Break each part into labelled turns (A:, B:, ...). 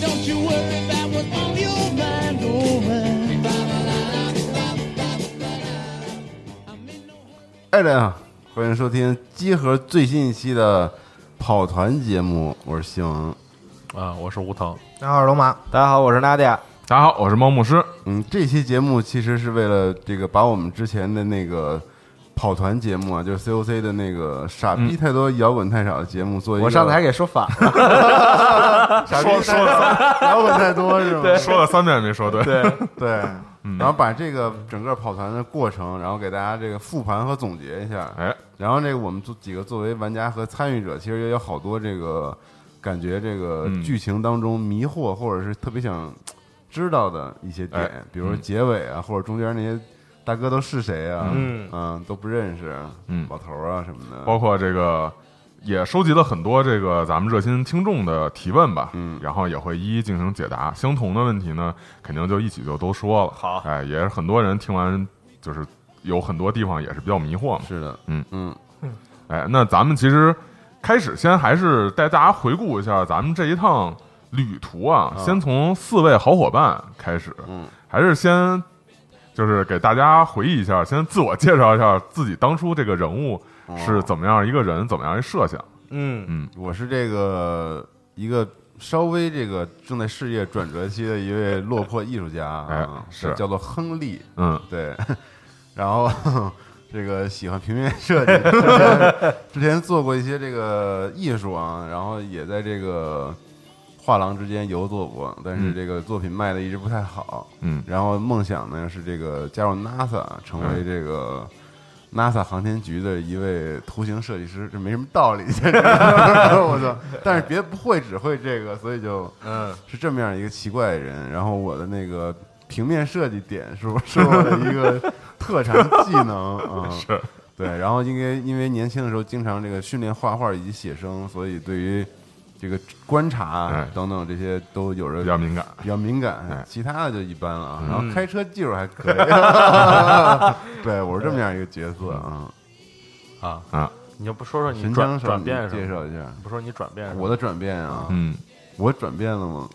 A: Don't you worry about what's on your mind, oh man. I'm in no
B: 哎，大家好，欢迎收听集合最新一期的跑团节目，我是西蒙。
C: 啊，我是吴腾。
D: 大家好，我是龙马。
E: 大家好，我是娜迪亚。
C: 大家好，我是猫牧师。
B: 嗯，这期节目其实是为了这个把我们之前的那个跑团节目啊，就是 COC 的那个傻逼太多、摇滚太少的节目做一个。
E: 我上次还给说反了，
B: 傻逼太
C: 说
B: 少 摇滚太多是吗？
C: 说了三遍没说对，
E: 对，
B: 对，然后把这个整个跑团的过程，然后给大家这个复盘和总结一下。
C: 哎，
B: 然后这个我们做几个作为玩家和参与者，其实也有好多这个感觉，这个
C: 嗯
B: 剧情当中迷惑或者是特别想知道的一些点，
C: 哎
B: 比如说结尾啊，或者中间那些大哥都是谁啊，
E: 嗯
B: 都不认识，
C: 嗯哦
B: 老头儿啊什么的，
C: 包括这个也收集了很多这个咱们热心听众的提问吧，
B: 嗯
C: 然后也会一一进行解答。相同的问题呢，肯定就一起就都说了。
E: 好
C: 哎，也是很多人听完就是有很多地方也是比较迷惑嘛。
B: 是的，
C: 嗯
B: 嗯，
C: 哎，那咱们其实开始先还是带大家回顾一下咱们这一趟旅途啊，先从四位好伙伴开始，
B: 嗯，
C: 还是先就是给大家回忆一下，先自我介绍一下自己当初这个人物是怎么样一个人，怎么样一设想，
E: 嗯，
B: 我是这个一个稍微这个正在事业转折期的一位落魄艺术家啊
C: 哎，是
B: 叫做亨利，
C: 嗯
B: 对， 然后这个喜欢平面设计， 之前之前做过一些这个艺术啊，然后也在这个画廊之间游走过，但是
C: 嗯
B: 这个作品卖的一直不太好，
C: 嗯
B: 然后梦想呢是这个加入 NASA，成为这个 NASA 航天局的一位图形设计师，这没什么道 理。现在我操！但是别不会只会这个，所以就嗯是这么样一个奇怪的人。然后我的那个平面设计点是 我是我的一个特长技能啊。
C: 是
B: 对，然后因为因为年轻的时候经常这个训练画画以及写生，所以对于这个观察
C: 哎
B: 等等这些都有着
C: 比较敏感。
B: 比较敏感
C: 哎，
B: 其他的就一般了啊。
C: 嗯
B: 然后开车技术还可 以，对我是这么样一个角色啊。
F: 啊
C: 啊！
F: 你就不说说你
B: 神
F: 转
B: 枪
F: 转变
B: 介
F: 什么？
B: 绍一下
F: 不说你转变什么？
B: 我的转变啊，
C: 嗯，
B: 我转变了吗？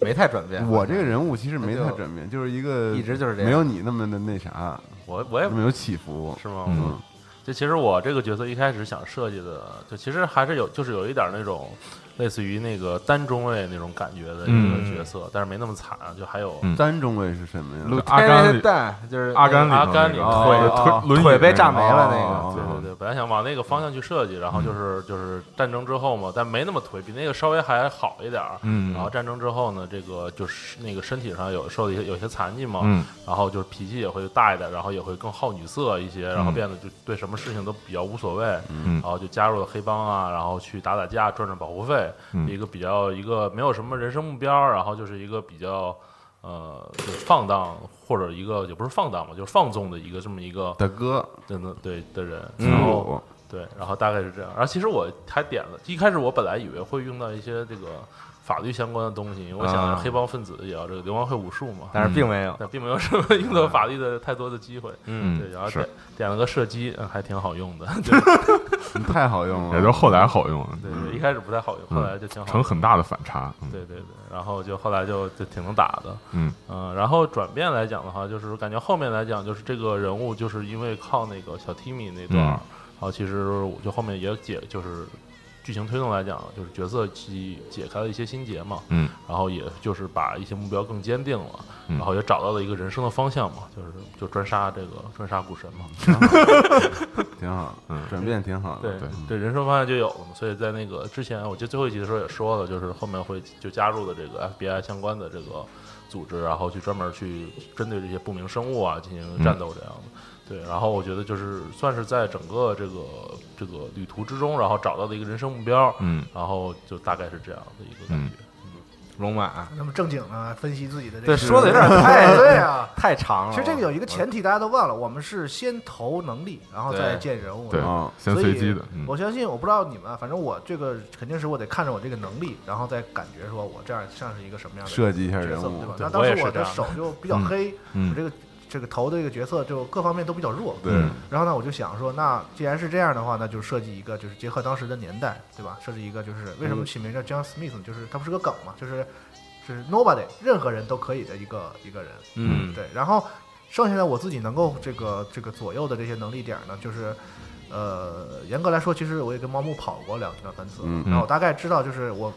E: 没太转变。
B: 我这个人物其实没
E: 那
B: 太
E: 就
B: 转 变，就是一个
E: 一直就是这样
B: 没有你那么的那啥，
F: 我我也
C: 哎
B: 那么有起伏。
F: 是吗？
B: 嗯，
F: 就其实我这个角色一开始想设计的，就其实还是有，就是有一点那种类似于那个单中尉那种感觉的一个
C: 嗯
F: 角色，但是没那么惨，啊就还有
C: 嗯
B: 单中尉是什么呀？
C: 阿甘里
E: 蛋就是呃
C: 阿甘里
F: 阿甘里
C: 里
B: 头那个哦
C: 腿轮椅
E: 腿被
C: 那个
E: 炸没了那
B: 哦
E: 个。
F: 啊对对对，本来想往那个方向去设计，然后就是
C: 嗯
F: 就是战争之后嘛，但没那么颓，比那个稍微还好一点儿。
C: 嗯
F: 然后战争之后呢，这个就是那个身体上有受一些有些残疾嘛，
C: 嗯，
F: 然后就是脾气也会大一点，然后也会更好女色一些，然后
C: 嗯
F: 变得就对什么事情都比较无所谓，
C: 嗯
F: 然后就加入了黑帮啊，然后去打打架赚赚保护费，
C: 嗯
F: 一个比较一个没有什么人生目标，然后就是一个比较呃就放荡或者一个也不是放荡吧，就是放纵的一个这么一个
B: 大哥，
F: 真的对的人，
B: 嗯
F: 然后。
E: 哦
F: 对，然后大概是这样。然后其实我还点了，一开始我本来以为会用到一些这个法律相关的东西。我想黑帮分子也要这个流氓会武术嘛，
E: 但是并没有。
F: 但并没有什么用到法律的太多的机会。
E: 嗯
F: 对，然后
C: 是
F: 点点了个射击，嗯还挺好用的。对
B: 你太好用
C: 也
B: 了
C: 就。后来好用了，
F: 对对，一开始不太好用，后来就挺好
C: 成
F: 用。
C: 很大的反差。嗯
F: 对对对，然后就后来就就挺能打的，呃
C: 嗯
F: 然后转变来讲的话，就是感觉后面来讲，就是这个人物就是因为靠那个小 Timmy 那段儿，
C: 嗯
F: 然后其实我就后面也解，就是剧情推动来讲，就是角色去解开了一些心结嘛，
C: 嗯，
F: 然后也就是把一些目标更坚定了，
C: 嗯
F: 然后也找到了一个人生的方向嘛，就是就专杀这个专杀股神嘛，
B: 挺好，
E: 嗯
B: 转变挺
C: 啊
B: 好的。
F: 对
C: 嗯
F: 对，人生方向就有了嘛。所以在那个之前，我记得最后一集的时候也说了，就是后面会就加入了这个 FBI 相关的这个组织，然后去专门去针对这些不明生物啊进
C: 嗯
F: 行战斗这样的。对，然后我觉得就是算是在整个这个这个旅途之中，然后找到了一个人生目标，
C: 嗯，
F: 然后就大概是这样的一个感觉。
E: 龙马，
D: 那么正经呢，分析自己的这
E: 对，
D: 个。
E: 说的有点太
D: 对啊。
E: 太长了。
D: 其实这个有一个前提，大家都忘了，我们是先投能力，然后再建人物。啊
C: 对
B: 哦，
C: 先
D: 所
C: 随
D: 以
C: 机的，嗯
D: 我相信，我不知道你们啊，反正我这个肯定是我得看着我这个能力，然后再感觉说我这样像是一个什么样的
B: 设计一下
D: 角
B: 人
D: 色，
B: 物
D: 对
F: 对
D: 吧，？那
F: 我
D: 当
F: 也
D: 时
F: 是
D: 我
F: 这
D: 的
F: 样的
D: 手就比较黑，
C: 嗯
D: 我这个这个头的这个角色就各方面都比较弱。
B: 对，
E: 嗯
D: 然后呢，我就想说，那既然是这样的话，那就设计一个，就是结合当时的年代，对吧？设计一个，就是为
B: 嗯
D: 什么起名叫 John Smith，呢就是他不是个梗嘛，就是就是 nobody，任何人都可以的一个一个人，
E: 嗯，
D: 对。然后剩下的我自己能够这个这个左右的这些能力点呢，就是呃，严格来说，其实我也跟猫木跑过两两三次，
B: 嗯
D: 然后我大概知道，就是我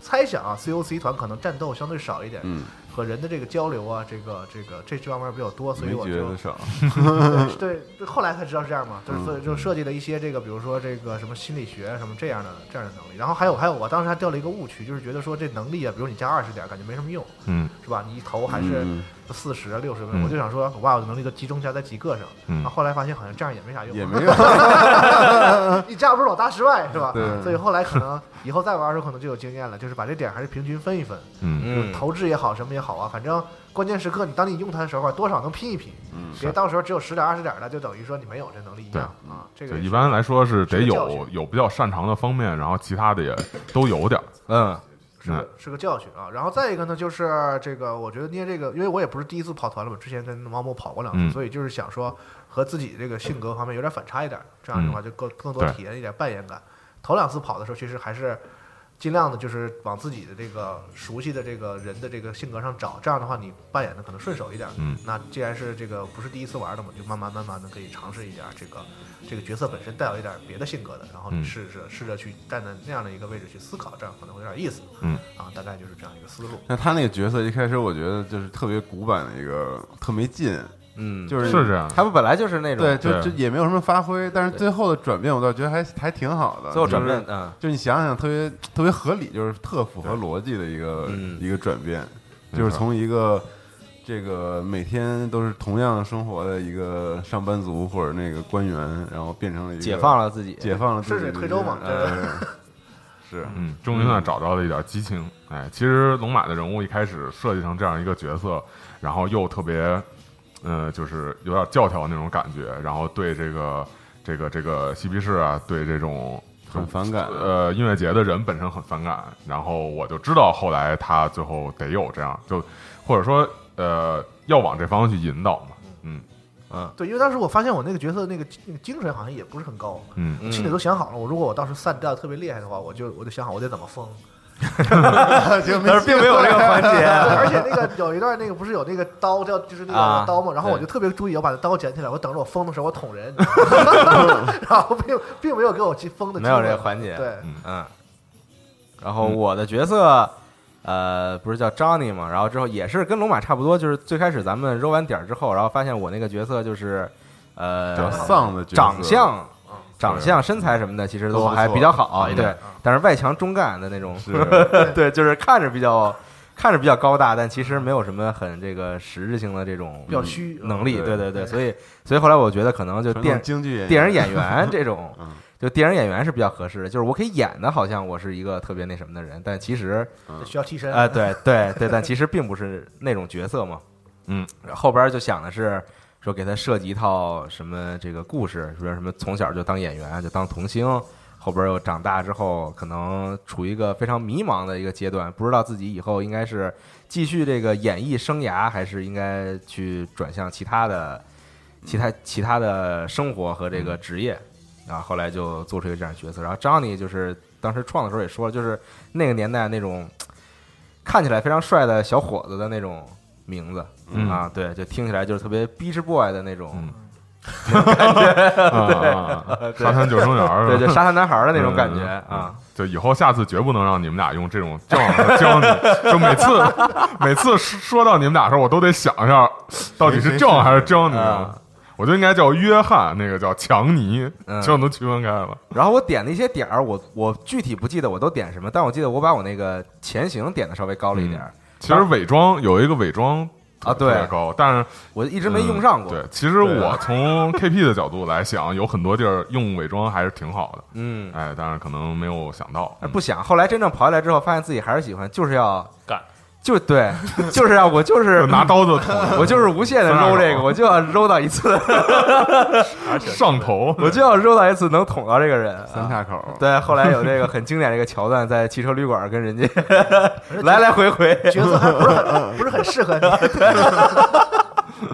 D: 猜想啊，COC 团可能战斗相对少一点，
B: 嗯，
D: 和人的这个交流啊，这个这个这这方面比较多，所以
B: 没
D: 我
B: 觉
D: 就
B: 得少。
D: 对，对后来才知道是这样嘛，就是
B: 嗯
D: 所以就设计了一些这个，比如说这个什么心理学什么这样的这样的能力。然后还有还有，我当时还掉了一个误区，就是觉得说这能力啊，比如你加二十点，感觉没什么用，
C: 嗯
D: 是吧？你一投还是
B: 嗯
D: 四十啊六十
C: 嗯
D: 分，我就想说我把我的能力都集中加在几个上。
C: 嗯
D: 然后后来发现好像这样也没啥用，
B: 也没有，
D: 你这样不是老大失败是吧？
B: 对
D: 所以后来可能以后再玩的时候可能就有经验了，就是把这点还是平均分一分，
C: 嗯
E: 嗯，
D: 投掷也好，什么也好啊，反正关键时刻你当你用它的时候啊，多少能拼一拼，
C: 嗯
D: 别到时候只有十点二十点儿的，就等于说你没有这能力一样啊。这
C: 嗯就
D: 个
C: 一般来说是得
D: 是个教
C: 有
D: 训
C: 有比较擅长的方面，然后其他的也都有点儿。
E: 嗯，
D: 是个是个教训啊。然后再一个呢，就是这个，我觉得捏这个，因为我也不是第一次跑团了嘛，之前跟毛毛跑过两次，
C: 嗯
D: 所以就是想说和自己这个性格方面有点反差一点儿，这样的话就更更多
C: 嗯对
D: 体验一点扮演感。头两次跑的时候，其实还是尽量的，就是往自己的这个熟悉的这个人的这个性格上找，这样的话你扮演的可能顺手一点。
C: 嗯，
D: 那既然是这个不是第一次玩的嘛，就慢慢慢慢的可以尝试一点这个这个角色本身带有一点别的性格的，然后
C: 嗯
D: 你试着试着去站在那样的一个位置去思考，这样可能会有点意思。
C: 嗯，
D: 啊，大概就是这样一个思路。
B: 但他那个角色一开始我觉得就是特别古板的一个，特没劲，
E: 嗯，
B: 就是
C: 是这样的，
E: 他们本来就是那种
B: 对，就
C: 对
B: 就也没有什么发挥，但是最后的转变我倒觉得还还挺好的，
E: 最后转变
B: 就是
E: 嗯，
B: 就你想想，特别特别合理，就是特符合逻辑的一个
E: 嗯
B: 一个转变，
C: 没错
B: 就是从一个这个每天都是同样生活的一个上班族或者那个官员，然后变成了一个
E: 解放了自己，
B: 解放了自己
D: 顺水
B: 的
D: 推舟嘛
B: 一
D: 这
B: 个
D: 个
B: 哎是
C: 嗯，终于算找到了一点激情。哎，其实龙马的人物一开始设计成这样一个角色，然后又特别，呃，就是有点教条那种感觉，然后对这个这个这个嬉皮士啊，对这种
B: 很反 感，
C: 呃音乐节的人本身很反感，然后我就知道后来他最后得有这样，就或者说呃要往这方向去引导嘛。嗯
D: 对，因为当时我发现我那个角色那个那个精神好像也不是很高，
C: 嗯
D: 心里都想好了，我如果我到时候散掉得特别厉害的话，我就我就想好我得怎么封。
E: 但是并没有这个环节，
D: 而且那个有一段那个不是有那个刀叫就是那
E: 啊
D: 个刀嘛，然后我
E: 对
D: 就特别注意，我把那刀捡起来，我等着我封的时候我捅人，你知道吗然后并并没有给我去封的机
E: 没有
D: 会
E: 这个环节，
D: 对，
E: 嗯，然后我的角色，呃，不是叫 Johnny 嘛，然后之后也是跟龙马差不多，就是最开始咱们揉完点儿之后，然后发现我那个角色就是，
B: 比
E: 呃，
B: 较丧的角色
E: 长相、长相、身材什么的，其实
B: 嗯都
E: 都
B: 不错
E: 还比较好，
B: 嗯
E: 对，但是外强中干的那种，
B: 是
E: 对，就是看着比较看着比较高大，但其实没有什么很这个实质性的这种
D: 比较虚
E: 能力，
B: 嗯
E: 对
B: 对
E: 对对，所以所以后来我觉得可能就
B: 传
E: 电
B: 统京剧演员
E: 电影演员这种
B: 嗯，
E: 就电影演员是比较合适的，就是我可以演的好像我是一个特别那什么的人，但其实
D: 就需要替身
E: 啊，对对对，但其实并不是那种角色嘛。
C: 嗯，
E: 后边就想的是说给他设计一套什么这个故事，说什么从小就当演员，就当童星，后边又长大之后，可能处于一个非常迷茫的一个阶段，不知道自己以后应该是继续这个演艺生涯，还是应该去转向其他的、其他其他的生活和这个职业。啊，后来就做出一个这样的角色。然后 Johnny 就是当时创的时候也说了，就是那个年代那种看起来非常帅的小伙子的那种名字、
C: 嗯
E: 啊，对，就听起来就是特别 Beach Boy 的那种。
C: 嗯啊，沙滩救生员儿
E: 对，
C: 是吧
E: 就沙滩男孩儿的那种感觉、
C: 嗯嗯
E: 啊，
C: 就以后下次绝不能让你们俩用这种这样的教你，就每次每次说到你们俩的时候，我都得想一下，到底是正还是正你
E: 嗯。
C: 我就应该叫约翰，那个叫强尼
E: 嗯，
C: 就能区分开了。
E: 然后我点的一些点儿，我我具体不记得我都点什么，但我记得我把我那个前行点的稍微高了一点儿，
C: 其实伪装有一个伪装
E: 啊
C: 特别
E: 对
C: 高，但是
E: 我一直没用上过。
C: 嗯对，其实
E: 对
C: 我从 KP 的角度来想，有很多地儿用伪装还是挺好的，
E: 嗯，哎
C: 哎，但是可能没有想到。
E: 不想。后来真正跑下来之后，发现自己还是喜欢，就是要
F: 干，
E: 就对， 就是要我就
C: 就是 拿，刀子捅，
E: 我就是无限的揉这个，我就要揉到一次，
F: 而且
C: 上头，
E: 我就要揉到一次能捅到这个人。
B: 三
E: 啊
B: 岔口，
E: 对，后来有这个很经典的一个桥段，在汽车旅馆跟人家来来回回，
D: 角色还不是很不是很适合你。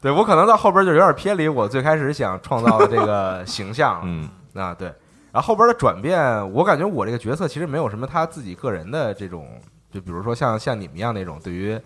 E: 对我可能到后边就有点偏离我最开始想创造的这个形象了。
C: 嗯，
E: 啊，对。然后后边的转变，我感觉我这个角色其实没有什么他自己个人的这种，就比如说像像你们一样那种对于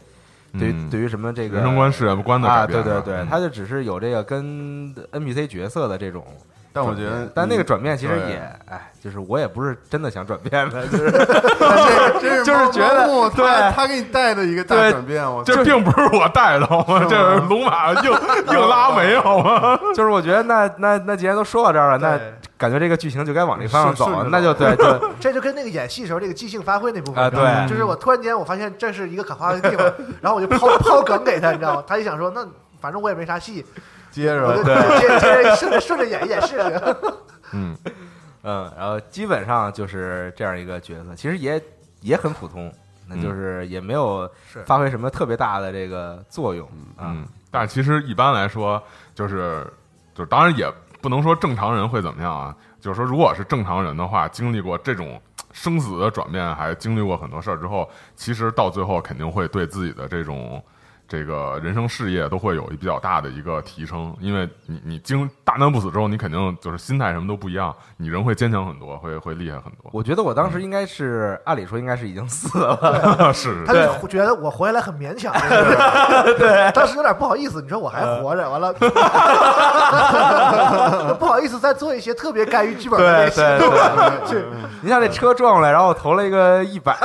E: 对于、
C: 嗯
E: 对于什么这个
C: 人生观、世界观的
E: 啊，
C: 改变
E: 对
C: 是吧。
E: 对对，
C: 嗯
E: 他就只是有这个跟 NPC 角色的这种
B: 但我
E: 转变。
B: 觉得，
E: 但那个转变其实
B: 对
E: 也，哎，就是我也不是真的想转 变的，就是
B: 这这
E: 就是
B: 猫
E: 觉
B: 猫
E: 得
B: 木他
E: 对
B: 他给你带的一个大
E: 对
B: 转变，我
C: 这并不是我带的，好吗？这是龙马硬硬拉啊煤，好吗？
E: 就是我觉得那那那既然都说到这儿了，那
D: 对
E: 感觉这个剧情就该往这方向
B: 顺
E: 走
B: 顺
E: 了
B: 着，
E: 那就对就
D: 这就跟那个演戏时候这个即兴发挥那部分
E: 啊
D: 你知道吗
E: 对
D: 就是我突然间我发现这是一个可发挥 的地方，然后我就抛抛梗给他，你知道吗？他一想说那反正我也没啥戏，
B: 接着
D: 我就 接接着顺着顺着演一演试 试。
C: 嗯，
E: 嗯，然后基本上就是这样一个角色，其实也也很普通，那就是也没有
D: 是
E: 发挥什么特别大的这个作用啊。
C: 嗯，但是其实一般来说，就是就是，当然也不能说正常人会怎么样啊。就是说，如果是正常人的话，经历过这种生死的转变，还经历过很多事儿之后，其实到最后肯定会对自己的这种这个人生事业都会有比较大的一个提升，因为你你经大难不死之后，你肯定就是心态什么都不一样，你人会坚强很多，会会厉害很多。
E: 我觉得我当时应该是，按理说应该是已经死 了，
C: 是
D: 他
C: 是，
D: 就觉得我活下来很勉 强，对，对当时有点不好意思。你说我还活
E: 嗯
D: 着，完了， 不好意思再做一些特别甘于剧本的
E: 对
D: 练习。
E: 对对，你像那车撞过来，然后我投了一个一百，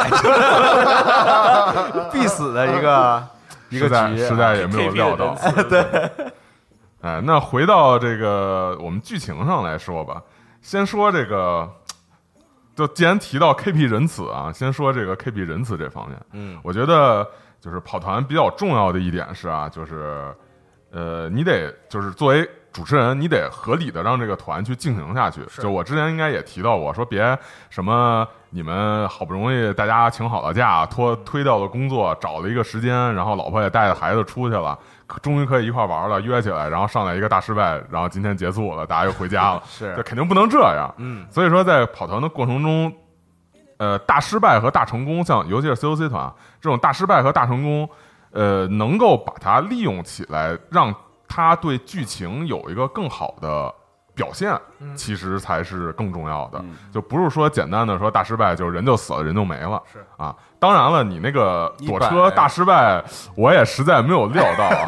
E: 必死的一个一个
C: 实在
E: 局，啊
C: 实在也没有料到。 对，哎，那回到这个我们剧情上来说吧，先说这个，就既然提到 KP 仁慈啊，先说这个 KP 仁慈这方面，
E: 嗯
C: 我觉得就是跑团比较重要的一点是啊，就是呃，你得就是作为主持人，你得合理的让这个团去进行下去。就我之前应该也提到过，说别什么你们好不容易大家请好了假，拖推掉了工作，找了一个时间，然后老婆也带着孩子出去了，可终于可以一块玩了，约起来，然后上来一个大失败，然后今天结束了，大家又回家了，
E: 是
C: 这肯定不能这样。
E: 嗯
C: 所以说在跑团的过程中，呃，大失败和大成功，像尤其是 COC 团这种大失败和大成功，呃，能够把它利用起来，让它对剧情有一个更好的表现，其实才是更重要的。就不是说简单的说大失败就是人就死了，人就没了。
D: 是
C: 啊，当然了，你那个躲车
E: 100
C: 大失败，我也实在没有料到啊。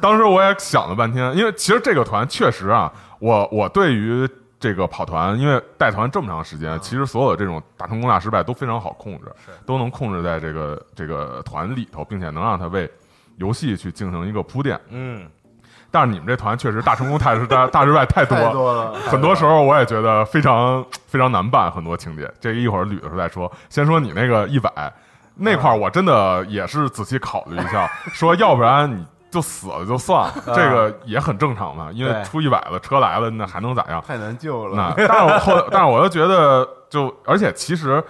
C: 当时我也想了半天，因为其实这个团确实啊，我我对于这个跑团，因为带团这么长时间，其实所有的这种大成功、大失败都非常好控制，都能控制在这个这个团里头，并且能让它为游戏去进行一个铺垫。
E: 嗯，
C: 但是你们这团确实大成功、大失大大失败太多
B: 太
C: 了。
B: 多了，
C: 很多时候我也觉得非常非常难办，很多情节，这一会儿捋的时候再说。先说你那个一百那
B: 嗯
C: 块儿，我真的也是仔细考虑 一下，说要不然你就死了就算了，
B: 嗯
C: 这个也很正常嘛，因为
E: 对
C: 出一百了，车来了，那还能咋样？
B: 太难救了。
C: 那但是我后， 但是我又觉得就，而且其实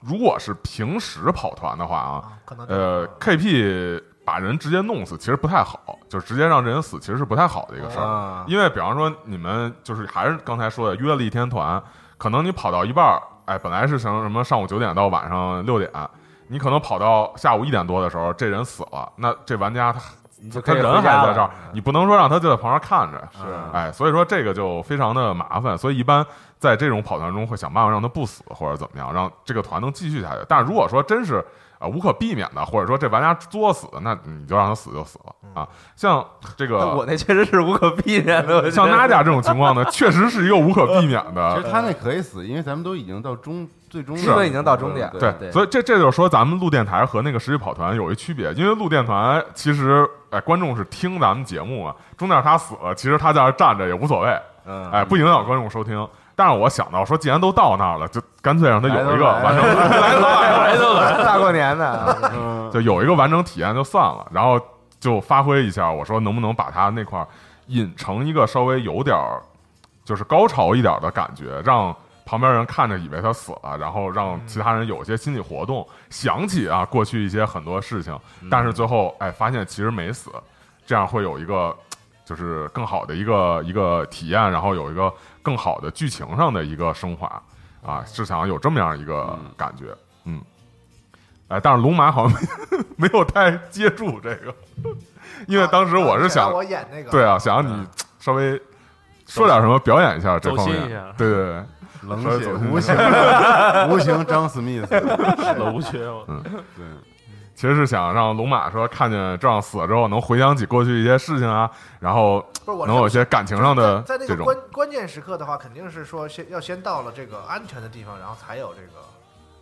C: 如果是平时跑团的话啊，
D: 啊可能
C: 呃，KP 把人直接弄死，其实不太好，就是直接让这人死，其实是不太好的一个事儿。
E: 啊
C: 因为比方说你们就是还是刚才说的，约了一天团，可能你跑到一半儿，哎，本来是想什么上午九点到晚上六点，你可能跑到下午一点多的时候，这人死了，那这玩家他
E: 你就
C: 他
E: 可以
C: 人
E: 回家
C: 还在
E: 了嗯
C: 这儿，你不能说让他就在旁边看着，
E: 是
C: 哎，所以说这个就非常的麻烦，所以一般在这种跑团中会想办法让他不死或者怎么样，让这个团能继续下去。但是如果说真是啊、呃无可避免的，或者说这玩家作死，那你就让他死就死了啊。像这个
E: 我那确实是无可避免的，我觉得
C: 像娜迦这种情况呢，确实是一个无可避免
B: 其
C: 的。
B: 实他那可以死，因为咱们都已经到终最终
E: 基本已经到终点
B: 对
C: 对，
E: 对
C: 所以这这就是说，咱们录电台和那个实际跑团有一区别，因为录电台其实，哎，观众是听咱们节目啊，中间他死了，其实他在那儿站着也无所谓，
E: 嗯
C: 哎，不影响观众收听。但是我想到说，既然都到那儿了，就干脆让他有一个完整，来都来了，
E: 大过年 的啊，
C: 就有一个完整体验就算了，然后就发挥一下。我说能不能把它那块儿引成一个稍微有点儿就是高潮一点儿的感觉，让旁边人看着以为他死了，然后让其他人有一些心理活动，想起啊过去一些很多事情，但是最后哎发现其实没死，这样会有一个。就是更好的一个一个体验，然后有一个更好的剧情上的一个升华，啊，是想有这么样一个感觉，嗯，哎，但是龙马好像没 没有太接住这个，因为当时我是想
D: 让，我演那个，
C: 对啊，想让你稍微说点什么，表演一下这
F: 走
C: 方
F: 心
C: 面
F: 一下，
C: 对对对，
B: 冷
C: 稍微
B: 血
C: 走心
B: 无形 无形张史密斯，
F: 冷无缺嘛。
C: 嗯
B: 对，
C: 其实是想让龙马说看见这样死了之后，能回想起过去一些事情啊，然后
D: 不是我
C: 能有一些感情上的
D: 在那
C: 这
D: 个
C: 种
D: 关关键时刻的话，肯定是说先要先到了这个安全的地方，然后才有这个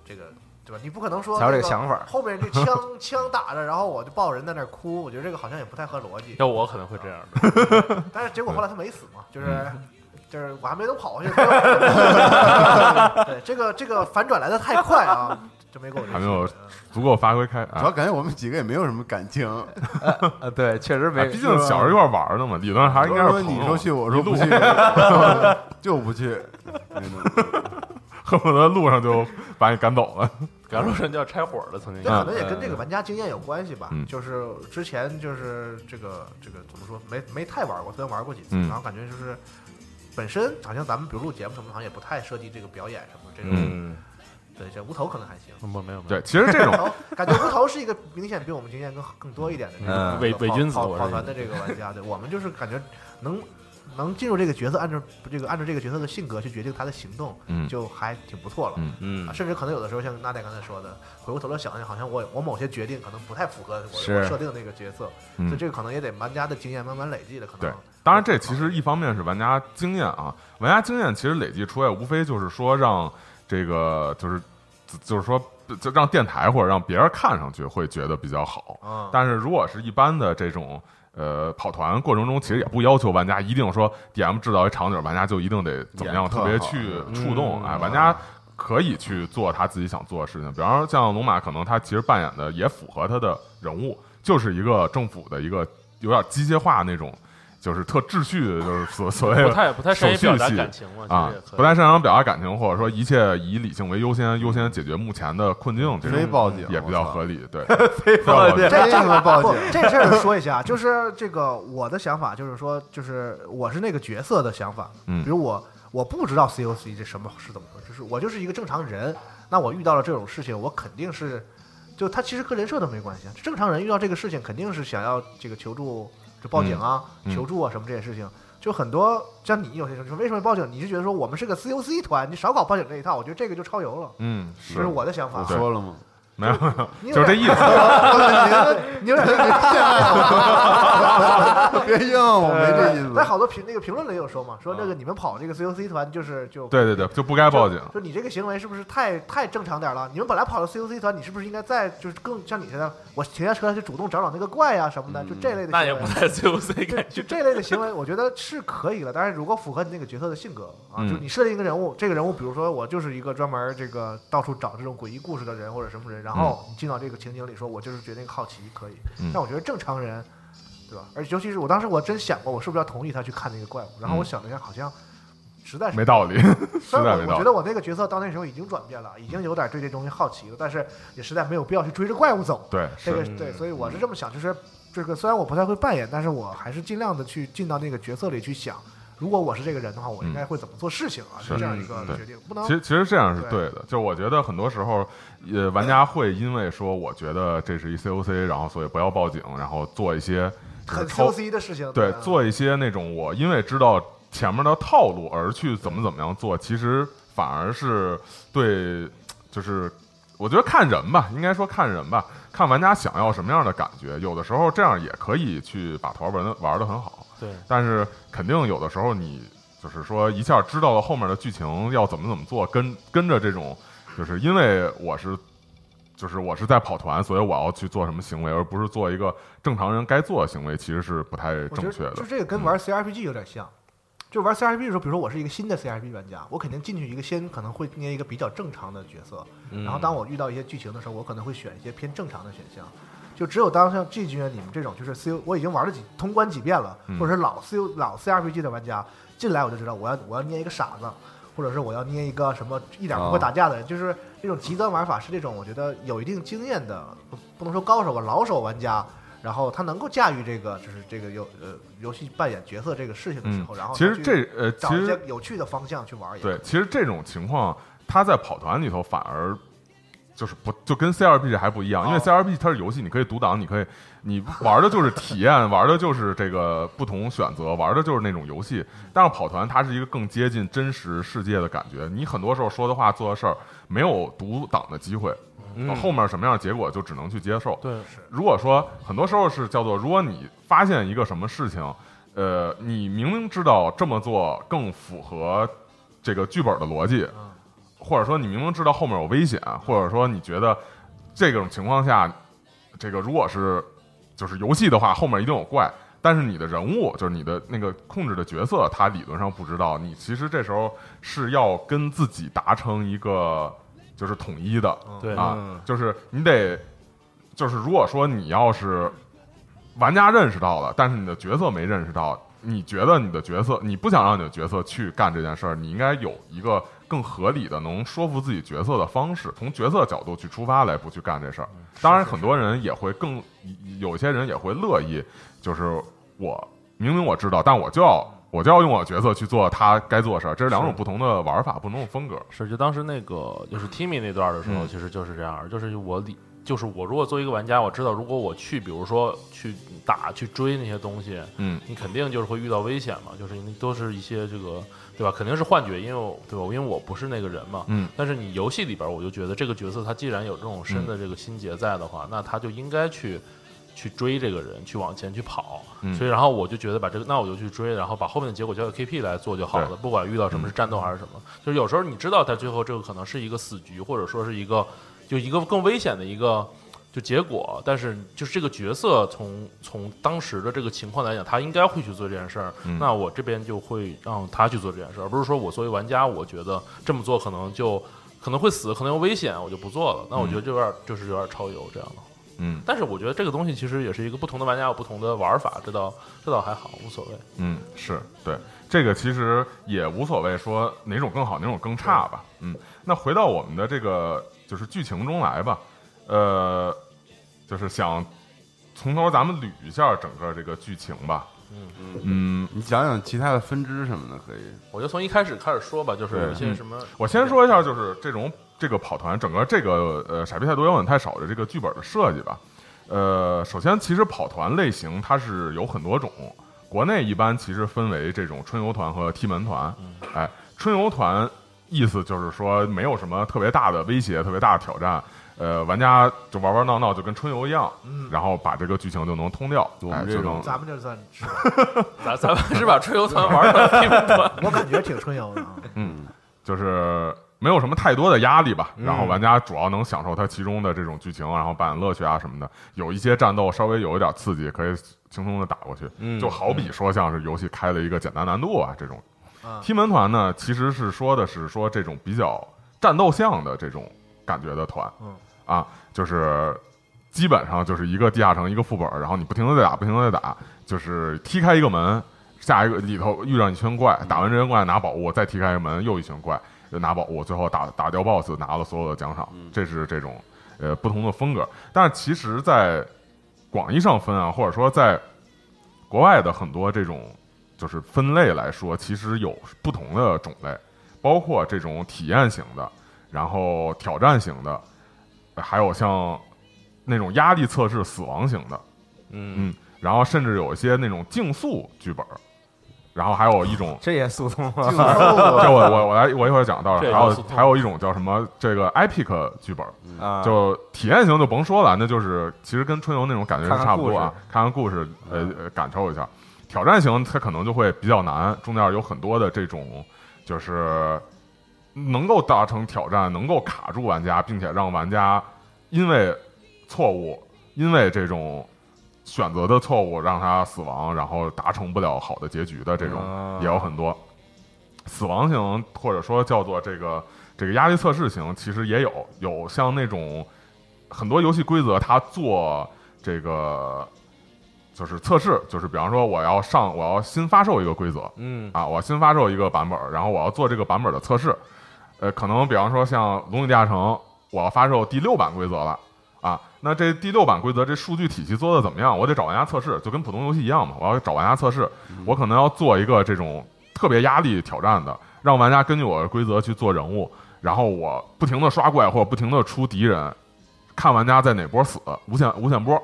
D: 这个对吧？你不可能说
E: 才有
D: 那
E: 这个想法
D: 后面这枪枪打着，然后我就抱人在那儿哭，我觉得这个好像也不太合逻辑。
F: 要我可能会这样的，
D: 但是结果后来他没死嘛，就是。
E: 嗯
D: 就是我还没能跑下去， 对这个这个反转来的太快啊，就没给我这
C: 还没有
D: 机会
C: 足够发挥开
B: 主
C: 啊
B: 要。感觉我们几个也没有什么感情，
E: 呃，对，确实没，
C: 哎毕竟小时候一块玩的嘛，理论上还应该是
B: 我说
C: 朋
B: 你
C: 友
B: 说去，我说
C: 一路
B: 不去， 就不去，
C: 恨不得路上就把你赶走 了。
F: 赶路人就要拆伙了，曾经
D: 这可能也跟这个玩家经验有关系吧。
C: 嗯
D: 就是之前就是这个这个怎么说，没没太玩过，虽然玩过几次，
C: 嗯
D: 然后感觉就是本身好像咱们比如录节目什么，好像也不太涉及这个表演什么这种。
E: 嗯，
D: 对，这无头可能还行。
F: 没有没有，
C: 对，其实这
D: 无
C: 种
D: 头感觉无头是一个明显比我们经验更更多一点的这
E: 嗯
D: 个
F: 伪伪君子
D: 跑
F: 我
D: 跑
F: 是
D: 团的这个玩家，对我们就是感觉能。能进入这个角色，按照这个按照这个角色的性格去决定他的行动，
C: 嗯
D: 就还挺不错了。
C: 嗯
E: 嗯
D: 啊，甚至可能有的时候像娜姐刚才说的，回过头来想想，好像我我某些决定可能不太符合我
E: 是
D: 我设定的那个角色，
C: 嗯
D: 所以这个可能也得玩家的经验慢慢累积的，可能
C: 对，当然这其实一方面是玩家经验啊，玩家经验其实累积出来，无非就是说让这个就是就是说就让电台或者让别人看上去会觉得比较好。
D: 啊，
C: 但是如果是一般的这种呃跑团过程中，其实也不要求玩家一定说 DM 制造一场景，玩家就一定得怎么样
B: 演特
C: 特
B: 好
C: 别去触
F: 嗯
C: 动，哎，玩家。可以去做他自己想做的事情，比方说像龙马，可能他其实扮演的也符合他的人物，就是一个政府的一个有点机械化那种，就是特秩序的，就是 所所谓
F: 不太不太善于
C: 手续
F: 表达
C: 系
F: 感情嘛，
C: 啊
F: 其实也可，以
C: 不太擅长表达感情，或者说一切以理性为优先，优先解决目前的困境，这
B: 非
C: 种
B: 报警
C: 也比
B: 我
C: 较
B: 操
C: 合理，对，非
E: 报警
D: 这
B: 为什么报警
D: 不？这事儿说一下，啊就是这个我的想法就是说，就是我是那个角色的想法，
C: 嗯
D: 比如我我不知道 COC 这什么是怎么回事，就是我就是一个正常人，那我遇到了这种事情，我肯定是，就他其实跟人设都没关系啊，正常人遇到这个事情肯定是想要这个求助，就报警啊、
C: 嗯嗯
D: 求助啊什么这些事情。就很多像你有些时候就说为什么报警，你是觉得说我们是个 COC 团，你少搞报警这一套，我觉得这个就超油了，
C: 嗯，
D: 这是我的想法
B: 我
D: 啊。
B: 说了吗？
C: 没有，没
D: 你
C: 有
D: 有
C: 就是这
D: 点
C: 意思。
D: 你有点
B: 别硬，啊我没这意思。
D: 在好多评那个评论里有说嘛，说那个你们跑这个 COC 团就是就
C: 对对对，就不该报警。
D: 就你这个行为是不是太太正常点儿了？你们本来跑了 COC 团，你是不是应该再就是更像你这样，我停下车去主动找找那个怪呀、什么的，就这类的行为。
F: 那也不 太 COC
D: 就
F: 感
D: 就
F: 觉。
D: 这类的行为，我觉得是可以了。但是如果符合你那个角色的性格啊，
C: 嗯
D: 就是你设定一个人物，这个人物，比如说我就是一个专门这个到处找这种诡异故事的人或者什么人，然后你进到这个情景里说，我就是决定好奇，可以
C: 嗯。
D: 但我觉得正常人，对吧？而尤其是我当时我真想过，我是不是要同意他去看那个怪物？然后我想了一下，好像实在是
C: 嗯没道理，实
D: 虽
C: 在
D: 然
C: 没
D: 我我
C: 道
D: 觉得
C: 理。
D: 我那个角色到那时候已经转变了，已经有点对这东西好奇了，但是也实在没有必要去追着怪物走。
C: 对，
D: 这个
C: 是
D: 是对，所以我是这么想，就是这个虽然我不太会扮演，但是我还是尽量的去进到那个角色里去想，如果我是这个人的话，我应该会怎么做事情啊？
C: 嗯是
D: 这样一个
C: 嗯对
D: 决定，不能
C: 其实其实这样是对
D: 对
C: 的，就我觉得很多时候，呃，玩家会因为说我觉得这是一 COC，然后所以不要报警，然后做一些就是
D: 很
C: 超
D: COC 的事情。
C: 对
D: 啊
C: 做一些那种我因为知道前面的套路而去怎么怎么样做，其实反而是对，就是我觉得看人吧，应该说看人吧，看玩家想要什么样的感觉，有的时候这样也可以去把头玩的玩的很好。
F: 对，
C: 但是肯定有的时候你就是说一下知道了后面的剧情要怎么怎么做，跟跟着这种，就是因为我是。就是我是在跑团，所以我要去做什么行为，而不是做一个正常人该做的行为，其实是不太
D: 我觉
C: 正
D: 得
C: 确的。嗯
D: 就这个跟玩 CRPG 有点像。就玩 CRPG 的时候，比如说我是一个新的 CRPG 玩家，我肯定进去一个先可能会捏一个比较正常的角色，
C: 嗯
D: 然后当我遇到一些剧情的时候，我可能会选一些偏正常的选项。就只有当像 G 军你们这种，就是 C 我已经玩了几通关几遍了，
C: 嗯
D: 或者是老 C 老 CRPG 的玩家进来，我就知道我要我要捏一个傻子，或者是我要捏一个什么一点不会打架的人，就是这种极端玩法是这种我觉得有一定经验的，不不能说高手吧，老手玩家。然后他能够驾驭这个，就是这个游呃游戏扮演角色这个事情的时候，然后
C: 嗯其
D: 他
C: 实
D: 去
C: 这呃，其
D: 找一
C: 实
D: 些有趣的方向去玩也可以
C: 对，其实这种情况，他在跑团里头反而就是不就跟 CRPG 还不一样，因为
D: 哦
C: CRPG 它是游戏，你可以独挡，你可以你玩的就是体验，玩的就是这个不同选择，玩的就是那种游戏。但是跑团它是一个更接近真实世界的感觉，你很多时候说的话、做的事儿没有独挡的机会，
D: 嗯
C: 后面什么样的结果就只能去接受。
F: 对，
C: 如果说很多时候是叫做，如果你发现一个什么事情，呃，你明明知道这么做更符合这个剧本的逻辑，或者说你明明知道后面有危险，或者说你觉得这种情况下，这个如果是就是游戏的话，后面一定有怪。但是你的人物就是你的那个控制的角色，他理论上不知道。你其实这时候是要跟自己达成一个就是统一的，
F: 对嗯
C: 啊，就是你得，就是如果说你要是玩家认识到了，但是你的角色没认识到，你觉得你的角色，你不想让你的角色去干这件事儿，你应该有一个更合理的能说服自己角色的方式，从角色角度去出发来不去干这事儿。
F: 嗯
C: 当然，很多人也会更，有些人也会乐意，就是我明明我知道，但我就要。我就要用我的角色去做他该做的事儿，这是两种
F: 是
C: 不同的玩法，不同的风格。
F: 是，就当时那个就是 Timmy 那段的时候，
C: 嗯
F: 其实就是这样，就是我理，就是我如果作为一个玩家，我知道如果我去，比如说去打、去追那些东西，
C: 嗯，
F: 你肯定就是会遇到危险嘛，就是你都是一些这个，对吧？肯定是幻觉，因为我对吧？因为我不是那个人嘛，
C: 嗯。
F: 但是你游戏里边儿，我就觉得这个角色他既然有这种深的这个心结在的
C: 嗯
F: 话，那他就应该去去追这个人，去往前去跑。
C: 嗯
F: 所以，然后我就觉得把这个，那我就去追，然后把后面的结果交给 KP 来做就好了，
C: 对嗯
F: 不管遇到什么是战斗还是什么，就是有时候你知道他最后这个可能是一个死局，或者说是一个就一个更危险的一个。就结果，但是就是这个角色从从当时的这个情况来讲，他应该会去做这件事儿。
C: 嗯
F: 那我这边就会让他去做这件事儿，而不是说我作为玩家，我觉得这么做可能就可能会死，可能有危险，我就不做了。那我觉得这有点、就是有点超游这样的。
C: 嗯，
F: 但是我觉得这个东西其实也是一个不同的玩家有不同的玩法，这倒这倒还好，无所谓。
C: 嗯，是对这个其实也无所谓说哪种更好，哪种更差吧。嗯，那回到我们的这个就是剧情中来吧，呃，就是想从头咱们捋一下整个这个剧情吧。嗯嗯，
B: 你讲讲其他的分支什么的可以。
F: 我就从一开始开始说吧，就是有一些什么，
C: 嗯我先说一下，就是这种这个跑团整个这个呃傻逼太多摇滚太少的这个剧本的设计吧。呃，首先其实跑团类型它是有很多种，国内一般其实分为这种春游团和踢门团。
B: 嗯
C: 哎，春游团意思就是说没有什么特别大的威胁、特别大的挑战。呃，玩家就玩玩闹闹，就跟春游一样，然后把这个剧情就能通掉，
B: 嗯我
C: 哎，
B: 们这
C: 就
B: 种
C: 能
D: 咱们这算是，
F: 咱咱们是把春游团玩 成踢门团，
D: 我感觉挺春游的啊。
C: 就是没有什么太多的压力吧。然后玩家主要能享受它其中的这种剧情，然后扮演乐趣啊什么的。有一些战斗稍微有一点刺激，可以轻松的打过去。
F: 嗯
C: 就好比说像是游戏开了一个简单难度啊这种。踢门团呢，其实是说的是说这种比较战斗向的这种感觉的团，
D: 嗯
C: 啊，就是基本上就是一个地下城一个副本，然后你不停的在打，不停的在打，就是踢开一个门，下一个里头遇上一圈怪，打完这圈怪拿宝物，再踢开一个门又一圈怪，又拿宝物，最后打打掉 BOSS 拿了所有的奖赏，这是这种呃不同的风格。但是其实，在广义上分啊，或者说在国外的很多这种就是分类来说，其实有不同的种类，包括这种体验型的，然后挑战型的，还有像那种压力测试死亡型的，
E: 嗯，，
C: 嗯，然后甚至有一些那种竞速剧本儿，然后还有一种
E: 这也速通
B: 竞
E: 了，
B: 速啊
C: 这我我我来我一会儿讲到了，
F: 这也
C: 还有
F: 叫速通
C: 还有一种叫什么这个 epic 剧本儿，
E: 啊，
C: 就体验型就甭说了，那就是其实跟春游那种感觉
E: 看
C: 是
E: 看嗯
C: 差不多啊，看看故事，呃，呃感受一下。挑战型它可能就会比较难，中间有很多的这种就是能够达成挑战，能够卡住玩家，并且让玩家因为错误，因为这种选择的错误让他死亡，然后达成不了好的结局的这种
E: 啊
C: 也有很多。死亡型或者说叫做这个这个压力测试型，其实也有有像那种很多游戏规则，它做这个就是测试，就是比方说我要上我要新发售一个规则，
E: 嗯
C: 啊，我新发售一个版本儿，然后我要做这个版本儿的测试。呃，可能比方说像《龙与地下城》，我要发售第六版规则了啊，那这第六版规则这数据体系做的怎么样？我得找玩家测试，就跟普通游戏一样嘛，我要找玩家测试，我可能要做一个这种特别压力挑战的，让玩家根据我的规则去做人物，然后我不停的刷怪或者不停的出敌人。看玩家在哪波死，无限无限波，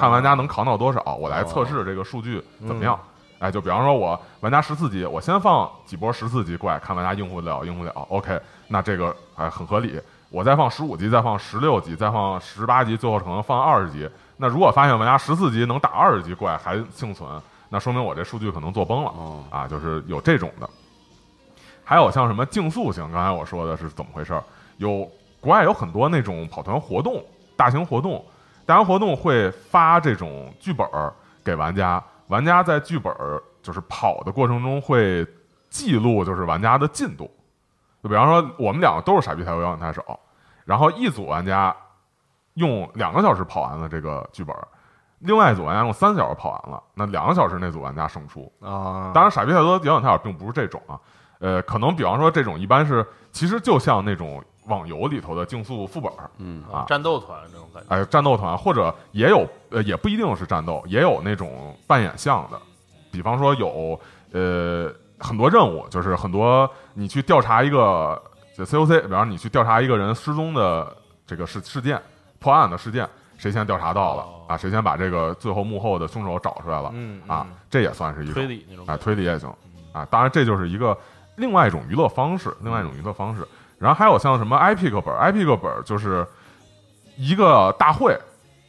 C: 看玩家能扛到多少，我来测试这个数据怎么样。哎，就比方说我玩家十四级，我先放几波十四级怪，看玩家应付得了应付得了。OK，那这个哎很合理。我再放十五级，再放十六级，再放十八级，最后可能放二十级。那如果发现玩家十四级能打二十级怪还幸存，那说明我这数据可能做崩了
B: 哦
C: 啊，就是有这种的。还有像什么竞速型，刚才我说的是怎么回事儿？有国外有很多那种跑团活动，大型活动，大型活动会发这种剧本儿给玩家，玩家在剧本儿就是跑的过程中会记录就是玩家的进度。就比方说，我们两个都是傻逼台球摇滚太手，然后一组玩家用两个小时跑完了这个剧本儿，另外一组玩家用三小时跑完了，那两个小时那组玩家胜出。
E: 啊，
C: 当然，傻逼太多摇滚太少并不是这种啊，呃，可能比方说这种一般是，其实就像那种网游里头的竞速副本儿，嗯啊，
F: 战斗团这种感觉，
C: 哎，战斗团或者也有，呃，也不一定是战斗，也有那种扮演项的，比方说有，呃，很多任务，就是很多你去调查一个就 COC，比方你去调查一个人失踪的这个事事件，破案的事件，谁先调查到了啊，谁先把这个最后幕后的凶手找出来了，
E: 哦嗯
C: 啊，这也算是一种
F: 推理那种
C: 啊，
F: 感觉，
C: 推理也行啊。当然，这就是一个另外一种娱乐方式，另外一种娱乐方式。然后还有像什么 IPG 本儿，IPG 本儿就是一个大会，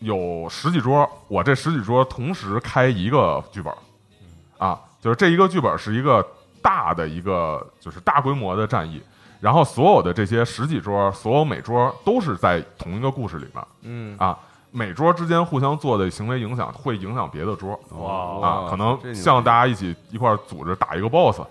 C: 有十几桌，我这十几桌同时开一个剧本儿，
F: 嗯
C: 啊，就是这一个剧本儿是一个大的一个就是大规模的战役，然后所有的这些十几桌，所有每桌都是在同一个故事里面，
E: 嗯
C: 啊，每桌之间互相做的行为影响会影响别的桌，
F: 哇，
C: 啊，可能像大家一起一块儿组织打一个 boss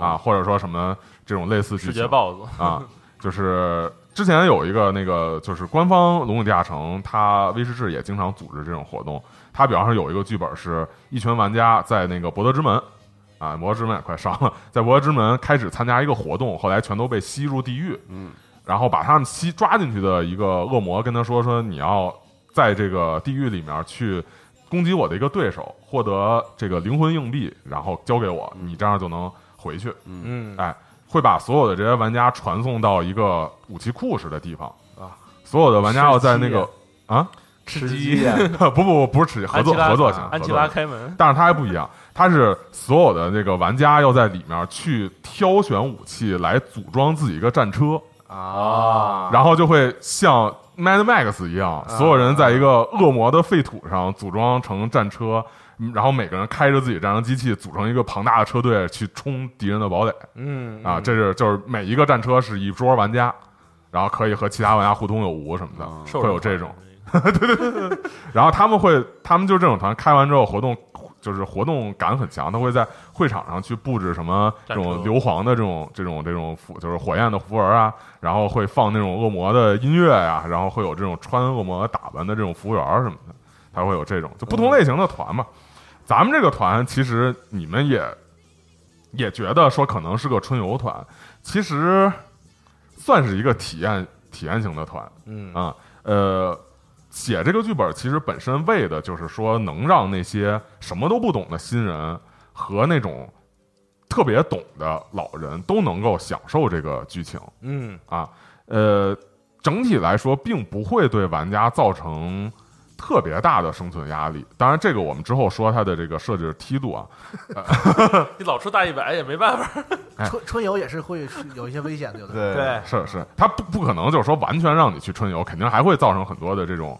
C: 啊，或者说什么这种类似剧
F: 世
C: 情
F: 界 BOSS，
C: 啊，就是之前有一个那个就是官方《龙与地下城》，它威士忌也经常组织这种活动。它比方说有一个剧本是一群玩家在那个博德之门啊，博德之门也快上了，在博德之门开始参加一个活动，后来全都被吸入地狱，嗯，然后把他们吸抓进去的一个恶魔跟他说说你要在这个地狱里面去。攻击我的一个对手，获得这个灵魂硬币，然后交给我，你这样就能回去。
E: 嗯
C: 哎，会把所有的这些玩家传送到一个武器库似的地方所有的玩家要在那个啊，
E: 吃鸡 呀，
C: 不不不，不是吃鸡，啊合
F: 啊安琪
C: 作
F: 拉
C: 合作型，
F: 安琪
C: 合
F: 拉
C: 作型
F: 开门，
C: 但是它还不一样，它是所有的这个玩家要在里面去挑选武器来组装自己一个战车啊，然后就会像 Mad Max 一样，所有人在一
F: 啊
C: 个恶魔的废土上组装成战车，嗯然后每个人开着自己战争机器组成一个庞大的车队去冲敌人的堡垒。
E: 嗯
C: 啊，这是就是每一个战车是一桌玩家，然后可以和其他玩家互通有无什么
F: 嗯
C: 的，会有这种。然后他们会，他们就这种团开完之后，活动就是活动感很强，他会在会场上去布置什么这
F: 战车
C: 种硫磺的这种这种这种符，就是火焰的符文啊，然后会放那种恶魔的音乐呀、然后会有这种穿恶魔打扮的这种服务员儿什么的，他会有这种就不同类型的团嘛。咱们这个团其实你们也也觉得说可能是个春游团，其实算是一个体验体验型的团
E: 嗯
C: 啊。呃，写这个剧本其实本身为的就是说能让那些什么都不懂的新人和那种特别懂的老人都能够享受这个剧情。
E: 嗯
C: 啊，呃，整体来说并不会对玩家造成特别大的生存压力。当然，这个我们之后说它的这个设置梯度啊，
F: 你老出大一百也没办法。
D: 春春游也是会有一些危险的，有的时候。
F: 对，
C: 是是，它不不可能就是说完全让你去春游，肯定还会造成很多的这种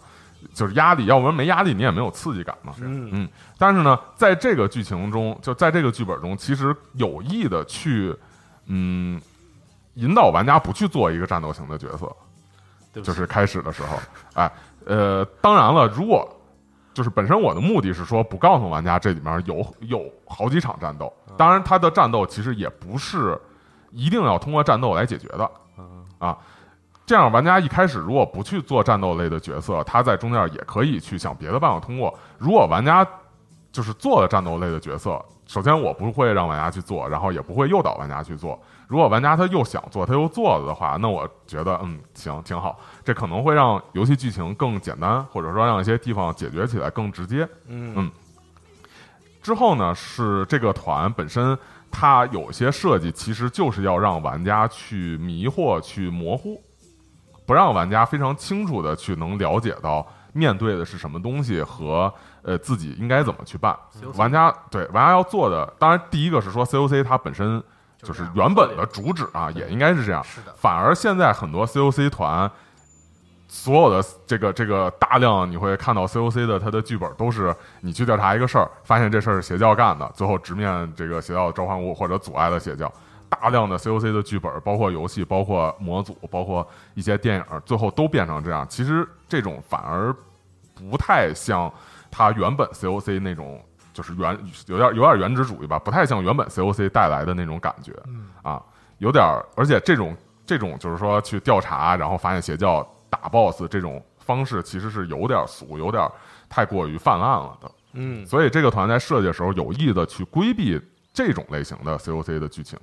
C: 就是压力，要不然没压力你也没有刺激感嘛。
E: 嗯
C: 嗯，但是呢，在这个剧情中，就在这个剧本中，其实有意的去，嗯，引导玩家不去做一个战斗型的角色，
F: 对不起
C: 就是开始的时候，哎，呃，当然了，如果就是本身我的目的是说不告诉玩家这里面有有好几场战斗，当然它的战斗其实也不是一定要通过战斗来解决的，啊。这样，玩家一开始如果不去做战斗类的角色，他在中间也可以去想别的办法通过。如果玩家就是做了战斗类的角色，首先我不会让玩家去做，然后也不会诱导玩家去做。如果玩家他又想做，他又做了的话，那我觉得嗯行挺好，这可能会让游戏剧情更简单，或者说让一些地方解决起来更直接。
E: 嗯
C: 嗯之后呢，是这个团本身它有些设计其实就是要让玩家去迷惑、去模糊，不让玩家非常清楚的去能了解到面对的是什么东西和呃自己应该怎么去办。玩家对玩家要做的，当然第一个是说 COC 它本身就是原本的主旨啊，也应该是这样。
D: 是的
C: 反而现在很多 COC 团。所有的这个这个大量，你会看到 COC 的它的剧本都是你去调查一个事儿，发现这事儿是邪教干的，最后直面这个邪教的召唤物或者阻碍了邪教。大量的 COC 的剧本，包括游戏，包括模组，包括一些电影，最后都变成这样。其实这种反而不太像它原本 COC 那种，就是原有点有点原汁主义吧，不太像原本 COC 带来的那种感觉。啊，有点儿，而且这种这种就是说去调查，然后发现邪教打 BOSS 这种方式，其实是有点儿俗，有点儿太过于泛滥了的。
E: 嗯
C: 所以这个团在设计的时候有意的去规避这种类型的 COC 的剧情，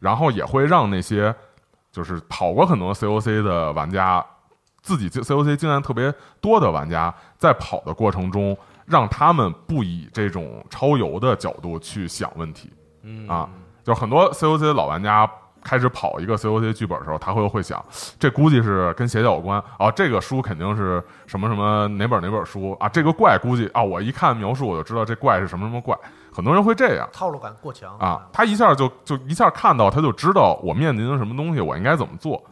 C: 然后也会让那些就是跑过很多 COC 的玩家，自己经 COC 经验特别多的玩家，在跑的过程中，让他们不以这种超游的角度去想问题。
E: 嗯
C: 啊，就很多 COC 的老玩家开始跑一个 COC 剧本的时候，他会会想，这估计是跟邪教有关啊，这个书肯定是什么什么哪本哪本书啊，这个怪估计啊，我一看描述我就知道这怪是什么什么怪，很多人会这样。
D: 套路感过强
C: 啊，他一下就就一下看到，他就知道我面临的什么东西，我应该怎么做。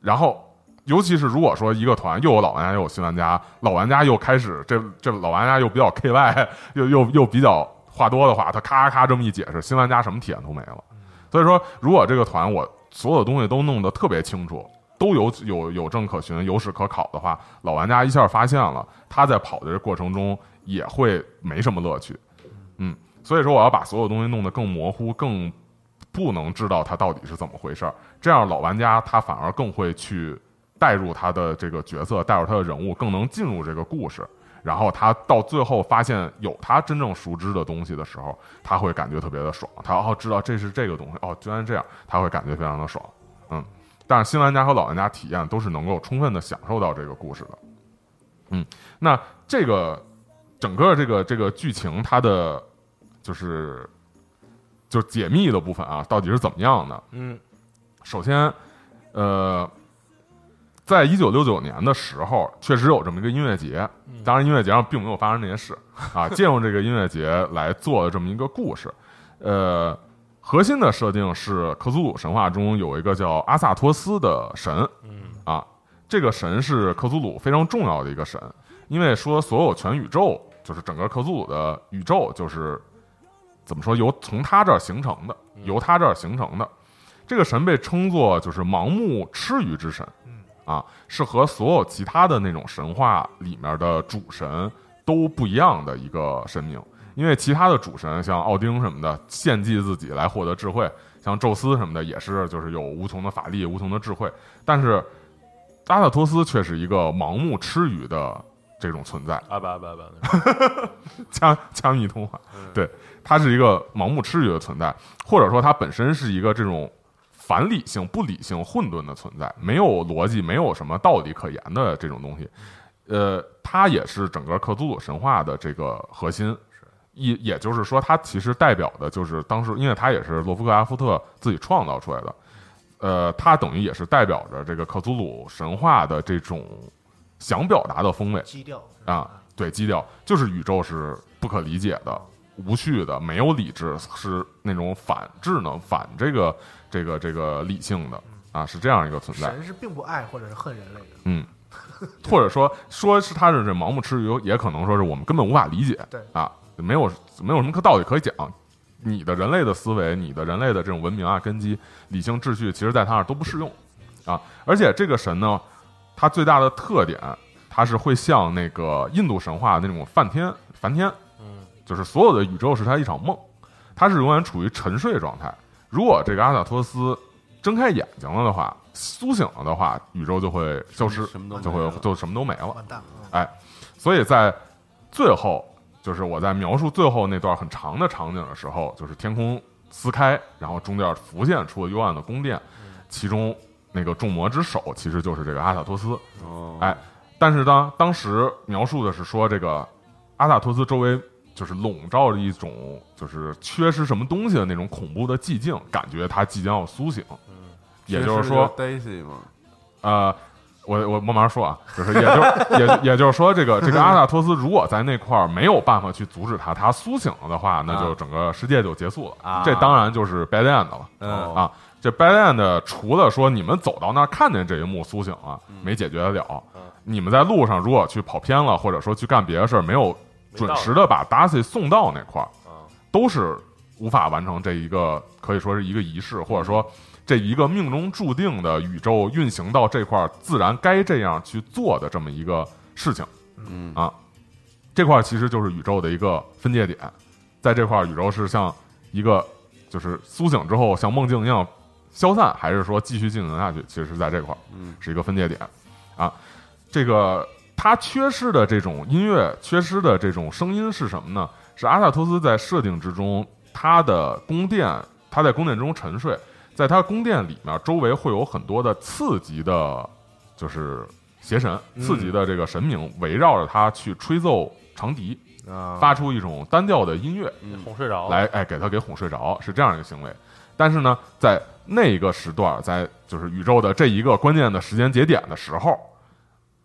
C: 然后，尤其是如果说一个团又有老玩家又有新玩家，老玩家又开始这这老玩家又比较 K Y，又又又比较话多的话，他咔咔咔这么一解释，新玩家什么体验都没了。所以说，如果这个团我所有东西都弄得特别清楚，都有有有证可循、有史可考的话，老玩家一下发现了，他在跑的这过程中也会没什么乐趣。嗯，所以说我要把所有东西弄得更模糊，更不能知道它到底是怎么回事儿。这样老玩家他反而更会去带入他的这个角色，带入他的人物，更能进入这个故事。然后他到最后发现有他真正熟知的东西的时候，他会感觉特别的爽。他哦，知道这是这个东西，哦，居然这样，他会感觉非常的爽。嗯，但是新玩家和老玩家体验都是能够充分的享受到这个故事的。嗯，那这个整个这个这个剧情它的就是就是解密的部分啊，到底是怎么样的？
E: 嗯
C: 首先，呃，在一九六九年的时候，确实有这么一个音乐节，当然音乐节上并没有发生这些事啊，借用这个音乐节来做的这么一个故事，呃。核心的设定是克苏鲁神话中有一个叫阿萨托斯的神，嗯啊，这个神是克苏鲁非常重要的一个神，因为说所有全宇宙就是整个克苏鲁的宇宙就是怎么说由从他这儿形成的，由他这儿形成的，这个神被称作就是盲目吃鱼之神，啊，是和所有其他的那种神话里面的主神都不一样的一个神明，因为其他的主神像奥丁什么的献祭自己来获得智慧，像宙斯什么的也是就是有无穷的法力、无穷的智慧，但是阿萨托斯却是一个盲目吃鱼的。这种存在，
F: 阿巴阿巴阿巴那种。
C: 加加密通话，对，它是一个盲目痴觉的存在，或者说它本身是一个这种反理性、不理性、混沌的存在，没有逻辑、没有什么道理可言的这种东西。呃，它也是整个克苏鲁神话的这个核心。也也就是说，它其实代表的就是当时，因为它也是洛夫克拉夫特自己创造出来的，呃，它等于也是代表着这个克苏鲁神话的这种想表达的风味。
D: 基调嗯是吧
C: 啊，对，基调就是宇宙是不可理解的、无序的、没有理智，是那种反智能、反这个这个这个理性的啊，是这样一个存在。
D: 神是并不爱或者是恨人类的，
C: 嗯，或者说说是他是这盲目吃鱼，也可能说是我们根本无法理解，
D: 对
C: 啊，没有没有什么可道理可以讲。你的人类的思维，你的人类的这种文明啊、根基、理性秩序，其实在他那儿都不适用啊。而且这个神呢，它最大的特点，它是会像那个印度神话那种梵天，梵天，
F: 嗯，
C: 就是所有的宇宙是他一场梦，他是永远处于沉睡状态。如果这个阿萨托斯睁开眼睛了的话，苏醒了的话，宇宙就会消失，
B: 什么都没
C: 就会
B: 了
C: 就什么都没了。
D: 完 蛋了。嗯
C: 所以在最后，就是我在描述最后那段很长的场景的时候，就是天空撕开，然后中间浮现出了幽暗的宫殿，其中那个众魔之首其实就是这个阿萨托斯。
B: 哦，
C: 哎，但是当当时描述的是说，这个阿萨托斯周围就是笼罩着一种就是缺失什么东西的那种恐怖的寂静，感觉他即将要苏醒。也就是说，
B: ，Daisy 嘛，
C: 呃，我我慢慢说啊，就是也就也也就是说，这个这个阿萨托斯如果在那块儿没有办法去阻止他，他苏醒了的话，那就整个世界就结束了。
E: 啊
C: 这当然就是 bad end 了。
E: 嗯
C: 啊，这 bad end 除了说你们走到那儿看见这一幕苏醒了，
E: 嗯
C: 没解决得了。你们在路上如果去跑偏了，或者说去干别的事儿，没有准时的把 Darcy 送到那块儿，
E: 嗯
C: 都是无法完成这一个可以说是一个仪式，或者说这一个命中注定的宇宙运行到这块儿自然该这样去做的这么一个事情。
B: 嗯
C: 啊，这块儿其实就是宇宙的一个分界点，在这块儿宇宙是像一个就是苏醒之后像梦境一样消散，还是说继续进行下去？其实是在这块儿
B: 嗯
C: 是一个分界点啊。这个它缺失的这种音乐，缺失的这种声音是什么呢？是阿萨托斯在设定之中，他的宫殿，他在宫殿中沉睡，在他宫殿里面，周围会有很多的刺激的，就是邪神、刺激的这个神明围绕着他去吹奏长笛，
E: 啊，
C: 发出一种单调的音乐，
F: 哄睡着了
C: 来，哎，给他给哄睡着，是这样一个行为。但是呢，在那一个时段，在就是宇宙的这一个关键的时间节点的时候，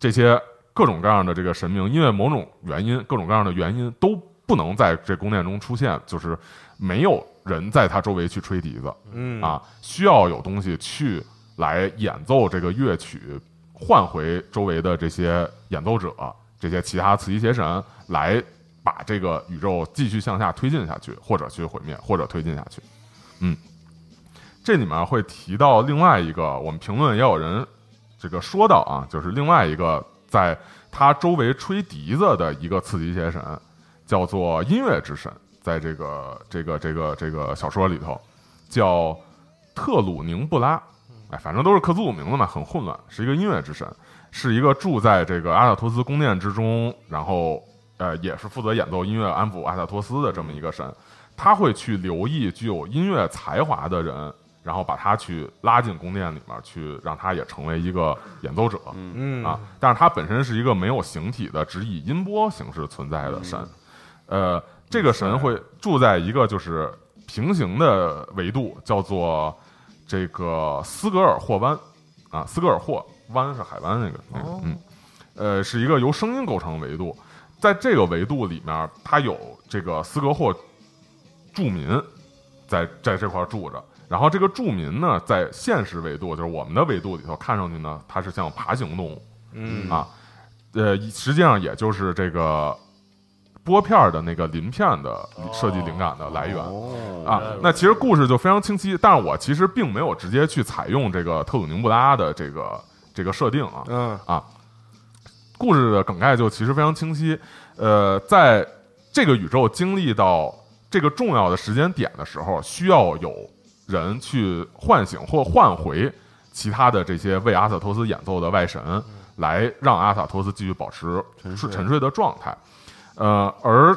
C: 这些各种各样的这个神明，因为某种原因，各种各样的原因都不能在这宫殿中出现，就是没有人在他周围去吹笛子，
E: 嗯
C: 啊，需要有东西去来演奏这个乐曲，换回周围的这些演奏者，这些其他慈禧邪神来把这个宇宙继续向下推进下去，或者去毁灭，或者推进下去。嗯，这里面会提到另外一个，我们评论也有人这个说到啊，就是另外一个在他周围吹笛子的一个次级邪神，叫做音乐之神，在这个这个这个这个小说里头叫特鲁宁布拉，哎，反正都是克苏鲁名字嘛，很混乱，是一个音乐之神，是一个住在这个阿萨托斯宫殿之中，然后呃也是负责演奏音乐安抚阿萨托斯的这么一个神，他会去留意具有音乐才华的人。然后把他去拉进宫殿里面去，让他也成为一个演奏者。
E: 嗯
C: 啊，但是它本身是一个没有形体的，只以音波形式存在的神。呃，这个神会住在一个就是平行的维度，叫做这个斯格尔霍湾啊，斯格尔霍湾是海湾那个，那个嗯，呃，是一个由声音构成的维度。在这个维度里面，它有这个斯格霍住民在在这块儿住着。然后这个住民呢，在现实维度，就是我们的维度里头，看上去呢，它是像爬行动物，
E: 嗯
C: 啊，呃，实际上也就是这个拨片儿的那个鳞片的设计灵感的来源、
B: 哦
C: 啊。那其实故事就非常清晰，但是我其实并没有直接去采用这个特鲁宁布拉的这个这个设定啊。
E: 嗯
C: 故事的梗概就其实非常清晰。呃，在这个宇宙经历到这个重要的时间点的时候，需要有人去唤醒或唤回其他的这些为阿瑟托斯演奏的外神，来让阿萨托斯继续保持
B: 沉
C: 是
B: 睡
C: 沉睡的状态。呃，而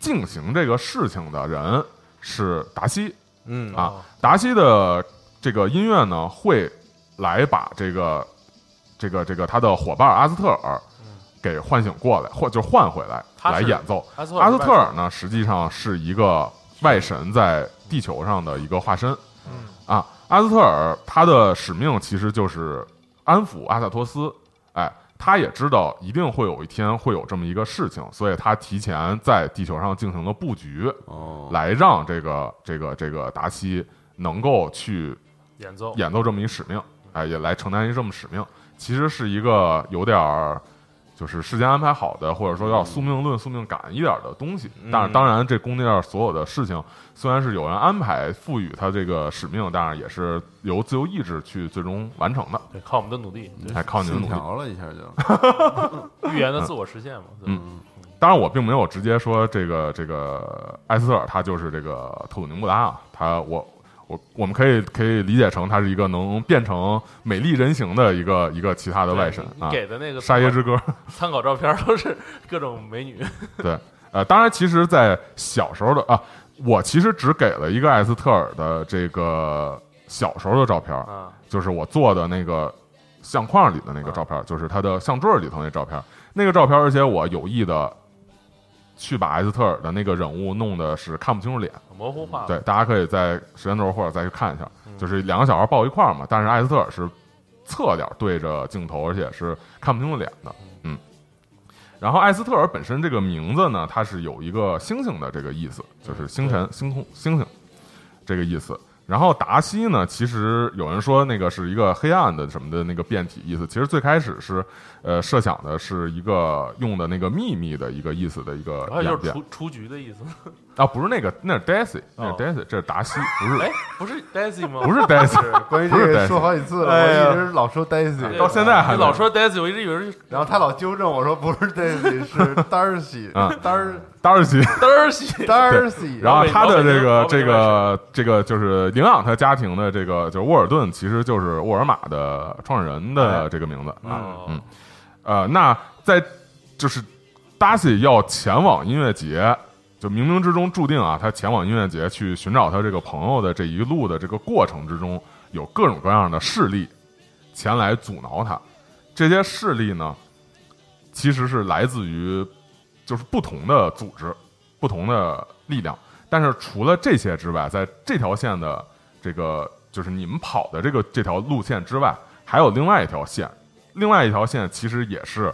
C: 进行这个事情的人是达西，
E: 嗯
C: 啊，达西的这个音乐呢，会来把这个这个这个他的伙伴阿斯特尔给唤醒过来，或就换回来
F: 他
C: 来
F: 是
C: 演奏。
F: 阿斯
C: 阿斯特
F: 特尔
C: 尔呢，实际上是一个外神在地球上的一个化身。嗯啊，阿斯特尔他的使命其实就是安抚阿萨托斯。哎，他也知道一定会有一天会有这么一个事情，所以他提前在地球上进行了布局，
B: 哦，
C: 来让这个这个这个达西能够去
F: 演奏
C: 演奏这么一使命，哎，也来承担一这么使命，其实是一个有点儿就是事先安排好的，或者说要宿命论、宿命感一点儿的东西。但是当然，这宫殿所有的事情虽然是有人安排赋予他这个使命，但是也是由自由意志去最终完成的，
F: 对，靠我们的努力，对
C: 还靠你们
B: 信
C: 努力。
B: 条了一下就，
F: 预言的自我实现嘛。对吧
C: 嗯当然，我并没有直接说这个这个埃斯特尔他就是这个特鲁宁布拉啊，他我我我们可以可以理解成他是一个能变成美丽人形的一个一个其他的外神
F: 对你
C: 啊
F: 你。给的那个
C: 沙耶之歌，
F: 参考照片都是 各种美女，
C: 对，呃，当然，其实，在小时候的啊，我其实只给了一个艾斯特尔的这个小时候的照片儿，
F: 啊，
C: 就是我做的那个相框里的那个照片儿，就是他的相坠儿里头那照片儿，那个照片儿，而且我有意的去把艾斯特尔的那个人物弄的是看不清楚脸，
F: 模糊化了。
C: 对，大家可以在时间轴或者再去看一下，
F: 嗯
C: 就是两个小孩抱一块儿嘛，但是艾斯特尔是侧脸对着镜头，而且是看不清楚脸的，嗯。然后艾斯特尔本身这个名字呢，它是有一个星星的这个意思，就是星辰、星空、星星这个意思。然后达西呢，其实有人说那个是一个黑暗的什么的那个变体意思，其实最开始是，呃，设想的是一个用的那个秘密的一个意思的一个
F: 然后
C: 演
F: 哎就是
C: 变
F: 出出局的意思。
C: 啊，不是那个，那是 Daisy，那
F: 哦
C: 是 Daisy，这是达西，不是
F: 哎，不是 Daisy 吗？
C: 不是 Daisy，
B: 关于
C: 不
B: 这
C: 是
B: 个
C: Daisy
B: 说好几次了，
E: 哎呀
B: 我一直老说 Daisy，
F: 对
C: 啊到现在还
F: 你
C: 没有
F: 老说 Daisy，我一直以为是
B: 然后他老纠正我说不是 Daisy 是 Darcy，
C: 啊
B: Dar
C: 达尔奇。
F: Daisy。
B: Darcy，
C: 然后他的这个
F: 老北
C: 这
F: 京
C: 个这个就是领养他家庭的这个就是沃尔顿，其实就是沃尔玛的创始人的这个名字啊。
F: 哦
C: 嗯，呃，那在就是达西要前往音乐节，就冥冥之中注定啊，他前往音乐节去寻找他这个朋友的这一路的这个过程之中，有各种各样的势力前来阻挠他。这些势力呢，其实是来自于就是不同的组织、不同的力量。但是除了这些之外，在这条线的这个就是你们跑的这个这条路线之外，还有另外一条线，另外一条线其实也是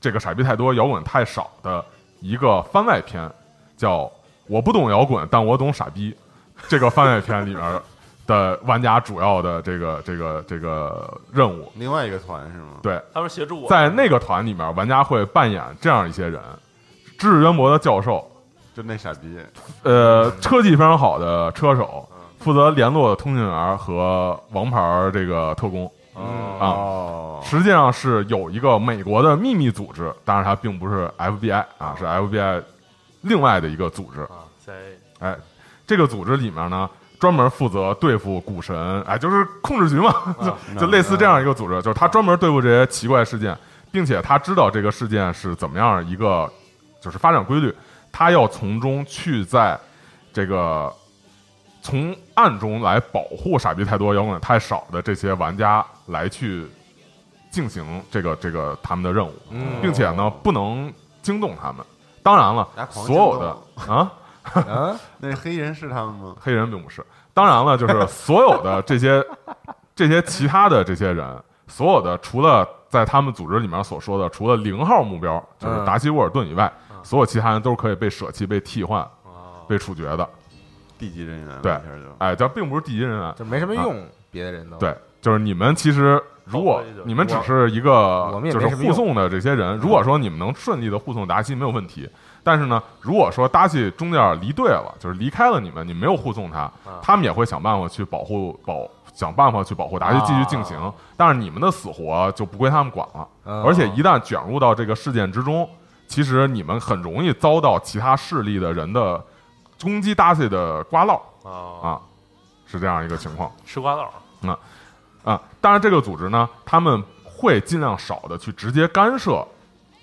C: 这个傻逼太多、摇滚太少的一个番外篇，叫《我不懂摇滚，但我懂傻逼》。这个番外篇里面的玩家主要的这个这个这个任务，
B: 另外一个团是吗？
C: 对，
F: 他们协助我，
C: 在那个团里面，玩家会扮演这样一些人：知识渊博的教授，
B: 就那傻逼，
C: 呃，车技非常好的车手，负责联络通讯员和王牌儿这个特工。
B: 哦，
C: 实际上是有一个美国的秘密组织，当然它并不是 FBI 啊，是 FBI 另外的一个组织。
F: 啊，在
C: 哎，这个组织里面呢，专门负责对付股神，哎，就是控制局嘛，
B: 啊
C: 就就类似这样一个组织，就是他专门对付这些奇怪事件，并且他知道这个事件是怎么样一个就是发展规律，他要从中去在这个从暗中来保护傻逼太多、摇滚太少的这些玩家来去进行这个这个他们的任务，
B: 嗯
C: 并且呢不能惊动他们。当然了
B: 拿，哦狂
C: 所有
B: 惊
C: 的啊。
B: 那黑人是他们吗？
C: 黑人并不是。当然了，就是所有的这些这些其他的这些人，所有的除了在他们组织里面所说的，除了零号目标就是达西沃尔顿以外，所有其他人都是可以被舍弃、被替换、被处决的。
B: 地级人员
C: 对
B: 一下就
C: 哎，这并不是第一人员。
E: 就没什么用，别的人都
C: 对，就是你们其实如果
F: 好我也就
C: 你们只是一个
E: 我们也
C: 就是
E: 没什么用
C: 护送的这些人，如果说你们能顺利的护送达西没有问题，但是呢，如果说达西中间离队了，就是离开了你们，你没有护送他，他们也会想办法去保护保。想办法去保护达
E: 啊
C: 西继续进行，但是你们的死活就不归他们管了。
E: 啊
C: 而且一旦卷入到这个事件之中，其实你们很容易遭到其他势力的人的攻击达西的瓜烙
F: 啊
C: 啊，是这样一个情况。
F: 吃瓜佬，
C: 啊，当然这个组织呢，他们会尽量少的去直接干涉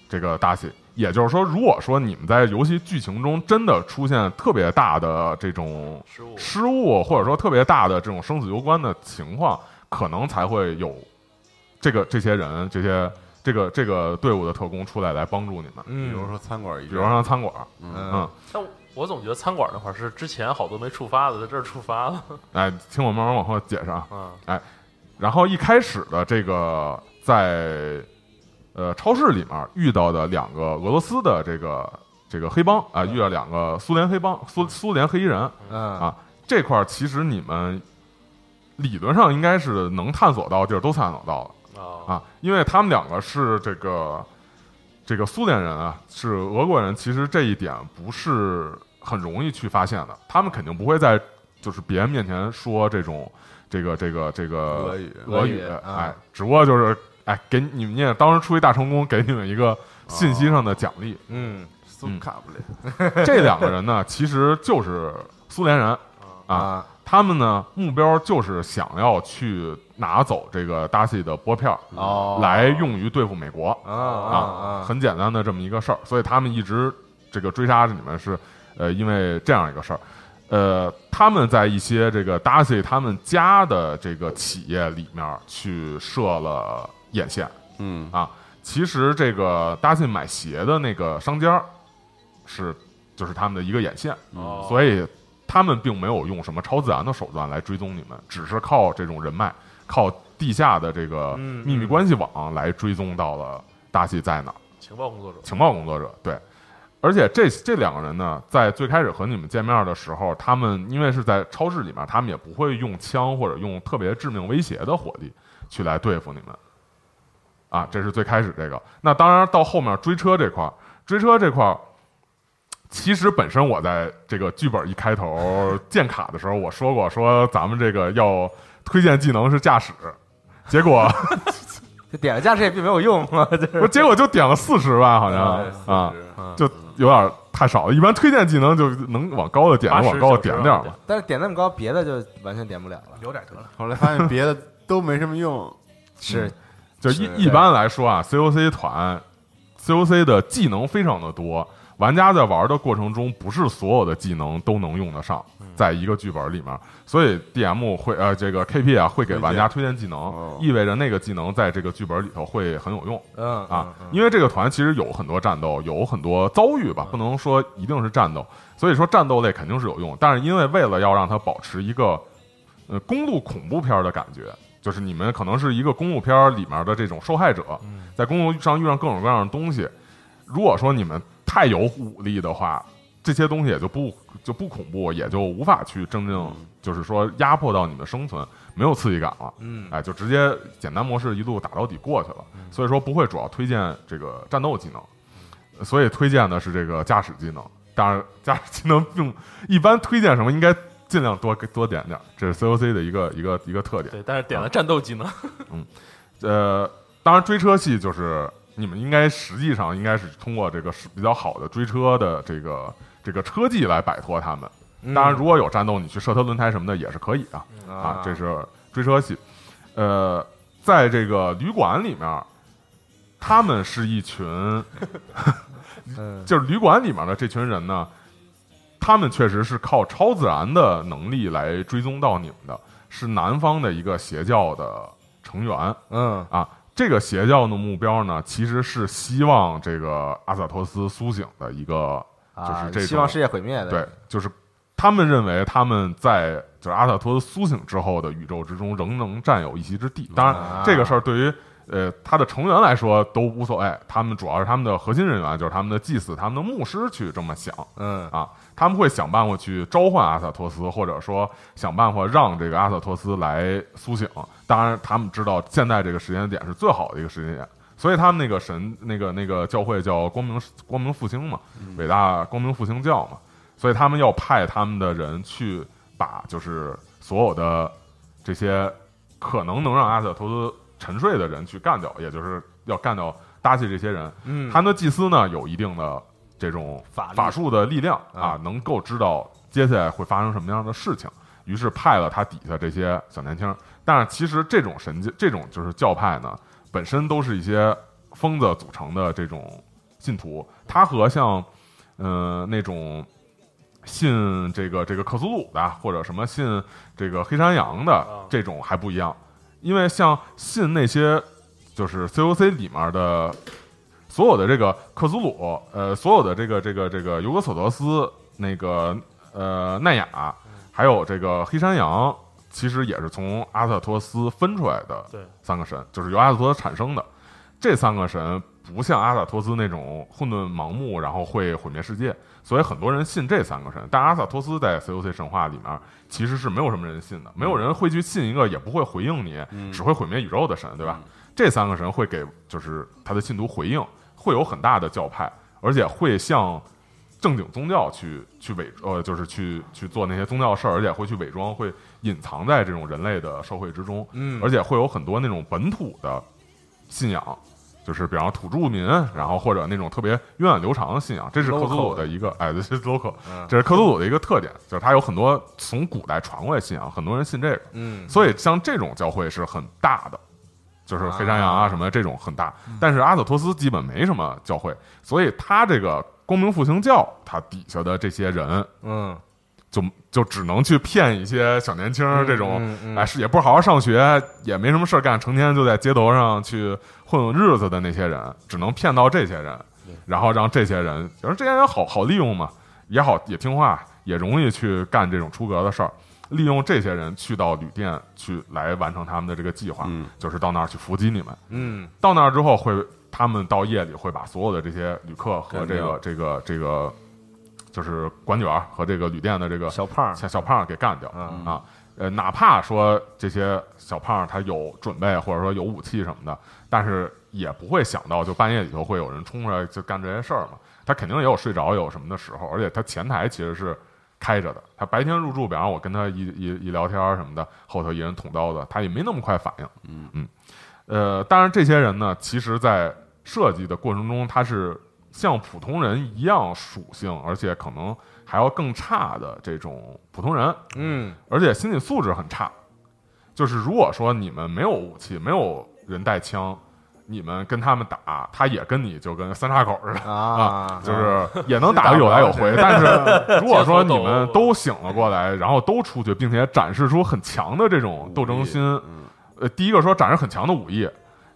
C: 这个大戏。也就是说，如果说你们在游戏剧情中真的出现特别大的这种
F: 失误
C: 失误，或者说特别大的这种生死攸关的情况，可能才会有这个这些人、这些这个这个队伍的特工出来来帮助你们。
B: 比
E: 嗯
B: 如说餐馆一，
C: 比如像餐馆，
E: 嗯，
F: 但我我总觉得餐馆那块儿是之前好多没触发的，在这儿触发了。
C: 哎，听我慢慢往后解释啊。
F: 嗯，
C: 然后一开始的这个在呃超市里面遇到的两个俄罗斯的这个这个黑帮啊、遇到两个苏联黑帮苏苏联黑衣人
E: 嗯
C: 啊这块儿，其实你们理论上应该是能探索到的地儿都探索到了。
F: 啊，
C: 啊，因为他们两个是这个这个苏联人啊，是俄国人，其实这一点不是很容易去发现的。他们肯定不会在就是别人面前说这种这个这个这个
B: 俄语
C: 俄语
E: 俄语，啊
C: 哎，只不过就是哎，给你们也当时出一大成功，给你们一个信息上的奖励。
E: 嗯
B: 苏
C: 嗯
B: 卡布雷，
C: 这两个人呢，其实就是苏联人啊。
E: 啊
C: 他们呢，目标就是想要去拿走这个达西的拨片儿，
E: 哦
C: 来用于对付美国。
E: 啊啊
C: 很简单的这么一个事儿，所以他们一直这个追杀着你们是，呃，因为这样一个事儿，呃，他们在一些这个 Darcy 他们家的这个企业里面去设了眼线
B: 嗯
C: 啊。其实这个 Darcy 买鞋的那个商家儿是就是他们的一个眼线，
F: 哦
C: 所以他们并没有用什么超自然的手段来追踪你们，只是靠这种人脉，靠地下的这个
E: 嗯
C: 秘密关系网来追踪到了大西在哪儿。
F: 情报工作者，
C: 情报工作者，对。而且这这两个人呢，在最开始和你们见面的时候，他们因为是在超市里面，他们也不会用枪或者用特别致命威胁的火力去来对付你们。啊，这是最开始这个。那当然到后面追车这块儿，追车这块儿，其实本身我在这个剧本一开头建卡的时候，我说过说咱们这个要推荐技能是驾驶，结果
E: 嗯就点了驾驶也并没有用嘛， 就
C: 不是结果就点了四十万好像啊。
E: 嗯
C: 就有点太少了。一般推荐技能就能往高的点，
F: 80
C: 往高的点点
F: 小时
C: 嘛。
E: 但是点那么高，别的就完全点不了了。
D: 有点得了。
B: 后来发现别的都没什么用，
E: 是，
C: 就
B: 对
C: 一一般来说啊，COC 团，COC 的技能非常的多，玩家在玩的过程中，不是所有的技能都能用得上，在一个剧本里面，所以 DM 会呃这个 KP 啊会给
B: 推荐
C: 玩家推荐技
B: 哦
C: 能，意味着那个技能在这个剧本里头会很有用。
E: 嗯
C: 啊，因为这个团其实有很多战斗，有很多遭遇吧，
E: 嗯
C: 不能说一定是战斗，所以说战斗类肯定是有用，但是因为为了要让它保持一个呃公路恐怖片儿的感觉，就是你们可能是一个公路片儿里面的这种受害者，
E: 嗯
C: 在公路上遇上各种各样的东西，如果说你们太有武力的话，这些东西也就不就不恐怖，也就无法去真正就是说压迫到你们生存，没有刺激感了。
E: 嗯
C: 哎，就直接简单模式一路打到底过去了，所以说不会主要推荐这个战斗技能，呃所以推荐的是这个驾驶技能。当然，驾驶技能并一般推荐什么应该尽量多多点点儿，这是 COC 的一个一个一个特点。
F: 对，但是点了战斗技能，
C: 啊呃，当然追车系就是你们应该实际上应该是通过这个是比较好的追车的这个这个车技来摆脱他们。当
E: 嗯
C: 然，如果有战斗，你去射他轮胎什么的也是可以的。啊，这是追车戏。呃，在这个旅馆里面，他们是一群，
E: 嗯
C: 就是旅馆里面的这群人呢，他们确实是靠超自然的能力来追踪到你们的，是南方的一个邪教的成员
E: 嗯
C: 啊。这个邪教的目标呢，其实是希望这个阿萨托斯苏醒的一个，就是
E: 啊
C: 这，种
E: 希望世界毁灭的，
C: 对，就是他们认为他们在就是阿萨托斯苏醒之后的宇宙之中仍能占有一席之地。当然，
E: 啊
C: 这个事儿对于呃他的成员来说都无所谓，他们主要是他们的核心人员，就是他们的祭司、他们的牧师去这么想
E: 嗯
C: 啊，他们会想办法去召唤阿萨托斯，或者说想办法让这个阿萨托斯来苏醒。当然，他们知道现在这个时间点是最好的一个时间点。所以他们那个神，那个那个教会叫光明光明复兴嘛，伟大光明复兴教嘛，所以他们要派他们的人去把就是所有的这些可能能让阿瑟托斯沉睡的人去干掉，也就是要干掉搭戏这些人。
E: 嗯
C: 他们的祭司呢有一定的这种
E: 法力
C: 法术的力量啊
E: 啊，
C: 能够知道接下来会发生什么样的事情，于是派了他底下这些小年轻儿。但是其实这种神教，这种就是教派呢，本身都是一些疯子组成的这种信徒，他和像嗯、呃那种信这个这个克苏鲁的，或者什么信这个黑山羊的
E: 啊
C: 这种还不一样，因为像信那些就是 COC 里面的所有的这个克苏鲁，呃，所有的这个这个这个尤格索德斯那个呃奈雅，还有这个黑山羊，其实也是从阿特托斯分出来的
F: 对
C: 三个神，就是由阿特托斯产生的。这三个神不像阿萨托斯那种混沌盲目，然后会毁灭世界，所以很多人信这三个神。但阿萨托斯在 COC 神话里面其实是没有什么人信的，没有人会去信一个也不会回应你，只会毁灭宇宙的神，对吧？这三个神会给就是他的信徒回应，会有很大的教派，而且会向正经宗教去去伪呃，就是去去做那些宗教事儿，而且会去伪装，会隐藏在这种人类的社会之中，
E: 嗯
C: 而且会有很多那种本土的信仰，就是比方说土著民，然后或者那种特别源远流长的信仰，这是克苏鲁的一个哎，这是 local，这是
E: 嗯
C: 克苏鲁的一个特点，就是它有很多从古代传过来信仰，很多人信这个，
E: 嗯，
C: 所以像这种教会是很大的，就是黑山羊啊什么的这种很大，但是阿瑟托斯基本没什么教会，所以他这个光明复兴教，他底下的这些人
E: 嗯，
C: 就就只能去骗一些小年轻儿这种，
E: 嗯嗯
C: 哎，是也不好好上学，也没什么事儿干，成天就在街头上去混日子的那些人，只能骗到这些人，然后让这些人，就是这些人好好利用嘛，也好也听话，也容易去干这种出格的事儿。利用这些人去到旅店去来完成他们的这个计划，
B: 嗯
C: 就是到那儿去伏击你们。
E: 嗯，
C: 到那儿之后会，他们到夜里会把所有的这些旅客和
E: 干
C: 这
E: 掉
C: 个这个这个，就是管卷儿和这个旅店的这个
E: 小胖儿，
C: 小小胖儿给干掉、
E: 嗯
C: 啊。呃，哪怕说这些小胖儿他有准备，或者说有武器什么的，但是也不会想到就半夜里头会有人冲出来就干这些事儿嘛。他肯定也有睡着有什么的时候，而且他前台其实是开着的。他白天入住，比方我跟他一一一聊天儿什么的，后头一人捅刀子，他也没那么快反应。嗯嗯，呃，当然这些人呢，其实在设计的过程中，他是像普通人一样属性，而且可能还要更差的这种普通人，
E: 嗯
C: 而且心理素质很差。就是如果说你们没有武器，没有人带枪，你们跟他们打，他也跟你就跟三岔口似的。
E: 啊，
C: 就是也能打个有来有回，但是如果说你
F: 接
C: 们
F: 头
C: 都醒了过来，然后都出去，并且展示出很强的这种斗争心，呃，第一个说展示很强的武艺，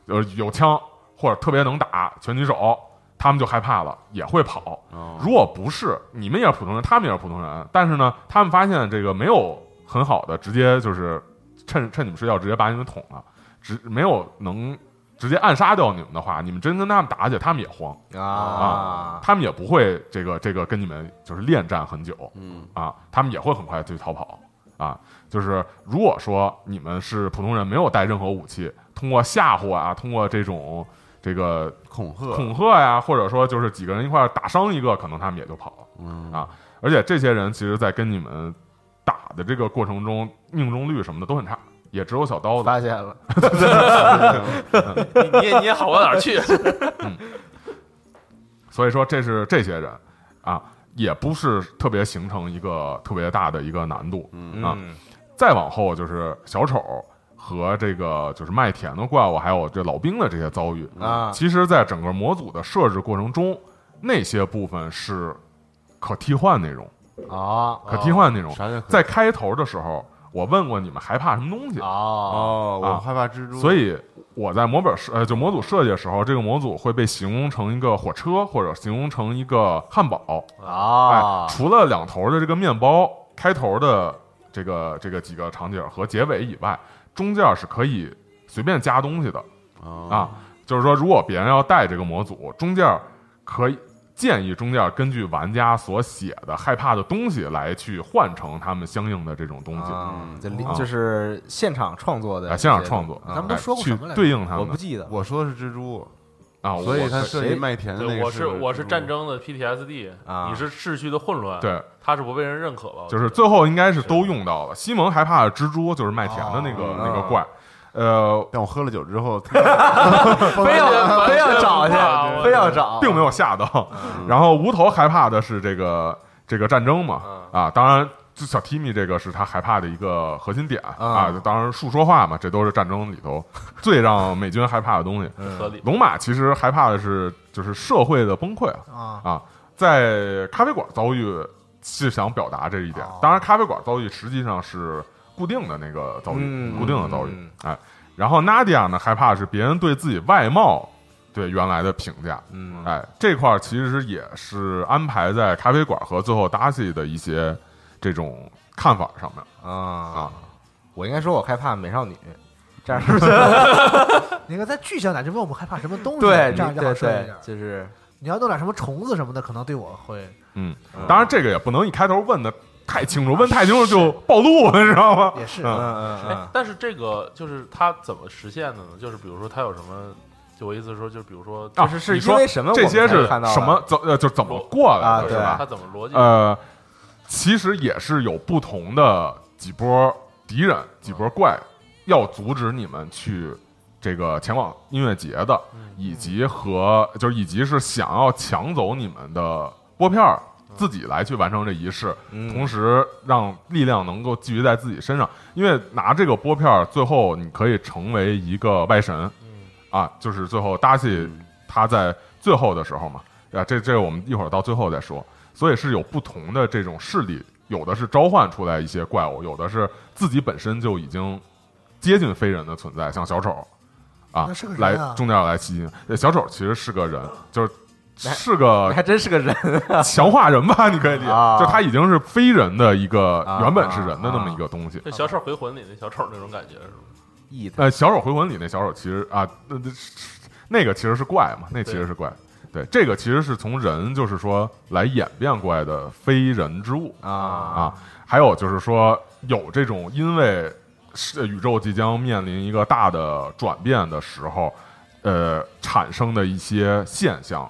C: 呃，有枪或者特别能打拳击手，他们就害怕了，也会跑。如果不是你们也是普通人，他们也是普通人，但是呢，他们发现这个没有很好的，直接就是趁趁你们睡觉直接把你们捅了，直没有能直接暗杀掉你们的话，你们真跟他们打起来，他们也慌。啊
E: 啊，
C: 他们也不会这个这个跟你们就是恋战很久，嗯啊，他们也会很快去逃跑啊。就是如果说你们是普通人，没有带任何武器，通过吓唬啊，通过这种这个
B: 恐吓，
C: 恐吓呀、或者说就是几个人一块儿打伤一个，可能他们也就跑了。
B: 嗯
C: 啊，而且这些人其实，在跟你们打的这个过程中，命中率什么的都很差，也只有小刀子。
E: 发现了，
C: 嗯
F: 你也你也好不到哪儿去，
C: 所以说这是这些人啊，也不是特别形成一个特别大的一个难度。啊
E: 嗯
C: 再往后就是小丑和这个就是麦田的怪物，还有这老兵的这些遭遇嗯
E: 啊
C: 其实，在整个模组的设置过程中，那些部分是可替换内容，
E: 啊
C: 可替换内容。
B: 哦啥叫可
C: 在开头的时候，我问过你们害怕什么东西，
E: 啊，
B: 哦，
C: 啊
B: 我害怕蜘蛛，
C: 所以我在模本设呃就模组设计的时候，这个模组会被形容成一个火车，或者形容成一个汉堡。
E: 啊
C: 哎，，除了两头的这个面包开头的这个这个几个场景和结尾以外，中间是可以随便加东西的
B: 啊
C: 啊。就是说，如果别人要带这个模组，中间可以建议中间根据玩家所写的害怕的东西来去换成他们相应的这种东西。
B: 哦
E: 啊，这里
C: 啊
E: 就是现场创作的
C: 啊，
E: 一些东西，
C: 现场创作，
E: 啊
D: 咱们都
C: 哎
D: 说过
C: 去
D: 什么来着
C: 对应他
E: 我
C: 们
E: 不记得，
B: 我说的是蜘蛛，
C: 啊，
B: 所以
C: 我
B: 他设计
E: 谁
B: 麦田的那
F: 啊对，
B: 个
F: 我是我是
B: 蜘蛛
F: 战，争的 PTSD，
E: 啊
F: 你是秩序的混乱，，
C: 对，
F: 他是不被人认可吧？我
C: 就
F: 觉得
C: 是最后应该是都用到了。西蒙害怕的蜘蛛就是麦田的那个、那个怪，呃，
B: 但我喝了酒之后，
E: 非要
F: 完 全
E: 非要找去
F: 不怕，我
E: 非要找，
C: 并没有吓到。然后无头害怕的是这个这个战争嘛，啊，当然就小 Timmy 这个是他害怕的一个核心点
E: 啊
C: 啊。当然，树说话嘛，这都是战争里头最让美军害怕的东西。
F: 嗯合理。
C: 龙马其实害怕的是就是社会的崩溃啊
D: 啊，
C: 啊，在咖啡馆遭遇是想表达这一点
E: 啊
D: 哦。
C: 当然，咖啡馆遭遇实际上是固定的那个遭遇，
E: 嗯
C: 固定的遭遇
E: 嗯。
C: 哎，然后 Nadia 呢，害怕是别人对自己外貌对原来的评价。
E: 嗯
C: 哎，这块儿其实也是安排在咖啡馆和最后 Darcy 的一些这种看法上面
E: 啊
C: 啊，。
E: 我应该说我害怕美少 女，这样是不是？
D: 你应该再具象点，就问我们害怕什么东西，啊
E: 对，
D: 这样就好
E: 对
D: 说一
E: 对
D: 点，。
E: 就是
D: 你要弄点什么虫子什么的，可能对我会
C: 嗯，当然这个也不能一开头问的太清
E: 啊
C: 楚，问太清楚就暴露了，你知道 吗？
D: 也是
E: 嗯
C: 嗯
E: 嗯
F: 哎
E: 嗯，
F: 但是这个就是他怎么实现的呢？就是比如说他有什么，就我意思说，就比如说
C: 啊，
E: 就是是
C: 你说
E: 因为什么
C: 这些
E: 我
C: 是
E: 们才看到了
C: 什么怎呃就怎么过来
E: 啊
C: 的是
E: 对
C: 吧
F: 他？怎么逻辑？
C: 呃，其实也是有不同的几波敌人、几波怪，要阻止你们去这个前往音乐节的，
E: 嗯
C: 以及和就是以及是想要抢走你们的拨片儿，自己来去完成这仪式，
E: 嗯
C: 同时让力量能够聚集在自己身上，因为拿这个拨片儿，最后你可以成为一个外神，
E: 嗯
C: 啊，就是最后达西他在最后的时候嘛，啊，这这我们一会儿到最后再说。所以是有不同的这种势力，有的是召唤出来一些怪物，有的是自己本身就已经接近非人的存在，像小丑啊，
D: 那是个人
C: 来
D: 啊
C: 中间来吸引。呃小丑其实是个
E: 啊
C: 人，就是
E: 哎
C: 是个
E: 还真是个人
C: 强化人吧，你可以理解，
E: 啊
C: 就他已经是非人的一个
E: 啊
C: 原本是人的那么一个东西。
F: 这小丑回魂里那小丑那种感觉是吗？
E: 意的
C: 呃，小丑回魂里那小丑其实啊，那那那个其实是怪嘛，那其实是怪。对，这个其实是从人就是说来演变过来的非人之物
E: 啊
C: 啊，还有就是说有这种因为是呃宇宙即将面临一个大的转变的时候，呃，产生的一些现象，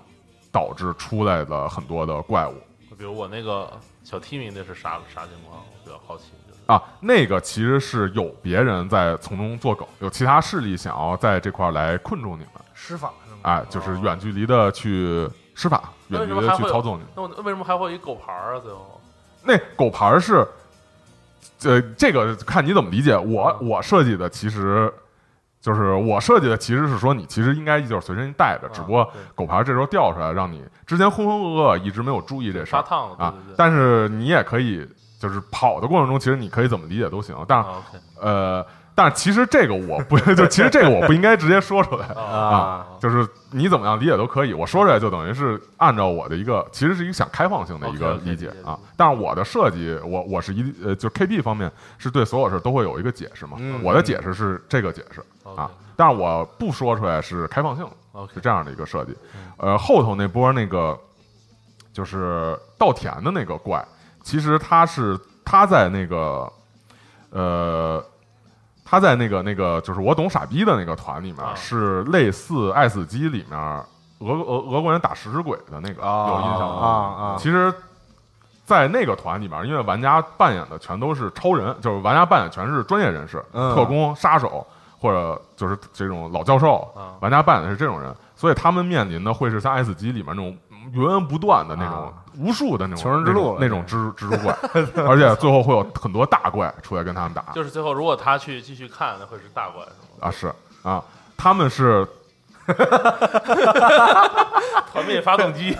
C: 导致出来了很多的怪物
F: 比如我那个小 Timmy 那是啥啥情况？我比较好奇，就是
C: 啊。那个其实是有别人在从中作梗，有其他势力想要在这块儿来困住你们。
D: 施法什么
B: 啊
D: 的。
C: 哎，就是远距离的去施法，
F: 那
C: 远距离
F: 为什么
C: 的
F: 还
C: 去
F: 会有
C: 操纵你。
F: 那我为什么还会有一狗牌儿啊？最后
C: 那狗牌儿是，呃，这个看你怎么理解。
F: 啊
C: 我我设计的其实就是我设计的，其实是说你其实应该就是随身带着，只不过
F: 啊对
C: 狗牌儿这时候掉出来，让你之前浑浑噩噩一直没有注意这事
F: 杀
C: 儿
F: 烫了，
C: 啊
F: 对对。对。
C: 但是你也可以，就是跑的过程中，其实你可以怎么理解都行。但是
F: 啊 OK
C: 呃，但是其实这个我不， 就其实这个我不应该直接说出来。
F: 啊，
E: 啊
C: 啊，就是你怎么样理解都可以。我说出来就等于是按照我的一个，其实是一个想开放性的一个
F: OK，OK，
C: 理解
F: 理解
C: 啊。但是我的设计，我我是一呃，就是 KB 方面是对所有事都会有一个解释嘛。
E: 嗯
C: 我的解释是这个解释啊
F: OK，
C: 但是我不说出来是开放性的
F: OK
C: 是这样的一个设计。呃，后头那波那个就是稻田的那个怪，其实他是他在那个呃，他在那个那个就是我懂傻逼的那个团里面，
F: 啊
C: 是类似《爱死机》里面俄俄俄国人打食尸鬼的那个，有印象
E: 啊
C: 吗？
E: 啊，
C: 其实，在那个团里面，因为玩家扮演的全都是超人，就是玩家扮演全是专业人士、
E: 嗯
C: 特工、杀手或者就是这种老教授，
F: 啊
C: 玩家扮演的是这种人，所以他们面临的会是像《爱死机》里面那种源源不断的那种、
E: 啊
C: 无数的那种
E: 求生之路了
C: 那种那种蜘蜘蛛怪， 而且最后会有很多大怪出来跟他们打，
F: 就是最后如果他去继续看，那会是大怪是吗？
C: 啊是啊，他们是
F: 团灭发动 机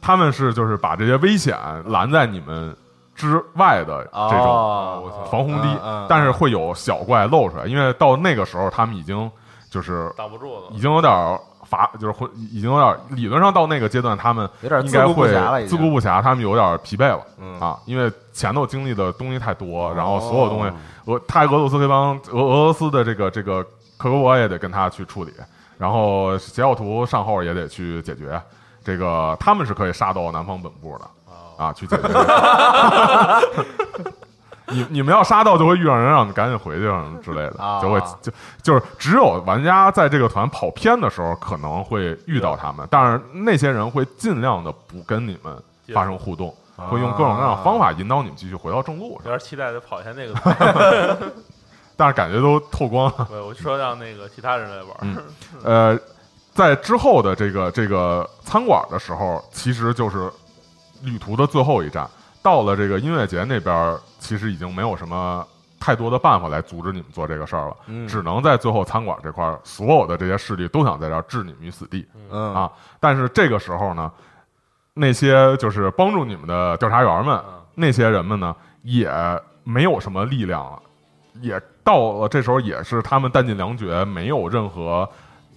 C: 他们是就是把这些危险拦在你们之外的这
E: 哦
C: 种防洪堤
E: 嗯嗯，
C: 但是会有小怪露出来，因为到那个时候他们已经就是
F: 挡不住了
C: 已，经有点乏，就是会已经有点理论上到那个阶段，他们
E: 有点
C: 应
E: 自
C: 该
E: 顾不
C: 会
E: 暇了已经
C: 自顾不暇，他们有点疲惫了
E: 嗯哦
C: 啊，因为前头经历的东西太多，然后所有东西俄他俄罗斯黑帮俄俄罗斯的这个这个克格勃也得跟他去处理，然后邪教徒上后也得去解决，这个他们是可以杀到南方本部
E: 哦
C: 的啊，去解决这 个。你你们要杀到就会遇上人，让你赶紧回去什么之类的
E: 啊，
C: 就会就就是只有玩家在这个团跑偏的时候可能会遇到他们，但是那些人会尽量的不跟你们发生互动，会用各种各样的方法引导你们继续回到正路
F: 有
C: 上，
F: 点期待的跑一下那个团，
C: 但是感觉都透光了。
F: 对，我就说让那个其他人来玩儿，
C: 呃，在之后的这个这个餐馆的时候，其实就是旅途的最后一站。到了这个音乐节那边儿，其实已经没有什么太多的办法来阻止你们做这个事儿了，
E: 嗯
C: 只能在最后餐馆这块儿，所有的这些势力都想在这儿置你们于死地。
E: 嗯
C: 啊，但是这个时候呢，那些就是帮助你们的调查员们，
F: 嗯
C: 那些人们呢，也没有什么力量了，也到了这时候也是他们弹尽粮绝，没有任何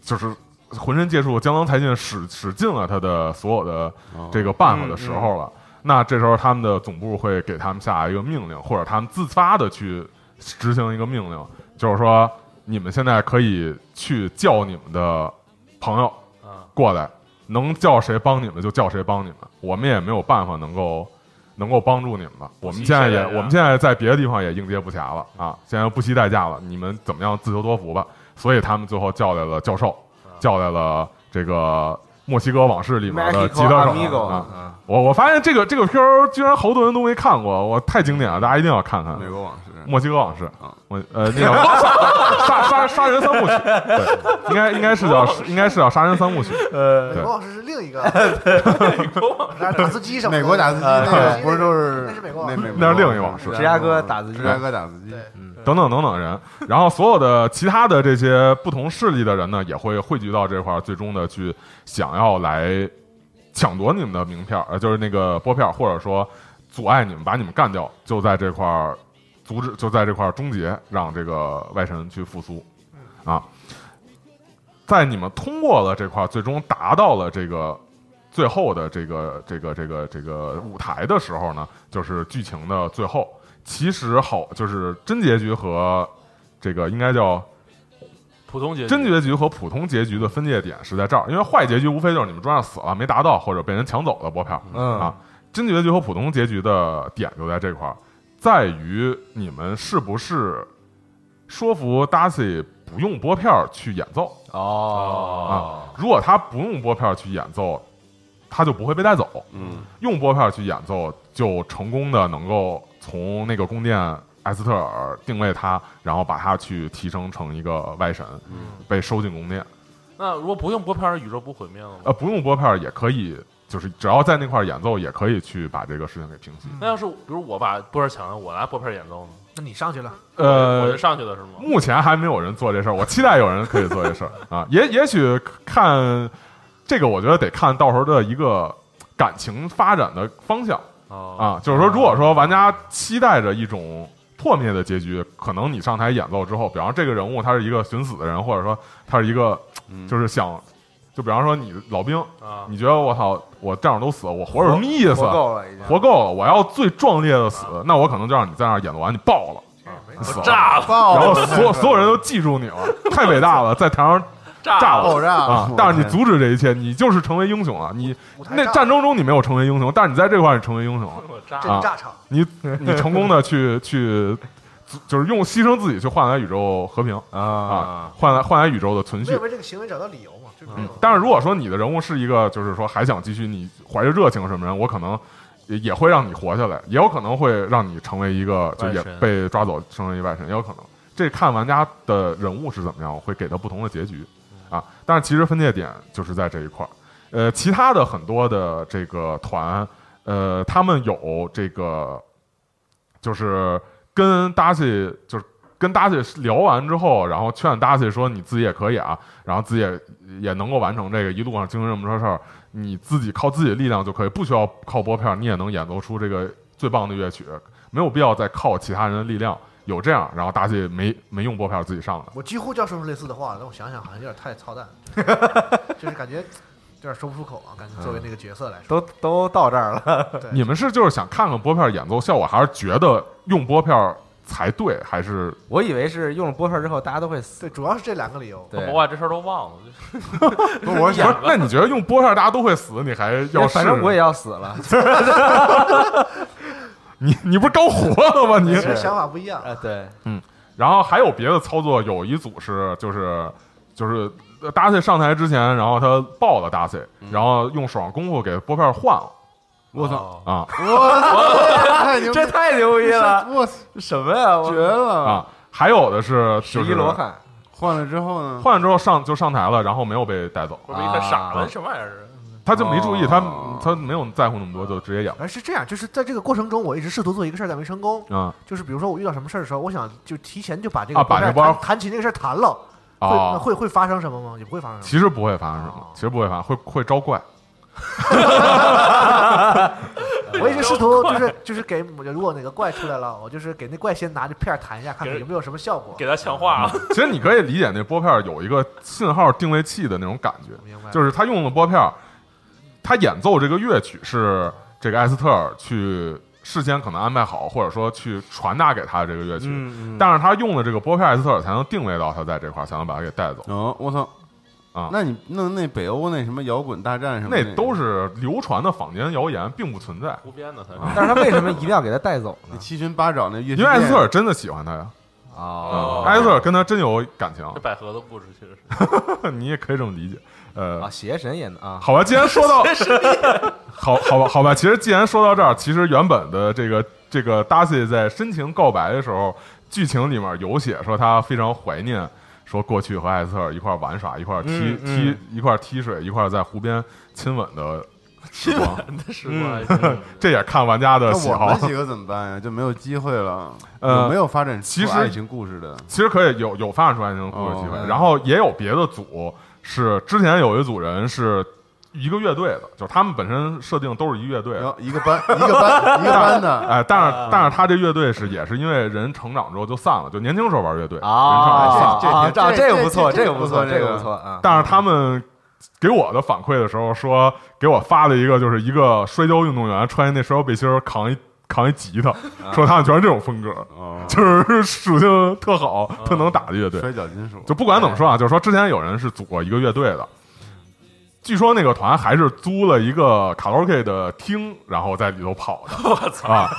C: 就是浑身解数，江郎才尽，使使尽了他的所有的
F: 哦
C: 这个办法的时候了。
F: 嗯
C: 那这时候他们的总部会给他们下一个命令，或者他们自发的去执行一个命令，就是说你们现在可以去叫你们的朋友
F: 啊
C: 过来，能叫谁帮你们就叫谁帮你们，我们也没有办法能够能够帮助你们了。我们现在也
F: 不惜代价
C: 我们现在在别的地方也应接不暇了啊，现在不惜代价了，你们怎么样自求多福吧。所以他们最后叫来了教授，
F: 啊
C: 叫来了这个墨西哥往事里面的吉他手啊。
E: 啊，
C: 我我发现这个这个片儿居然好多人都没看过，我太经典了，大家一定要看看。
B: 美国往事，
C: 墨西哥往事
B: 啊，
C: 我呃那个 杀杀杀人三部曲，对，应该应该是叫应该是叫杀人三部曲，
D: 美
C: 对
D: 国往事是另一 个，然后打字机什么的，
B: 美国打字机
D: 呃
B: 那个不是都是
D: 那是美国
B: 那
D: 往
B: 美
D: 事，
C: 那是嗯另一往事
E: 芝加哥打字机
B: 芝加哥打字机
D: 对，
C: 等等等等人，然后所有的其他的这些不同势力的人呢，也会汇聚到这块儿，最终的去想要来抢夺你们的名片，呃，就是那个拨票，或者说阻碍你们把你们干掉，就在这块儿阻止，就在这块儿终结，让这个外神去复苏，啊，在你们通过了这块儿，最终达到了这个最后的这个这个这个这个舞台的时候呢，就是剧情的最后。其实好，就是真结局和这个应该叫
F: 普通结局
C: 真结局和普通结局的分界点是在这儿，因为坏结局无非就是你们桌上死了没达到，或者被人抢走了拨票。
E: 嗯
C: 啊，真结局和普通结局的点就在这块儿，在于你们是不是说服 Darcy 不用拨票去演奏。
E: 哦，
C: 如果他不用拨票去演奏，他就不会被带走；
B: 嗯，
C: 用拨票去演奏，就成功的能够从那个宫殿埃斯特尔定位他，然后把他去提升成一个外神，
F: 嗯
C: 被收进宫殿。
F: 那如果不用播片儿，宇宙不毁灭了吗？
C: 呃，不用拨票也可以，就是只要在那块儿演奏，也可以去把这个事情给平息。
F: 那要是比如我把播片儿抢了，我拿播片儿演奏呢？
D: 那你上去了，
F: 嗯我
C: 呃
F: 就，上去了是吗？
C: 目前还没有人做这事儿，我期待有人可以做这事儿啊。也也许看这个，我觉得得看到时候的一个感情发展的方向
F: 啊，
C: 啊。就是说，如果说玩家期待着一种破灭的结局，可能你上台演奏之后，比方说这个人物他是一个寻死的人，或者说他是一个就是想，就比方说你老兵，
F: 啊
C: 你觉得我操，我战友都死了，我活着有什么意思？
E: 活够了已经，
C: 活够了，我要最壮烈的死，那我可能就让你在那儿演奏完，你爆了，啊你死了。
F: 炸了，
C: 然
B: 爆
C: 后所有所有人都记住你了，太伟大了，在台上炸了
B: 爆炸
C: 啊
B: 了！！
C: 但是你阻止这一切，你就是成为英雄了。你
D: 舞台
C: 那
D: 炸
C: 战争中你没有成为英雄，但是你在这块儿你成为英雄了，
F: 我炸
D: 这
F: 了，
C: 啊
D: 炸场，
C: 你你成功的去去，就是用牺牲自己去换来宇宙和平啊
E: 啊，，
C: 换来换来宇宙的存
D: 没有
C: 续。
D: 为这个行为找到理由嘛？
B: 嗯
D: 就是没有。
C: 但是如果说你的人物是一个，就是说还想继续，你怀着热情什么人，我可能也也会让你活下来，也有可能会让你成为一个就也
F: 外神
C: 被抓走，成为一外神，也有可能。这看玩家的人物是怎么样，会给他不同的结局
F: 嗯
C: 啊。但是其实分界点就是在这一块儿。呃，其他的很多的这个团，呃，他们有这个，就是跟达西，就是跟达西聊完之后，然后劝达西说你自己也可以啊，然后自己也也能够完成这个一路上经历这么多事儿，你自己靠自己的力量就可以，不需要靠拨片儿，你也能演奏出这个最棒的乐曲，没有必要再靠其他人的力量。有这样，然后达西没没用拨片儿自己上的，
D: 我几乎就要说出类似的话了，但我想想好像有点太操蛋， 就是感觉有点说不出口啊。感觉作为那个角色来说，
E: 都都到这儿了，
D: 对
C: 你们是就是想看看拨片儿演奏效果，还是觉得用拨片儿才对，还是
E: 我以为是用了拨片之后大家都会死，
D: 对，主要是这两个理由。
E: 对
F: 我，把这事儿都忘了，
B: 不是我
C: 不
B: 想
C: 是，那你觉得用拨片大家都会死，你还要试？
E: 反正我也要死 了，
C: 你你不是刚活了吗？你
D: 其实想法不一样，
E: 啊，对，
C: 然后还有别的操作，有一组是就是就是呃达西上台之前，然后他抱了达西，
E: 嗯
C: 然后用手上功夫给拨片换了
E: 哦
B: 我操，
C: 啊
B: 太牛逼
E: 这太牛逼了，
B: 我操
E: 什么呀，
B: 绝
E: 我
B: 了！
C: 啊！还有的是
E: 十
C: 就
E: 一
C: 是
E: 罗汉，
B: 换了之后呢？
C: 换了之后上就上台了，然后没有被带走，啊
F: 我一看傻了，什么玩意儿？
C: 他就没注意，他
B: 哦
C: 他没有在乎那么多，就直接演
D: 而哎是这样，就是在这个过程中，我一直试图做一个事儿，但没成功。
C: 啊
D: 就是比如说我遇到什么事儿的时候，我想就提前就把这个
C: 啊把
D: 这
C: 这包
D: 弹弹琴这个事儿谈了，会那
C: 啊！
D: 会会发生什么吗？也不会发生什么。
C: 其实不会发生什么，其实不会发生，会会招怪。
D: 我一直试图就是就是给如果哪个怪出来了，我就是给那怪先拿着片儿弹一下，看看
F: 给
D: 有没有什么效果。
F: 给他强化啊，
C: 其实你可以理解那拨片儿有一个信号定位器的那种感觉，
E: 哎
D: 明白，
C: 就是他用的拨片儿，他演奏这个乐曲是这个艾斯特尔去事先可能安排好，或者说去传达给他这个乐曲，
E: 嗯，
C: 但是他用的这个拨片艾斯特尔才能定位到他在这块儿，才能把他给带走。
B: 哦，我操！
C: 啊
B: 那你弄那北欧那什么摇滚大战什么，
C: 那都是流传的坊间谣言，并不存在。
F: 胡编的他是。
C: 啊
E: 但是他为什么一定要给他带走
B: 那
E: 呢？
B: 七旬八爪那乐，
C: 因为艾斯特尔真的喜欢他呀，
E: 哦
F: 哦
C: 艾斯特尔跟他真有感情，
F: 这百合的故事其实是，
C: 你也可以这么理解。呃
E: 啊，，邪神演的啊，
C: 好吧，既然 说到，好好吧，好吧，其实既然说到这儿，其实原本的这个这个 Darcy 在深情告白的时候，剧情里面有写说他非常怀念，说过去和艾斯特尔一块儿玩耍，一块儿踢、
E: 嗯嗯
C: 踢，一块儿踢水，一块儿在湖边亲吻的时 光。
F: 那是
C: 嗯
F: 吧？
C: 这也看玩家的喜
B: 那我
C: 好
B: 们。几个怎么办呀？就没有机会了，
C: 呃
B: 有没有发展
C: 其
B: 出
C: 实
B: 爱情故事的？
C: 其实可以有有发展出来那种故事机会，
B: 哦
C: 然后也有别的组是之前有一组人是一个乐队的，就是他们本身设定都是一乐队的
B: 然后一个班 一个班一个班的，
C: 哎，但是但是他这乐队是也是因为人成长之后就散了，就年轻时候玩乐队人成长之后
E: 啊
C: 散了
B: 这
E: 啊，
B: 这
E: 啊
B: 这
E: 个不错，
B: 这个
E: 个不
B: 不
E: 错，
B: 错
E: 这
B: 这
E: 个
B: 个
E: 不错啊。
C: 但是他们给我的反馈的时候说，给我发了一个就是一个摔跤运动员穿一那摔跤背心儿扛一扛一吉他， 说他们全是这种风格，
B: 哦，
C: 就是属性特好、特能打的乐队。
B: 摔角金属
C: 就不管怎么说啊，就是说之前有人是组过一个乐队的，据说那个团还是租了一个卡拉 OK 的厅，然后在里头跑的。我操啊！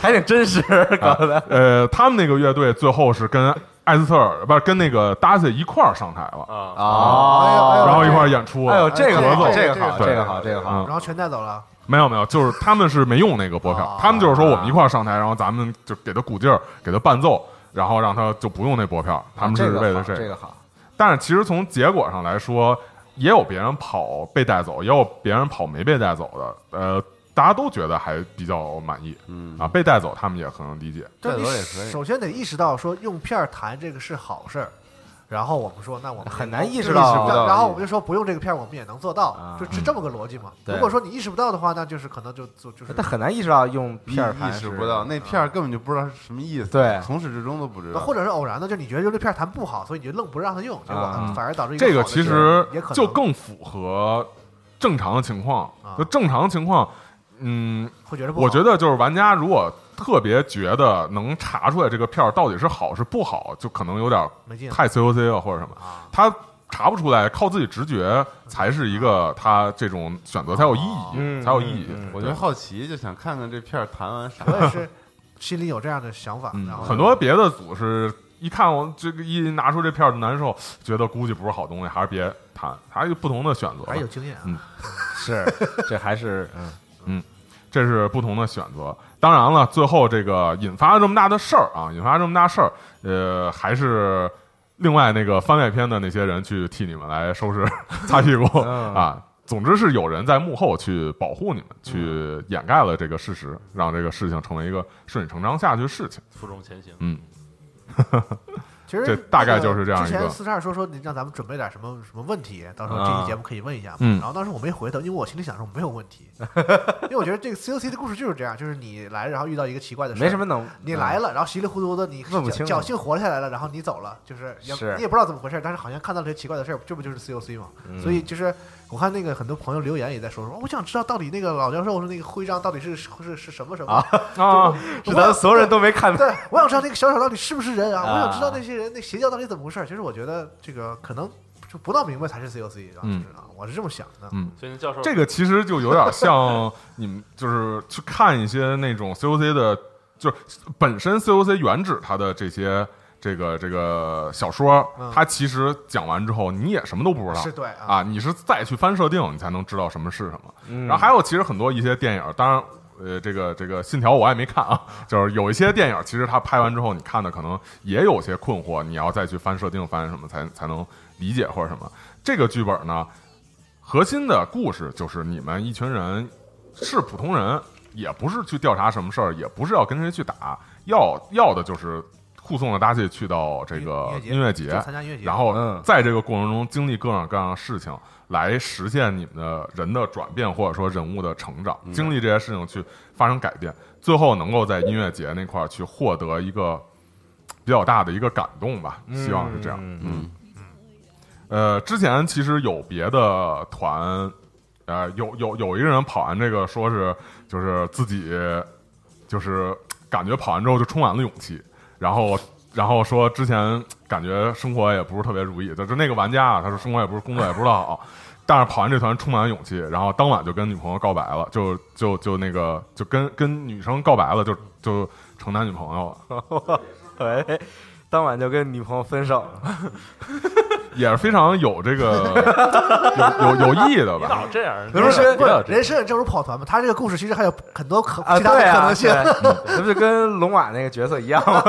E: 还挺真实，搞的。
C: 呃，他们那个乐队最后是跟艾斯特尔不是跟那个 Darcy 一块儿上台了，
F: 啊，
E: 哦
C: 然后一块儿演出了。
E: 哎呦，这个好，
B: 这
E: 这
B: 个
E: 个好，
C: 这个
E: 这个好，这个好。
C: 嗯
D: 然后全带走了。
C: 没有没有，就是他们是没用那个拨票，
D: 哦
C: 他们就是说我们一块儿上台，然后咱们就给他鼓劲儿，给他伴奏，然后让他就不用那拨票，他们是为了
E: 这
C: 这
E: 啊个好这
C: 个。
E: 个好，
C: 但是其实从结果上来说，也有别人跑被带走，也有别人跑没被带走的，呃。大家都觉得还比较满意，嗯啊，被带走他们也很能理解，
D: 但
B: 带
D: 你
B: 走也可以
D: 首先得意识到说用片儿弹这个是好事儿，然后我们说那 我们
E: 很难意
D: 意
E: 识到。
B: 到
D: 然后我们就说不用这个片儿我们也能做到
E: 啊，
D: 就是这么个逻辑嘛。
E: 对
D: 如果说你意识不到的话，那就是可能就就就是
E: 他很难意识到用
B: 意
E: 片儿
B: 意
E: 盘
B: 识
E: 是
B: 不到，那片儿根本就不知道是什么意思，
E: 对
B: 从始至终都不知道。
D: 或者是偶然的，就你觉得这片儿弹不好，所以你就愣不让他用，结
E: 啊
D: 果反而导致一
C: 这
D: 个
C: 个
D: 好的
C: 其
D: 事
C: 实
D: 也可能
C: 就更符合正常的情况
D: 啊。
C: 就正常情况，嗯，
D: 会觉得不好。
C: 我觉得就是玩家如果特别觉得能查出来这个片儿到底是好是不好，就可能有点
D: 没劲了
C: 太 COC 了或者什么
D: 啊。
C: 他查不出来，靠自己直觉才是一
D: 啊
C: 个他这种选择才有意义，
E: 嗯
C: 才有意义
E: 嗯嗯。
B: 我就好奇，就想看看这片儿弹完啥。
D: 我也是心里有这样的想法，
C: 嗯
D: 然后
C: 很多别的组是一看我这个一拿出这片儿就难受，觉得估计不是好东西，还是别谈，还有不同的选择吧。
D: 还是有经验啊。
E: 是，这还是嗯，
C: 这是不同的选择。当然了，最后这个引发了这么大的事儿啊，引发了这么大事儿，呃，还是另外那个番外篇的那些人去替你们来收拾 擦屁股
E: 嗯
C: 啊。总之是有人在幕后去保护你们，去掩盖了这个事实，让这个事情成为一个顺理成章下去的事情。
F: 负重前行。
D: 其实呃
C: 这大概就是这样一个
D: 之前四十二说说你让咱们准备点什么什么问题，到时候这期节目可以问一下嘛。
C: 嗯
D: 然后当时我没回他，因为我心里想说没有问 题，因为我觉得这个 COC 的故事就是这样，就是你来然后遇到一个奇怪的事，
E: 没什么。能
D: 你来了，然后稀里糊涂的，你
E: 问不清
D: 侥侥幸活下来了，然后你走了，就是也
E: 是
D: 你也不知道怎么回事，但是好像看到了些奇怪的事儿，这不就是 COC 吗？
E: 嗯
D: 所以就是我看那个很多朋友留言也在说说，哦我想知道到底那个老教授是那个徽章到底是是是是什么什 么
E: 啊
C: 啊
E: 是咱们所有人都没 看
D: 对，我想知道那个小丑到底是不是人啊？
E: 啊
D: 我想知道那些人那邪教到底怎么回事儿。其实我觉得这个可能就不闹明白才是 COC 啊，
C: 嗯
D: 就是啊，我是这么想的。
C: 嗯，
F: 所以那教授
C: 这个其实就有点 像你们就是去看一些那种 COC 的，就是本身 COC 原指它的这些这个这个小说
D: 嗯，
C: 它其实讲完之后你也什么都不知道，
D: 是对啊
C: 啊，你是再去翻设定你才能知道什么是什么。
E: 嗯
C: 然后还有其实很多一些电影，当然。呃，这个这个《信条》我也没看 啊，就是有一些电影，其实它拍完之后，你看的可能也有些困惑，你要再去翻设定、翻什么才才能理解或者什么。这个剧本呢，核心的故事就是你们一群人是普通人，也不是去调查什么事儿，也不是要跟谁去打，要要的就是护送着大家去到这个
D: 音
C: 音
D: 乐
C: 乐
D: 节
C: 节，
D: 就参加音乐节
C: 然后在这个过程中经历各种各样的事情，来实现你们的人的转变或者说人物的成长，
G: 嗯
C: 经历这些事情去发生改变，最后能够在音乐节那块儿去获得一个比较大的一个感动吧，希望是这样。
G: 嗯，
C: 呃，之前其实有别的团，呃，有有有一个人跑完这个，说是就是自己就是感觉跑完之后就充满了勇气，然后然后说之前感觉生活也不是特别如意，就是那个玩家啊，他说生活也不是工作也不知道好， 但是跑完这团充满了勇气，然后当晚就跟女朋友告白了，就就就那个就跟跟女生告白了，就就成男女朋友了。
E: 喂，哎当晚就跟女朋友分手了，
C: 也是非常有这个有有有意义的
F: 你
C: 吧？
F: 老这样，
D: 人生
F: 不要
D: 不
F: 这样
D: 人生这不是跑团吗？他这个故事其实还有很多可
E: 啊，
D: 其他的
E: 对
D: 可
E: 啊，
D: 能性。
E: 对 这不就跟龙马那个角色一样 吗？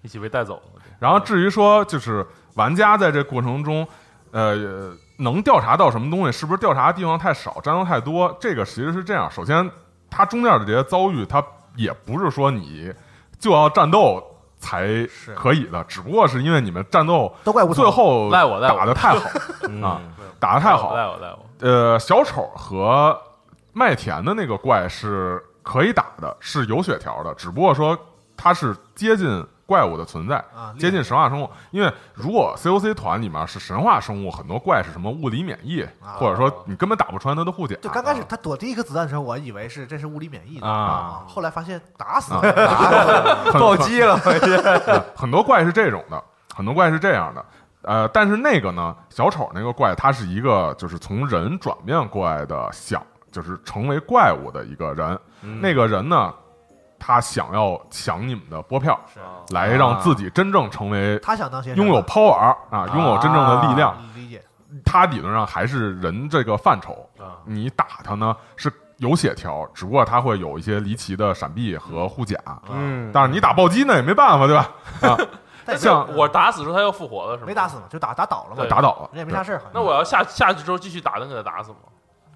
F: 一起被带走了。
C: 然后至于呃说就是玩家在这过程中，呃，能调查到什么东西，是不是调查的地方太少，战斗太多？这个其实是这样，首先它中间的这些遭遇，它也不是说你就要战斗。才可以的，只不过是因为你们战斗
D: 都怪吴总
C: 最后
F: 赖我赖我
C: 打的太好啊，打的太好，
F: 赖我赖我，
C: 呃，小丑和麦田的那个怪是可以打的，是有血条的，只不过说它是接近怪物的存在，
D: 啊
C: 接近神话生物。因为如果 COC 团里面是神话生物，很多怪是什么物理免疫，或者说你根本打不穿它的护甲。
D: 啊哦就刚开始他躲第一颗子弹的时候，我以为是这是物理免疫的
C: 啊
D: 后来发现打死了，
E: 暴击了，
C: 很多怪是这种的，很多怪是这样的。呃，但是那个呢，小丑那个怪，它是一个就是从人转变过来的想，就是成为怪物的一个人。那个人呢，他想要抢你们的拨票，
D: 啊
C: 来让自己真正成为
D: 他想当先生
C: 拥有 power 啊，拥有真正的力量。
D: 理解
C: 他理论上还是人这个范畴
F: 啊
C: 你打他呢是有血条，只不过他会有一些离奇的闪避和护甲。
E: 嗯，
C: 但是你打暴击呢也没办法，对吧？
D: 但是
C: 像
F: 我打死之后他又复活了是吗？
D: 没打死嘛，就打打倒了嘛
F: 对，
C: 打倒了
D: 人也没啥事儿，好像
F: 那我要下下去之后继续打，能给他打死吗？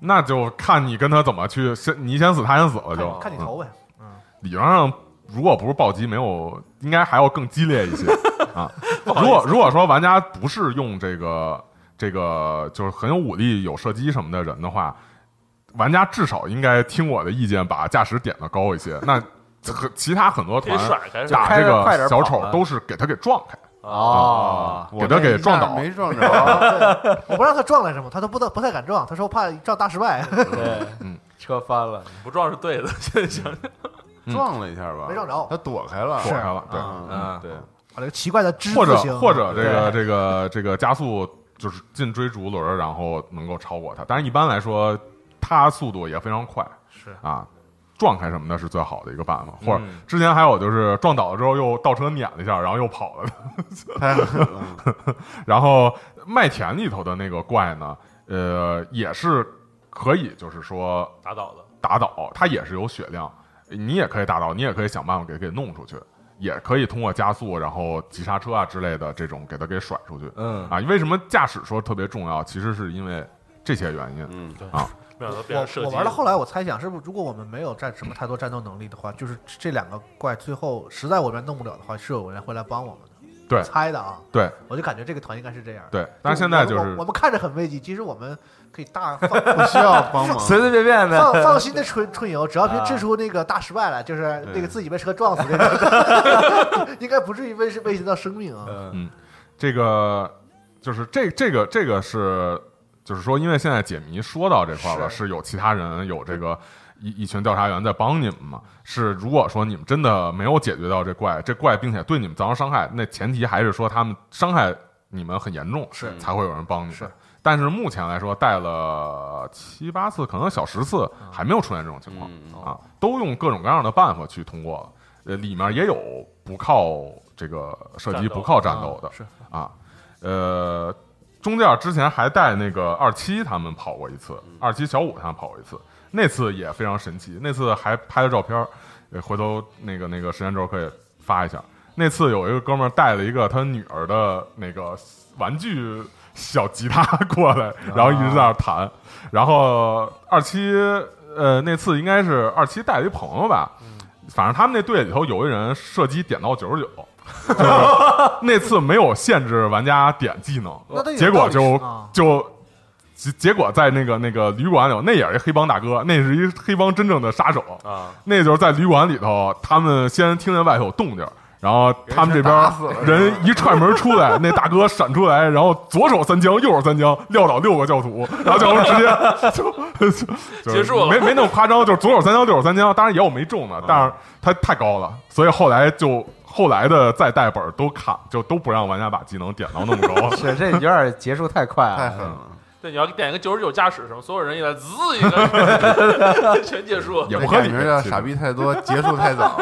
C: 那就看你跟他怎么去，先你先死他先死了就。
D: 看你
C: 嗯
D: 头呗，
C: 理论上，如果不是暴击，没有应该还要更激烈 一些啊。如果如果说玩家不是用这个这个就是很有武力、有射击什么的人的话，玩家至少应该听我的意见，把驾驶点的高一些。那很其他很多
F: 可以
C: 团
F: 甩开是吧？
C: 打这
E: 就开着快点
C: 个
E: 跑
C: 小
E: 了
C: 丑都是给他给撞开，
E: 哦，
C: 给他给撞倒。
B: 没撞 着，
D: 我不让他撞来着嘛，他都不得不太敢撞，他说怕撞大失败，
E: 对，
C: 嗯，
E: 车翻了，
F: 不撞是对的。现在想想，
B: 嗯撞了一下吧，
D: 没撞着
B: 他躲开了，
C: 躲开了，对。
B: 嗯
E: 嗯，
B: 对，
D: 把这个奇怪的之
C: 或
D: 字
C: 者
D: 形，
C: 或者这个
E: 对
C: 这个这个加速就是进追逐轮儿，然后能够超过它。但是一般来说，它速度也非常快，
D: 是
C: 啊，撞开什么的是最好的一个办法。或者
E: 嗯
C: 之前还有就是撞倒了之后又倒车碾了一下，然后又跑了。
B: 太狠了，
C: 然后麦田里头的那个怪呢，呃，也是可以就是说
F: 打倒的，
C: 打倒，它也是有血量，你也可以打倒，你也可以想办法给给弄出去。也可以通过加速，然后急刹车啊之类的这种给它给甩出去。
E: 嗯，
C: 啊，为什么驾驶说特别重要？其实是因为这些原因。
B: 嗯，
F: 对
C: 啊，
F: 没想到变成射
D: 我
F: 击。
D: 我玩到后来，我猜想是不是如果我们没有战什么太多战斗能力的话，就是这两个怪最后实在我们弄不了的话，是有人会来帮我们的。
C: 对
D: 我猜的啊，
C: 对
D: 我就感觉这个团应该是这样。，
C: 对，但是现在就
D: 我
C: 是
D: 我们看着很危机，其实我们可以大 放
B: 不需要帮 忙，
E: 随随便便
D: 放
E: 的，
D: 放心的春春游，只要别
E: 啊
D: 掷出那个大失败来，就是那个
B: 对
D: 自己被车撞死那种， 应该不至于威威胁到生命啊。
E: 嗯
C: 这个，就是这这个这个是，就是说，因为现在解谜说到这块儿了，
D: 是
C: 是有其他人有这个一一群调查员在帮你们嘛？是如果说你们真的没有解决到这怪，这怪并且对你们造成伤害，那前提还是说他们伤害你们很严重，
D: 是
C: 才会有人帮你们。
D: 是
C: 但是目前来说，带了七八次，可能小十次，还没有出现这种情况、啊，都用各种各样的办法去通过了。呃，里面也有不靠这个射击、
F: 战斗
C: 不靠战斗的，
D: 是
C: 啊，呃，中间之前还带那个二七他们跑过一次，二七小五他们跑过一次，那次也非常神奇，那次还拍了照片儿，呃回头那个那个时间轴可以发一下。那次有一个哥们儿带了一个他女儿的那个玩具小吉他过来，然后一直在那儿弹。然后二七呃那次应该是二七带了一朋友吧，反正他们那队里头有一人射击点到九十九。就是那次没有限制玩家点技
D: 那
C: 能，
D: 得有
C: 结
D: 道
C: 果
D: 理
C: 就
D: 啊
C: 就结结果在那个那个旅馆里头，那也是一黑帮大哥，那是一黑帮真正的杀手
F: 啊。
C: 那就是在旅馆里头，他们先听见外头有动静，然后他们这边人一踹门出来，那大哥闪出来，然后左手三枪，右手三枪，撂倒六个教徒，然后教徒直接 就就就
F: 结束 了
C: 没没那么夸张，就是左手三枪，右手三枪，当然也有没中的，但是他太高了，所以后来就。后来的再带本儿都卡，就都不让玩家把技能点到那 么高，
E: 是 这有点结束太快
B: 太狠
E: 了，
B: 了，
F: 对，你要点一个九十九驾驶什么，所有人一来滋一 个全结束。
C: 也
B: 这
C: 不合
B: 改
C: 理。
B: 名叫
C: 其实
B: 傻逼太多，结束太早。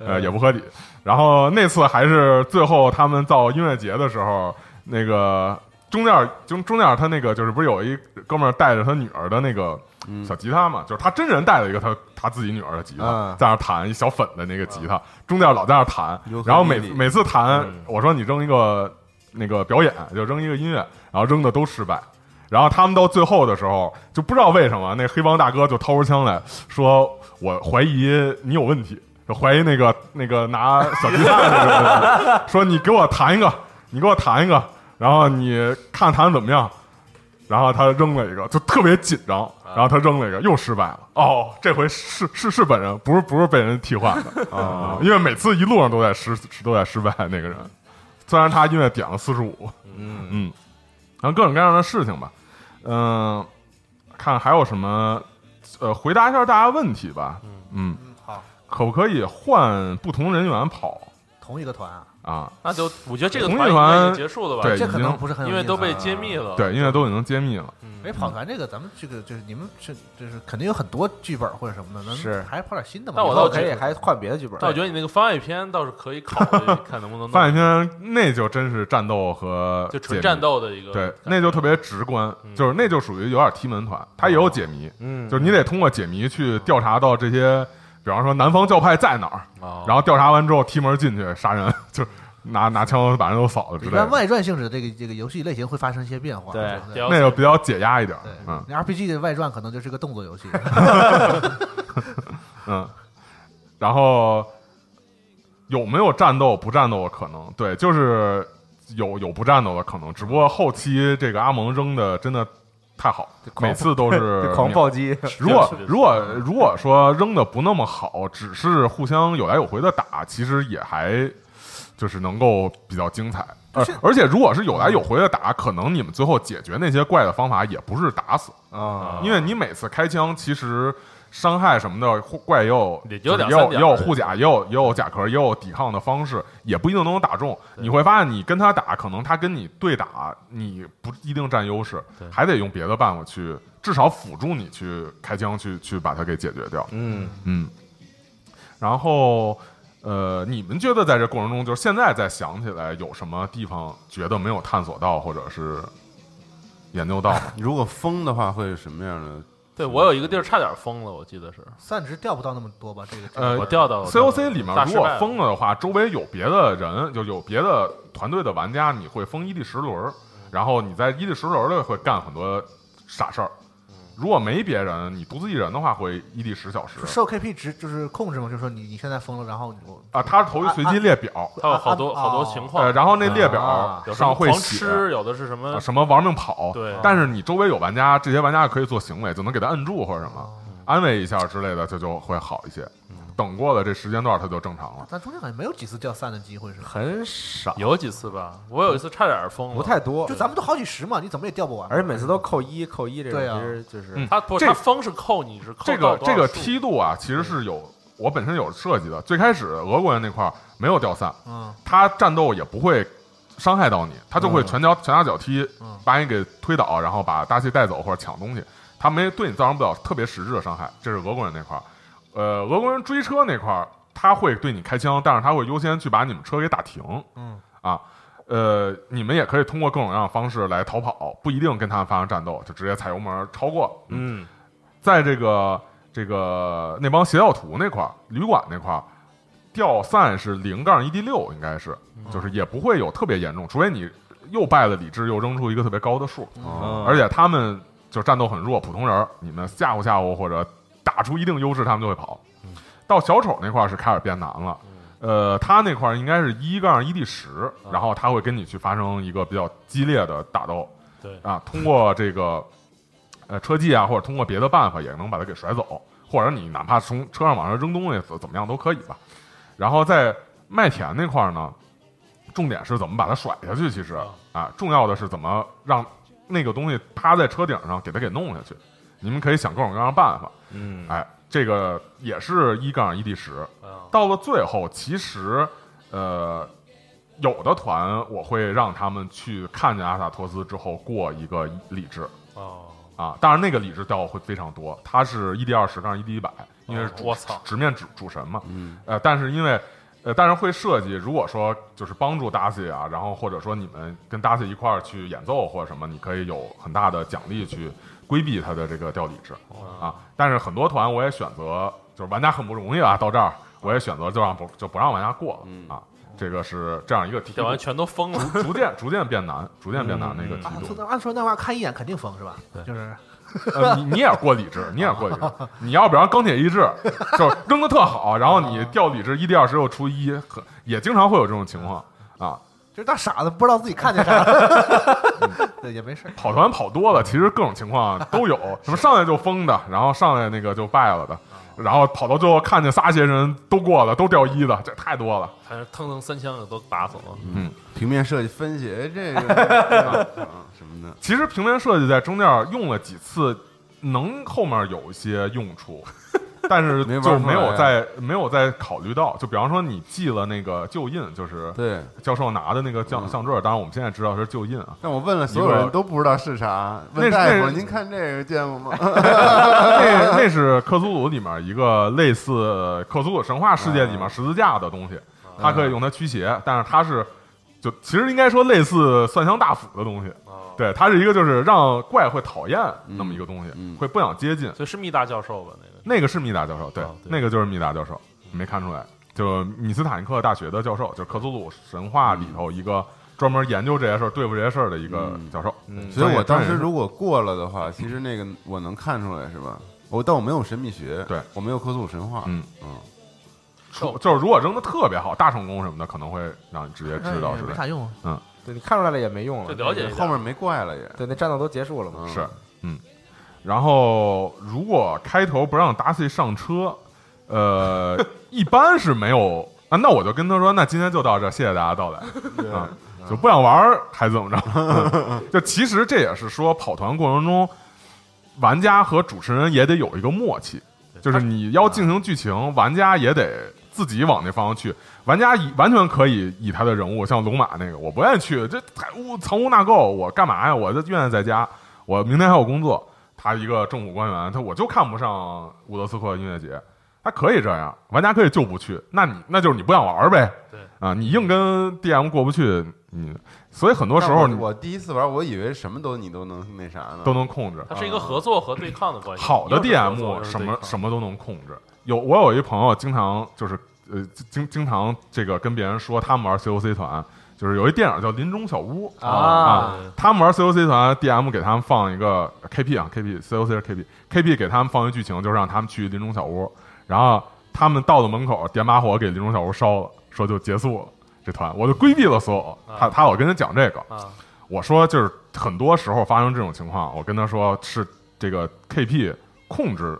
C: 呃，也不合理。然后那次还是最后他们到音乐节的时候，那个中间中中间他那个就是不是有一哥们儿带着他女儿的那个小吉他嘛，就是他真人带了一个他他自己女儿的吉他，
E: 嗯
C: 在那儿弹一小粉的那个吉他，中间老在那儿弹
B: 尤，克
C: 然后每
B: 里里
C: 每次弹，我说你扔一个那个表演，就扔一个音乐，然后扔的都失败。然后他们到最后的时候，就不知道为什么那黑帮大哥就掏出枪来说：“我怀疑你有问题，就怀疑那个那个拿小鸡蛋的人有问题说你给我弹一个，你给我弹一个，然后你看弹得怎么样。”然后他扔了一个，就特别紧张。然后他扔了一个，又失败了。哦，这回是是是本人，不是不是被人替换的啊、因为每次一路上都在失都在失败那个人，虽然他音乐点了四十五，嗯嗯，然后各种各样的事情吧，嗯、看还有什么，呃，回答一下大家问题吧，嗯，
D: 好，
C: 可不可以换不同人员跑
D: 同一个团啊，
C: 啊？
F: 那就我觉得这个
C: 红
F: 团
C: 绿
F: 应
C: 团
F: 该已经结束了吧？
C: 对
D: 这可
C: 已
D: 能
C: 经
D: 不是很有
F: 因为
D: 意
F: 都
D: 思
F: 被
D: 啊
F: 揭秘了。
C: 对，音乐都已经揭秘了，
F: 嗯
D: 没跑团这个，咱们这个就是你们是就是肯定有很多剧本或者什么的，咱们
E: 是
D: 还跑点新的嘛。
F: 但我
E: 以
F: 倒
E: 后
D: 都
F: 觉
E: 可
F: 得
E: 以还换别的剧本。
F: 但我觉得你那个番外篇倒是可以考虑， 看能不能弄
C: 范片那就真是战斗和
F: 就
C: 解
F: 纯
C: 谜
F: 战斗的一个
C: 对
F: 感，觉。嗯
C: 那就特别直观，就是那就属于有点踢门团，它也有解
F: 哦
C: 谜，
E: 嗯
C: 就是你得通过解谜去调查到这些，比方说南方教派在哪儿，
F: 哦
C: 然后调查完之后踢门进去杀人， 就拿拿枪把人都扫了之
D: 一
C: 类的
D: 般，外传性质这个这个游戏类型会发生一些变化。
E: 对
D: 不
F: 对
D: 对。
F: 啊
C: 那就比较解压一点
D: 对，，
C: 嗯
D: 那 RPG 的外传可能就是个动作游戏，
C: 嗯，然后有没有战斗不战斗的可能？对，就是有有不战斗的可能，只不过后期这个阿蒙扔的真的太好，每次都 是
E: 狂
C: 秒
E: 暴击，
C: 如果
F: 是的
C: 如果如果说扔的不那么好，只是互相有来有回的打，其实也还就是能够比较精彩。而而且如果是有来有回的打，可能你们最后解决那些怪的方法也不是打死，
E: 啊，
C: 因为你每次开枪其实。伤害什么的，或怪也有，
F: 也
C: 就
F: 就是两
C: 也
F: 三
C: 有
F: 点
C: 也有护甲，也有也有甲壳，也有抵抗的方式，也不一定都能打中。你会发现，你跟他打，可能他跟你对打，你不一定占优势，还得用别的办法去，至少辅助你去开枪去去把它给解决掉。
E: 嗯，
C: 嗯，然后呃，你们觉得在这过程中，就是现在再想起来有什么地方觉得没有探索到，或者是研究到吗？
B: 如果疯的话，会是什么样的？
F: 对我有一个地儿差点疯了，我记得是
D: 散值掉不到那么多吧？这个这个
C: 呃
F: 我掉到了
C: COC 里面
F: 大
C: 如
F: 失
C: 果
F: 败了
C: 封了的话，周围有别的人，就有别的团队的玩家，你会封一第十轮儿，
F: 嗯
C: 然后你在一第十轮儿里会干很多傻事儿。
F: 嗯
C: 如果没别人，你独自一人的话，会一第十小时
D: 受 KP 值就是控制嘛，就是说你你现在封了，然后我
C: 啊。它是头一随机列表，
F: 它有好多
D: 啊啊
F: 好多情况，
C: 呃，然后那列表
E: 啊
F: 有什么
C: 上会
F: 狂
C: 写
F: 吃，有的是什
C: 啊
F: 么
C: 什么玩命跑，
F: 嗯对嗯
C: 但是你周围有玩家，这些玩家可以做行为，就能给他摁住或者什么，
F: 嗯
C: 安慰一下之类的，这就会好一些。等过了这时间段，它就正常了。
D: 但中间好像没有几次掉散的机会是吧？
E: 很少，
F: 有几次吧，我有一次差点疯了，
E: 不太多
D: 就，咱们都好几十嘛，你怎么也掉不完嘛。
E: 而且每次都扣一扣一这种，
D: 对啊
E: 其实就是
C: 嗯
F: 他不
C: 这
F: 他疯是扣你是扣
C: 这
F: 到
C: 个
F: 多
C: 这
F: 少
C: 个
F: 数
C: 梯度啊，其实是有我本身有设计的。最开始俄国人那块儿没有掉散，
D: 嗯，
C: 他战斗也不会伤害到你，他就会拳脚拳打脚踢
D: 嗯
C: 把你给推倒，然后把大气带走或者抢东西，他没对你造成不了特别实质的伤害。这是俄国人那块儿，呃，俄国人追车那块儿他会对你开枪，但是他会优先去把你们车给打停。
D: 嗯
C: 啊。呃，你们也可以通过各种各样的方式来逃跑，不一定跟他们发生战斗，就直接踩油门超过。
E: 嗯，
C: 在这个这个那帮邪教徒那块儿，旅馆那块儿，掉散是零杠一 d 六，应该是，就是也不会有特别严重，除非你又败了理智，又扔出一个特别高的数，
B: 哦
C: 而且他们就战斗很弱，普通人儿，你们吓唬吓唬或者打出一定优势，他们就会跑。到小丑那块儿是开始变难了，呃，他那块儿应该是一杠一 d 十，然后他会跟你去发生一个比较激烈的打斗
F: 对，
C: 啊，通过这个呃车技啊，或者通过别的办法也能把他给甩走，或者你哪怕从车上往上扔东西怎怎么样都可以吧。然后在麦田那块儿呢，重点是怎么把它甩下去，其实啊，重要的是怎么让那个东西趴在车顶上给它给弄下去。你们可以想各种各样的办法，
E: 嗯，
C: 哎，这个也是一杠一 d 十。
F: 啊，
C: 到了最后，其实呃，有的团我会让他们去看见阿萨托斯之后过一个理智
F: 哦，
C: 啊，当然那个理智掉会非常多，它是一 d 二十杠一 d 一百，因为是主
F: 哦我操
C: 直面主主神嘛，
B: 嗯，
C: 呃，但是因为呃，但是会设计，如果说就是帮助达西啊，然后或者说你们跟达西一块儿去演奏或者什么，你可以有很大的奖励去规避他的这个掉理值
F: 哦
C: 啊。但是很多团我也选择，就是玩家很不容易啊，到这儿我也选择就让不就不让玩家过了啊。这个是这样一个梯
F: 掉
C: 度
F: 完，嗯全都疯了，
C: 逐渐逐渐变难，逐渐变难的一个
D: 啊
C: 梯，度。
D: 从那按说那玩意儿看一眼肯定疯是吧？就是
C: 呃，你你也过理智，你也过理智，你要不然钢铁意志就是扔的特好，然后你掉理智一 d 二十又出一，很也经常会有这种情况啊。
D: 就是大傻子不知道自己看见 啥，对也没事儿。
C: 跑团跑多了，其实各种情况都有，什么上来就疯的，然后上来那个就败了的，然后跑到最后看见仨些人都过了，都掉一的，这太多了。
F: 还是腾腾三枪都打死了，
D: 嗯
B: 平面设计分析，哎，这 个嗯什么的，
C: 其实平面设计在中间用了几次，能后面有一些用处，但是
B: 没玩
C: 就
B: 出
C: 没有
B: 来
C: 在没有在考虑到，就比方说你记了那个旧印，就是
B: 对。
C: 教授拿的那个
F: 嗯
C: 酱项坠儿，当然我们现在知道是旧印 啊，
B: 但我问了所有人都不知道是啥，
C: 那是
B: 问大
C: 那
B: 夫
C: 是
B: 您看这个见过吗？
C: 那那是克苏鲁里面一个类似呃克苏鲁神话世界里
F: 嗯
C: 面十字架的东西，它可以用它驱邪，但是它是就其实应该说类似蒜香大斧的东西，
F: 嗯
C: 对，它是一个就是让怪会讨厌那么一个东西，会不想接近。
F: 所以嗯是密大教授吧？那个
C: 那个是密达教授，对，
F: 哦对
C: 那个就是密达教授，没看出来，就米斯坦克大学的教授，就是克苏鲁神话里头一个专门研究这些事儿、对付这些事儿的一个教授。嗯
B: 所以我当时如果过了的话，其实那个我能看出来是吧？我但我没有神秘学，
C: 对
B: 我没有科苏鲁神话，
C: 嗯
B: 嗯，
C: 出就是如果扔的特别好，大成功什么的，可能会让你直接知道
D: 哎
C: 是
D: 没
C: 谁。
D: 啥用啊。
E: 对你看出来了也没用了，
F: 就了解一
B: 后
F: 下，
B: 面没怪了也，
E: 对，那战斗都结束了嘛，
B: 嗯
C: 是，嗯。然后如果开头不让达西上车，呃， 一般是没有啊。那我就跟他说，那今天就到这，谢谢大家到来。啊，就不想玩儿还怎么着？ 嗯就其实这也是说跑团过程中，玩家和主持人也得有一个默契，就是你要进行剧情，玩家也得自己往那方向去。玩家以完全可以以他的人物，像龙马那个，我不愿意去，这太污藏污纳垢，我干嘛呀？我就愿意在家，我明天还有工作。他一个政府官员，他我就看不上伍德斯克音乐节，他可以这样，玩家可以就不去，那你那就是你不想玩儿呗，
F: 对
C: 啊，你硬跟 DM 过不去，你所以很多时候
B: 但
C: 你
B: 我我第一次玩，我以为什么都你都能那啥呢，
C: 都能控制。
F: 它是一个合作和对抗的关系。
C: 好的
F: 又是合作
C: DM
F: 又是
C: 什
F: 对
C: 么
F: 抗
C: 什么都能控制。有我有一朋友经常就是呃经经常这个跟别人说他们玩 COC 团，就是有一电影叫《林中小屋》
E: 啊
C: 他们玩 COC 团，DM 给他们放一个 KP 啊，KP COC 是 KP，KP 给他们放一剧情，就让他们去林中小屋，然后他们到了门口点把火给林中小屋烧了，说就结束了这团，我就规避了所有，他他老跟他讲这个，
F: 啊，
C: 我说就是很多时候发生这种情况，我跟他说是这个 KP 控制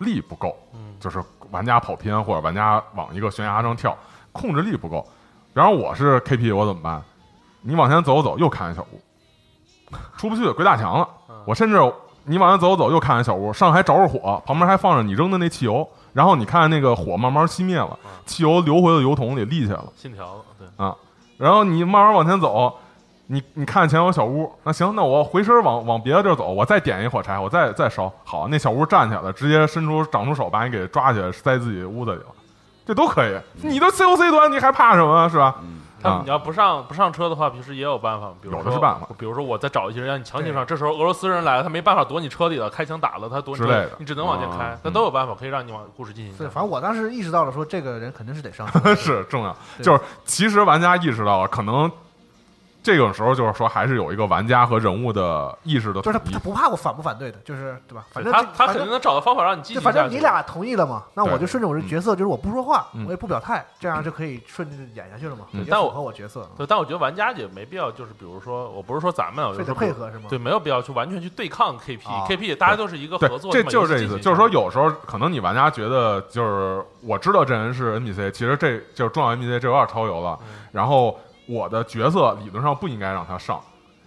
C: 力不够，就是玩家跑偏或者玩家往一个悬崖上跳，控制力不够。然后我是 KP，我怎么办？你往前走走，又看见小屋，出不去，鬼打墙了。我甚至你往前走走，又看见小屋，上面还着着火，旁边还放着你扔的那汽油，然后你看那个火慢慢熄灭了，汽油流回了油桶里立起来了。
F: 信条了，对，
C: 啊，然后你慢慢往前走，你你看前有小屋，那行，那我回身往往别的地儿走，我再点一火柴，我再再烧，好，那小屋站起来了，直接伸出长出手把你给抓起来，塞自己屋子里了，这都可以，
D: 嗯
C: 你都 COC 端，你还怕什么是吧？
F: 他
C: 啊
F: 你要不上不上车的话，平时也有办法，比如
C: 有的
F: 说
C: 是办法
F: 比如说我再找一些人让你强行上，这时候俄罗斯人来了，他没办法躲你车里了，开枪打了他躲
C: 之
F: 你
C: 类的啊嗯
F: 你只能往前开，但都有办法可以让你往故事进行一下。
D: 对，反正我当时意识到了，说这个人肯定是得上 车。
C: 是重要，
D: 对
C: 就是其实玩家意识到了，可能。这种时候就是说，还是有一个玩家和人物的意识的
D: 就是他
C: 统一
D: 他不怕我反不反对的，就是对吧？反正
F: 他
D: 这
F: 他
D: 反
F: 肯
D: 正
F: 定能找到方法让你积极
D: 就
F: 下去。
D: 反正你俩同意了嘛，那我
C: 对
D: 就顺着我这角色，就是我不说话，
C: 嗯
D: 我也不表态，这样就可以顺着演下去了嘛，
C: 嗯
D: 也
F: 但我
D: 符合我角色，
F: 对，但我觉得玩家也没必要，就是比如说，我不是说咱们啊，我就
D: 非得
F: 说比如
D: 配合是吗
F: 对，没有必要去完全去对抗 KP，KP、
D: 啊
F: KP 大家都是一个
C: 哦对
F: 合作，
C: 这
F: 么一
C: 就是
F: 个
C: 这意
F: 进
C: 思，
F: 行
C: 就是说有时候可能你玩家觉得就是我知道这人是 NPC，其实这就是重要 NPC，这有点超游了。
F: 嗯
C: 然后我的角色理论上不应该让他上，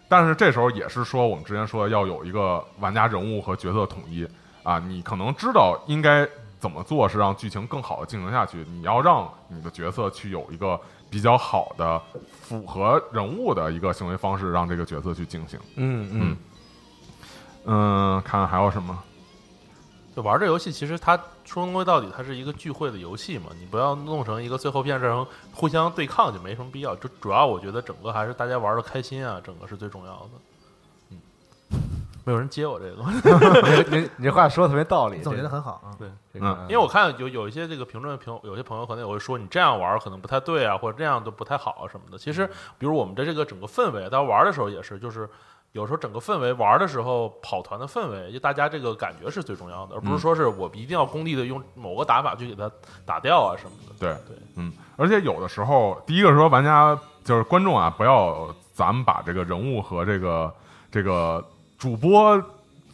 C: 但是这时候也是说我们之前说要有一个玩家人物和角色统一啊，你可能知道应该怎么做是让剧情更好的进行下去，你要让你的角色去有一个比较好的符合人物的一个行为方式，让这个角色去进行。
E: 嗯
C: 嗯
E: 嗯，
C: 嗯，看看还有什么。
F: 就玩这游戏，其实它说归到底，它是一个聚会的游戏嘛，你不要弄成一个最后变成互相对抗就没什么必要。就主要我觉得整个还是大家玩的开心啊，整个是最重要的。嗯，没有人接我这个，
E: 你这你这话说的特别道理，
D: 总结
E: 这
D: 的
E: 个
D: 很好啊。
E: 这个
C: 嗯
F: 因为我看有有一些这个评论评有些朋友可能也会说你这样玩儿可能不太对啊，或者这样都不太好啊什么的。其实，
C: 嗯
F: 比如我们的这个整个氛围，大家玩儿的时候也是，就是有时候整个氛围玩儿的时候，跑团的氛围，就大家这个感觉是最重要的，而
C: 嗯
F: 不是说是我一定要功利的用某个打法去给它打掉啊什么的。
C: 对
F: 对，
C: 嗯，而且有的时候，第一个是说玩家就是观众啊，不要咱们把这个人物和这个这个主播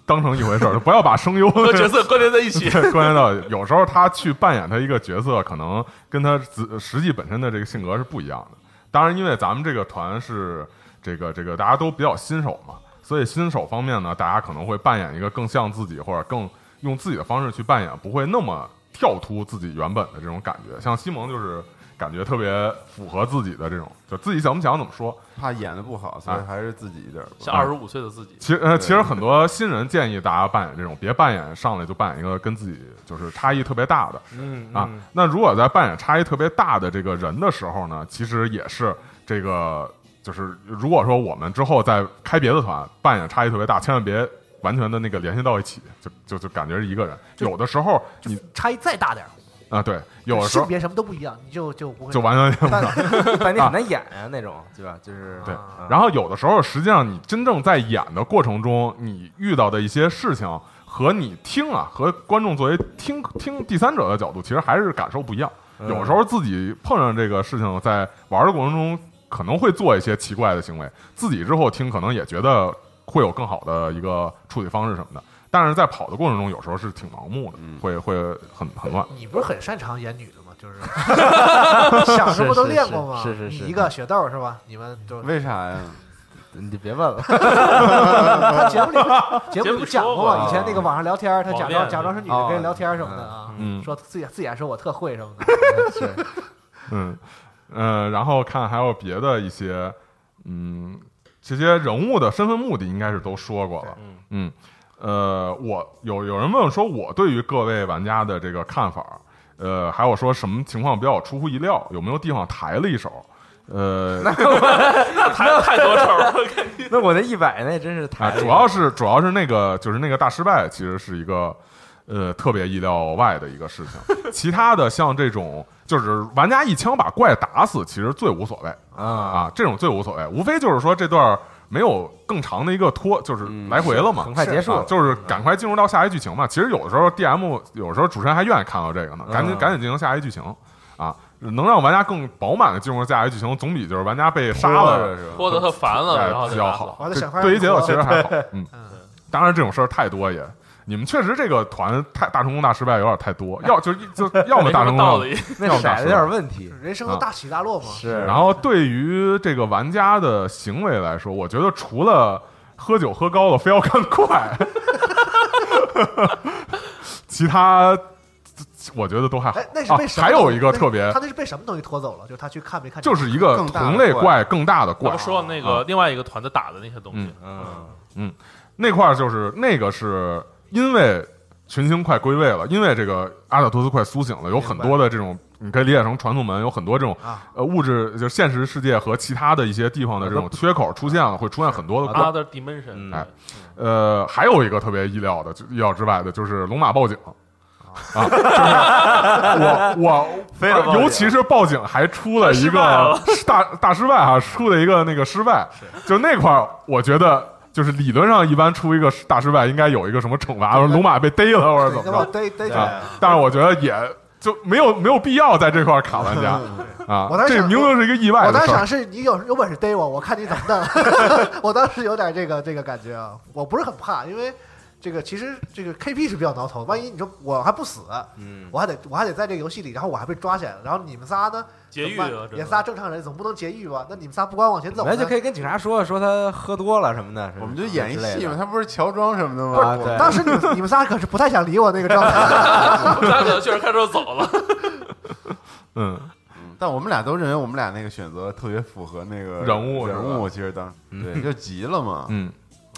C: 当成一回事儿，就不要把声 优
F: 和角色关联在一 起。
C: 对，关键到有时候他去扮演他一个角色，可能跟他自实际本身的这个性格是不一样的。当然，因为咱们这个团是这个这个大家都比较新手嘛，所以新手方面呢，大家可能会扮演一个更像自己或者更用自己的方式去扮演，不会那么跳突自己原本的这种感觉。像西蒙就是感觉特别符合自己的这种，就自己怎么想怎么说。
B: 怕演的不好，所
C: 啊
B: 以还是自己一点儿吧。
F: 像二十五岁的自己，
C: 其实呃，其实很多新人建议大家扮演这种，别扮演上来就扮演一个跟自己就是差异特别大的。
E: 嗯
C: 啊，那如果在扮演差异特别大的这个人的时候呢，其实也是这个，就是如果说我们之后再开别的团，扮演差异特别大，千万别完全的那个联系到一起，就就就感觉是一个人。有的时候
D: 就
C: 你
D: 差异再大点儿，
C: 啊，对，有的时
D: 性
C: 候
D: 别什么都不一样，你就就不会
C: 就完全
E: 但但你很难演啊那种，对吧？就是
C: 对
E: 啊，
C: 然后有的时候，实际上你真正在演的过程中，你遇到的一些事情和你听啊，和观众作为听听第三者的角度，其实还是感受不一样。
E: 嗯
C: 有时候自己碰上这个事情，在玩的过程中可能会做一些奇怪的行为，自己之后听可能也觉得会有更好的一个处理方式什么的。但是在跑的过程中，有时候是挺盲目的，
E: 嗯
C: 会会很很乱。
D: 你不是很擅长演女的吗？就是想什么都练过吗？
E: 是是是是
D: 你一个雪豆是吧？你们都
B: 为啥呀？
E: 你就别问了，
D: 他节目里
F: 节
D: 节目
F: 目
D: 里
F: 里
D: 讲
F: 说
D: 过
F: 过
D: 嘛，
B: 啊
D: 以前那个网上聊天儿，他
F: 网
D: 假装
F: 恋
D: 假装是女的跟人聊天儿什么的啊，
C: 嗯
D: 说自己自己说我特会 什么的，
C: 嗯，呃，然后看还有别的一些，嗯，这些人物的身份目的应该是都说过了。
F: 嗯
C: 嗯，呃，我有有人问说我对于各位玩家的这个看法，呃，还有说什么情况比较出乎意料，有没有地方抬了一手？ 呃，
F: 那太太多 愁了。
E: 那我那一百那真是
C: 啊
E: 太，
C: 主要是主要是那个就是那个大失败，其实是一个呃特别意料外的一个事情。其他的像这种就是玩家一枪把怪打死，其实最无所谓
E: 啊
C: 啊，这种最无所谓，无非就是说这段儿没有更长的一个拖，就是来回了嘛，
E: 很快结束
C: 啊
E: 了，
C: 就是赶快进入到下一剧情嘛。其实有的时候 DM 有时候主持人还愿意看到这个呢，赶紧
E: 嗯
C: 赶紧进行下一剧情啊。能让玩家更饱满的进入下一剧情，总比就是玩家被杀
B: 拖
C: 了
B: 着是吧？
F: 郭德特烦了，
C: 哎
F: 然后
C: 比
F: 就
C: 较
F: 打死了
C: 好。
D: 我还在
C: 对
D: 想法儿
C: 对于
D: 怎
C: 节
D: 么
C: 奏
D: 做
C: 其实还好，嗯
D: 嗯，
C: 当然这种事儿太多也，你们确实这个团太大成功大失败有点太多，要就就要么
F: 没
C: 大
F: 什
C: 成功
F: 么道
C: 大
F: 理。
E: 那骰子有点问题
D: 就， 是人生的大起大落嘛。
E: 是
C: 然后对于这个玩家的行为来说，我觉得除了喝酒喝高了非要看快， 其他我觉得都还好
D: 哎，那是
C: 啊
D: 被什么
C: 还
D: 东
C: 有
D: 西
C: 一个
D: 那
C: 特别
D: 他，那是被什么东西拖走了？就是他去看没看见？
C: 就是一个
B: 更大的
C: 同类
B: 怪
C: 怪更大的怪
F: 我，说那
C: 嗯
F: 个另外一个团子打的那些东西，
E: 嗯，
C: 那块儿就是那个是因为群星快归位了，因为这个阿塔托斯快苏醒了，有很多的这种，你可以理解成传送门，有很多这种、
D: 啊
C: 呃物质，就是现实世界和其他的一些地方的这
D: 呃
C: 种缺口出现了，会出现很多的怪。
F: Other
C: 嗯
F: Dimension，
C: 哎呃，还有一个特别意料的、就意料之外的，就是龙马报警。我我
H: 非要报警
C: 尤其是报警还出了一
F: 失败了
C: 个大大失败哈，出了一个那个失败，就那块儿，我觉得就是理论上一般出一个大失败，应该有一个什么惩罚，龙马被逮了或者怎
D: 那
C: 么
D: 我
C: 着
D: 逮逮起
C: 啊
D: 来。？
C: 但是我觉得也就没有没有必要在这块儿卡玩家啊
D: 我当，时
C: 这
D: 想
C: 明明是一个意外
D: 我
C: 的
D: 当时
C: 事儿
D: 想。是你有有本事逮我，我看你怎么弄。 我当时有点这个这个感觉啊，我不是很怕，因为这个其实这个 KP 是比较挠头，万一你说我还不死，
E: 嗯，
D: 我还得我还得在这个游戏里，然后我还被抓起来了，然后你们仨呢？
F: 劫狱
D: 怎
F: 啊
D: 么办，
F: 真
D: 也
F: 的
D: 仨正常人，总不能劫狱吧？那你们仨不管往前走呢，
E: 那就可以跟警察说说他喝多了什么的，
B: 我 们就
E: 之
B: 演一
E: 类
B: 戏
E: 的
B: 嘛，他不是乔装什么的
E: 啊
B: 吗？
E: 对
D: 当时你们你们仨可是不太想理我那个状态，
F: 他可能确实开车走了，
C: 嗯，
B: 但我们俩都认为我们俩那个选择特别符合那个
C: 人物
B: 人
C: 是
B: 物，其实当对就急了嘛。
C: 嗯，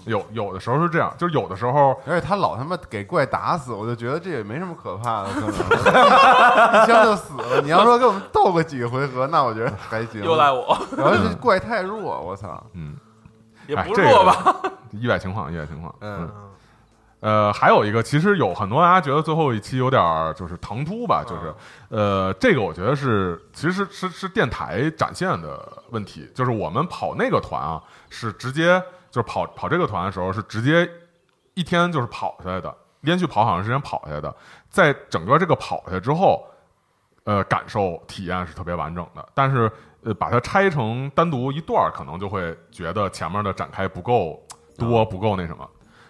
C: 有有的时候是这样，就是有的时候
B: 而且他老他妈给怪打死，我就觉得这也没什么可怕的，可 能一枪就死了。你要说给我们斗个几个回合，那我觉得还行。
F: 又 赖我，
B: 然后这怪太弱，我操！
C: 嗯
F: 也
C: 哎
F: 不
C: 这个
F: 弱吧？
C: 意外情况，意外情况，
E: 嗯，
C: 呃，还有一个，其实有很多玩啊家觉得最后一期有点儿就是唐突吧，就是，
F: 嗯
C: 呃，这个我觉得是其实是是电台展现的问题，就是我们跑那个团啊，是直接就是跑跑这个团的时候是直接一天就是跑下来的，连续跑好长时间跑下来的，在整个这个跑下来之后，呃，感受体验是特别完整的，但是呃，把它拆成单独一段儿，可能就会觉得前面的展开不够多，不够那什么，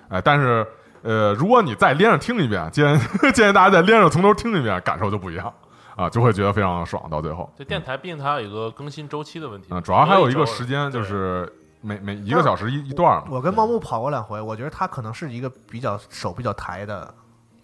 C: 哎、但是。呃，如果你再连着听一遍，建议 建议大家再连着从头听一遍，感受就不一样啊，就会觉得非常爽。到最后，
F: 这电台毕竟它有一个更新周期的问题
C: 啊，主要还有一个
F: 周
C: 时间，就
F: 对
C: 是每每一个小时一一段儿嘛。
D: 我跟茂木跑过两回，我觉得他可能是一个比较手比较抬的，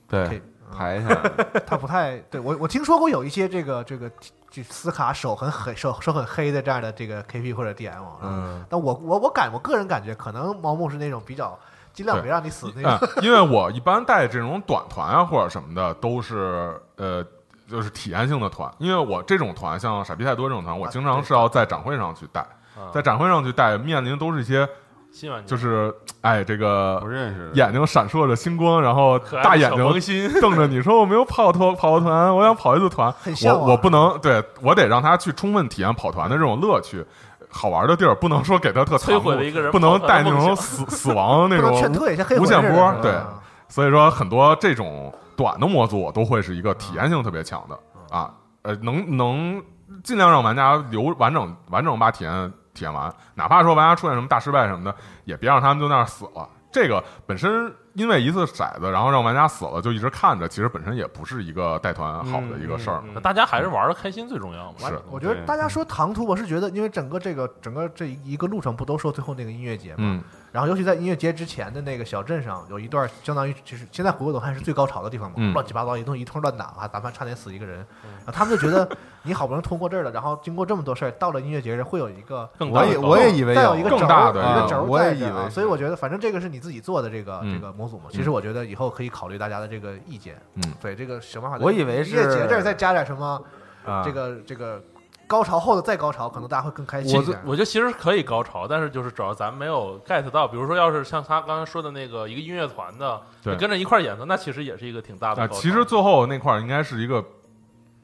B: 对
D: K，
B: 排一 下来，
D: 他不太对我我听说过有一些这个这个这斯卡手很黑手手很黑的这样的这个 KP 或者 DM，嗯，但我我我感我个人感觉可能毛木是那种比较尽量别让你死那
C: 嗯
D: 种，，
C: 因为我一般带这种短团啊或者什么的，都是呃，就是体验性的团。因为我这种团，像傻逼太多这种团，我
D: 啊
C: 经常
D: 对
C: 是要在展会上去带，
F: 啊
C: 在展会上去带，面临都是一些
F: 新玩家
C: 就是哎这个
B: 不认识的。
C: 眼睛闪烁着星光，然后
F: 可爱的
C: 大眼
F: 小萌
C: 睛瞪着你说：“我没有跑脱跑过团，我想跑一次团。
D: 很向
C: 我”
D: 往
C: 我不能对我得让他去充分体验跑团的这种乐趣。好玩的地儿不能说给他特残酷
F: 摧毁了一个人
C: 不能
F: 跑
C: 带
F: 团的
C: 那
F: 梦
C: 种
F: 想
C: 死死亡那
D: 不
C: 种
D: 能劝退，像黑
C: 无
D: 魂似
C: 限
D: 的啊
C: 波
D: 是吧
C: 对，所以说很多这种短的模组我都会是一个体验性特别强的啊，呃，能能尽量让玩家留完整完整把体验体验完，哪怕说玩家出现什么大失败什么的，也别让他们就那样死了。这个本身因为一次骰子，然后让玩家死了就一直看着，其实本身也不是一个带团好的一个事儿。
E: 嗯嗯嗯
F: 那大家还是玩的开心最重要嘛。
C: 是
D: 我觉得大家说唐突，我是觉得，因为整个这个整个这一个路程不都说最后那个音乐节嘛，
C: 嗯，
D: 然后尤其在音乐节之前的那个小镇上，有一段相当于就是现在回过头看是最高潮的地方嘛，
C: 嗯
D: 乱七八糟一通一通乱打啊，咱们差点死一个人，然后他们就觉得你好不容易通过这儿了，然后经过这么多事儿，到了音乐节会有一个
F: 更大
B: 我
F: 的
B: 也
F: 高
B: 我也以为
D: 再有一个
C: 更
D: 轴
C: 大的
D: 一
C: 啊
D: 个轴
B: 我也
D: 在这儿
B: 以为
D: 啊，
B: 是
D: 所以我觉得反正这个是你自己做的这个
C: 嗯
D: 这个模组嘛，其实我觉得以后可以考虑大家的这个意见，
C: 嗯，
D: 对这个想办法。
E: 我以为是
D: 音乐节这儿再加点什么
C: 嗯
E: 啊
D: 嗯这个这个高潮后的再高潮，可能大家会更开心
F: 我
D: 一
F: 觉
D: 点。
F: 我觉得其实可以高潮，但是就是主要咱没有 get 到，比如说要是像他刚才说的那个一个音乐团的，
C: 对
F: 你跟着一块儿演的，那其实也是一个挺大的
C: 啊，
F: 高潮。
C: 其实最后那块儿应该是一个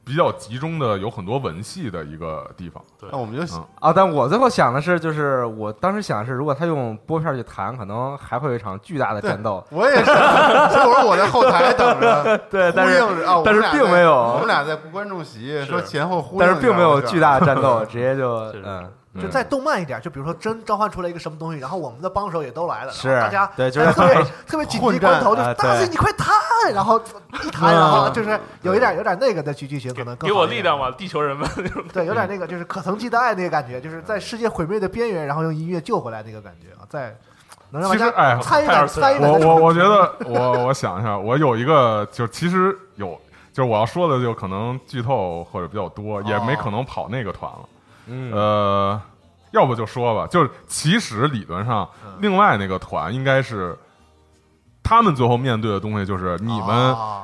C: 比较集中的，有很多文戏的一个地方。
B: 那我们就
C: 嗯
E: 啊，但我最后想的是，就是我当时想的是，如果他用拨片去弹，可能还会有一场巨大的战斗。
B: 我也是，所以我说我在后台等着，
E: 对， 但
B: 呼
E: 是
B: 应着啊，我们
E: 但是
B: 俩
E: 并
B: 在
E: 没有
B: 我们俩在观众席说前后呼应一
E: 但
B: 下，
E: 是并没有巨大
B: 我
E: 的战 斗，直接就是嗯，
D: 就再动漫一点，就比如说真召唤出来一个什么东西，然后我们的帮手也都来了，
E: 是
D: 然后大家
E: 对就是
D: 哎特别 特别紧急
B: 混战
D: 关头，就
E: 啊
D: 大
E: 对
D: 嘴你快弹，然后一
E: 嗯
D: 弹，然后就是有一点有点那个的剧剧情，可能更
F: 给我
D: 好一
F: 力
D: 点
F: 量吧，地球 人们那种。
D: 对，有点那个就是可曾记得爱那个感觉，就是在世界毁灭的边缘，然后用音乐救回来那个感觉啊，在能让玩
C: 其实哎
D: 家参与
F: 太
D: 感
F: 二次元
D: 参与
F: 了
D: 感。
C: 我我我觉得，我我想一下，我有一个，就其实有，就是我要说的，就可能剧透或者比较多，也没可能跑那个团了。
E: 嗯
C: 呃，要不就说吧，就是其实理论上，另外那个团应该是他们最后面对的东西，就是你们
D: 啊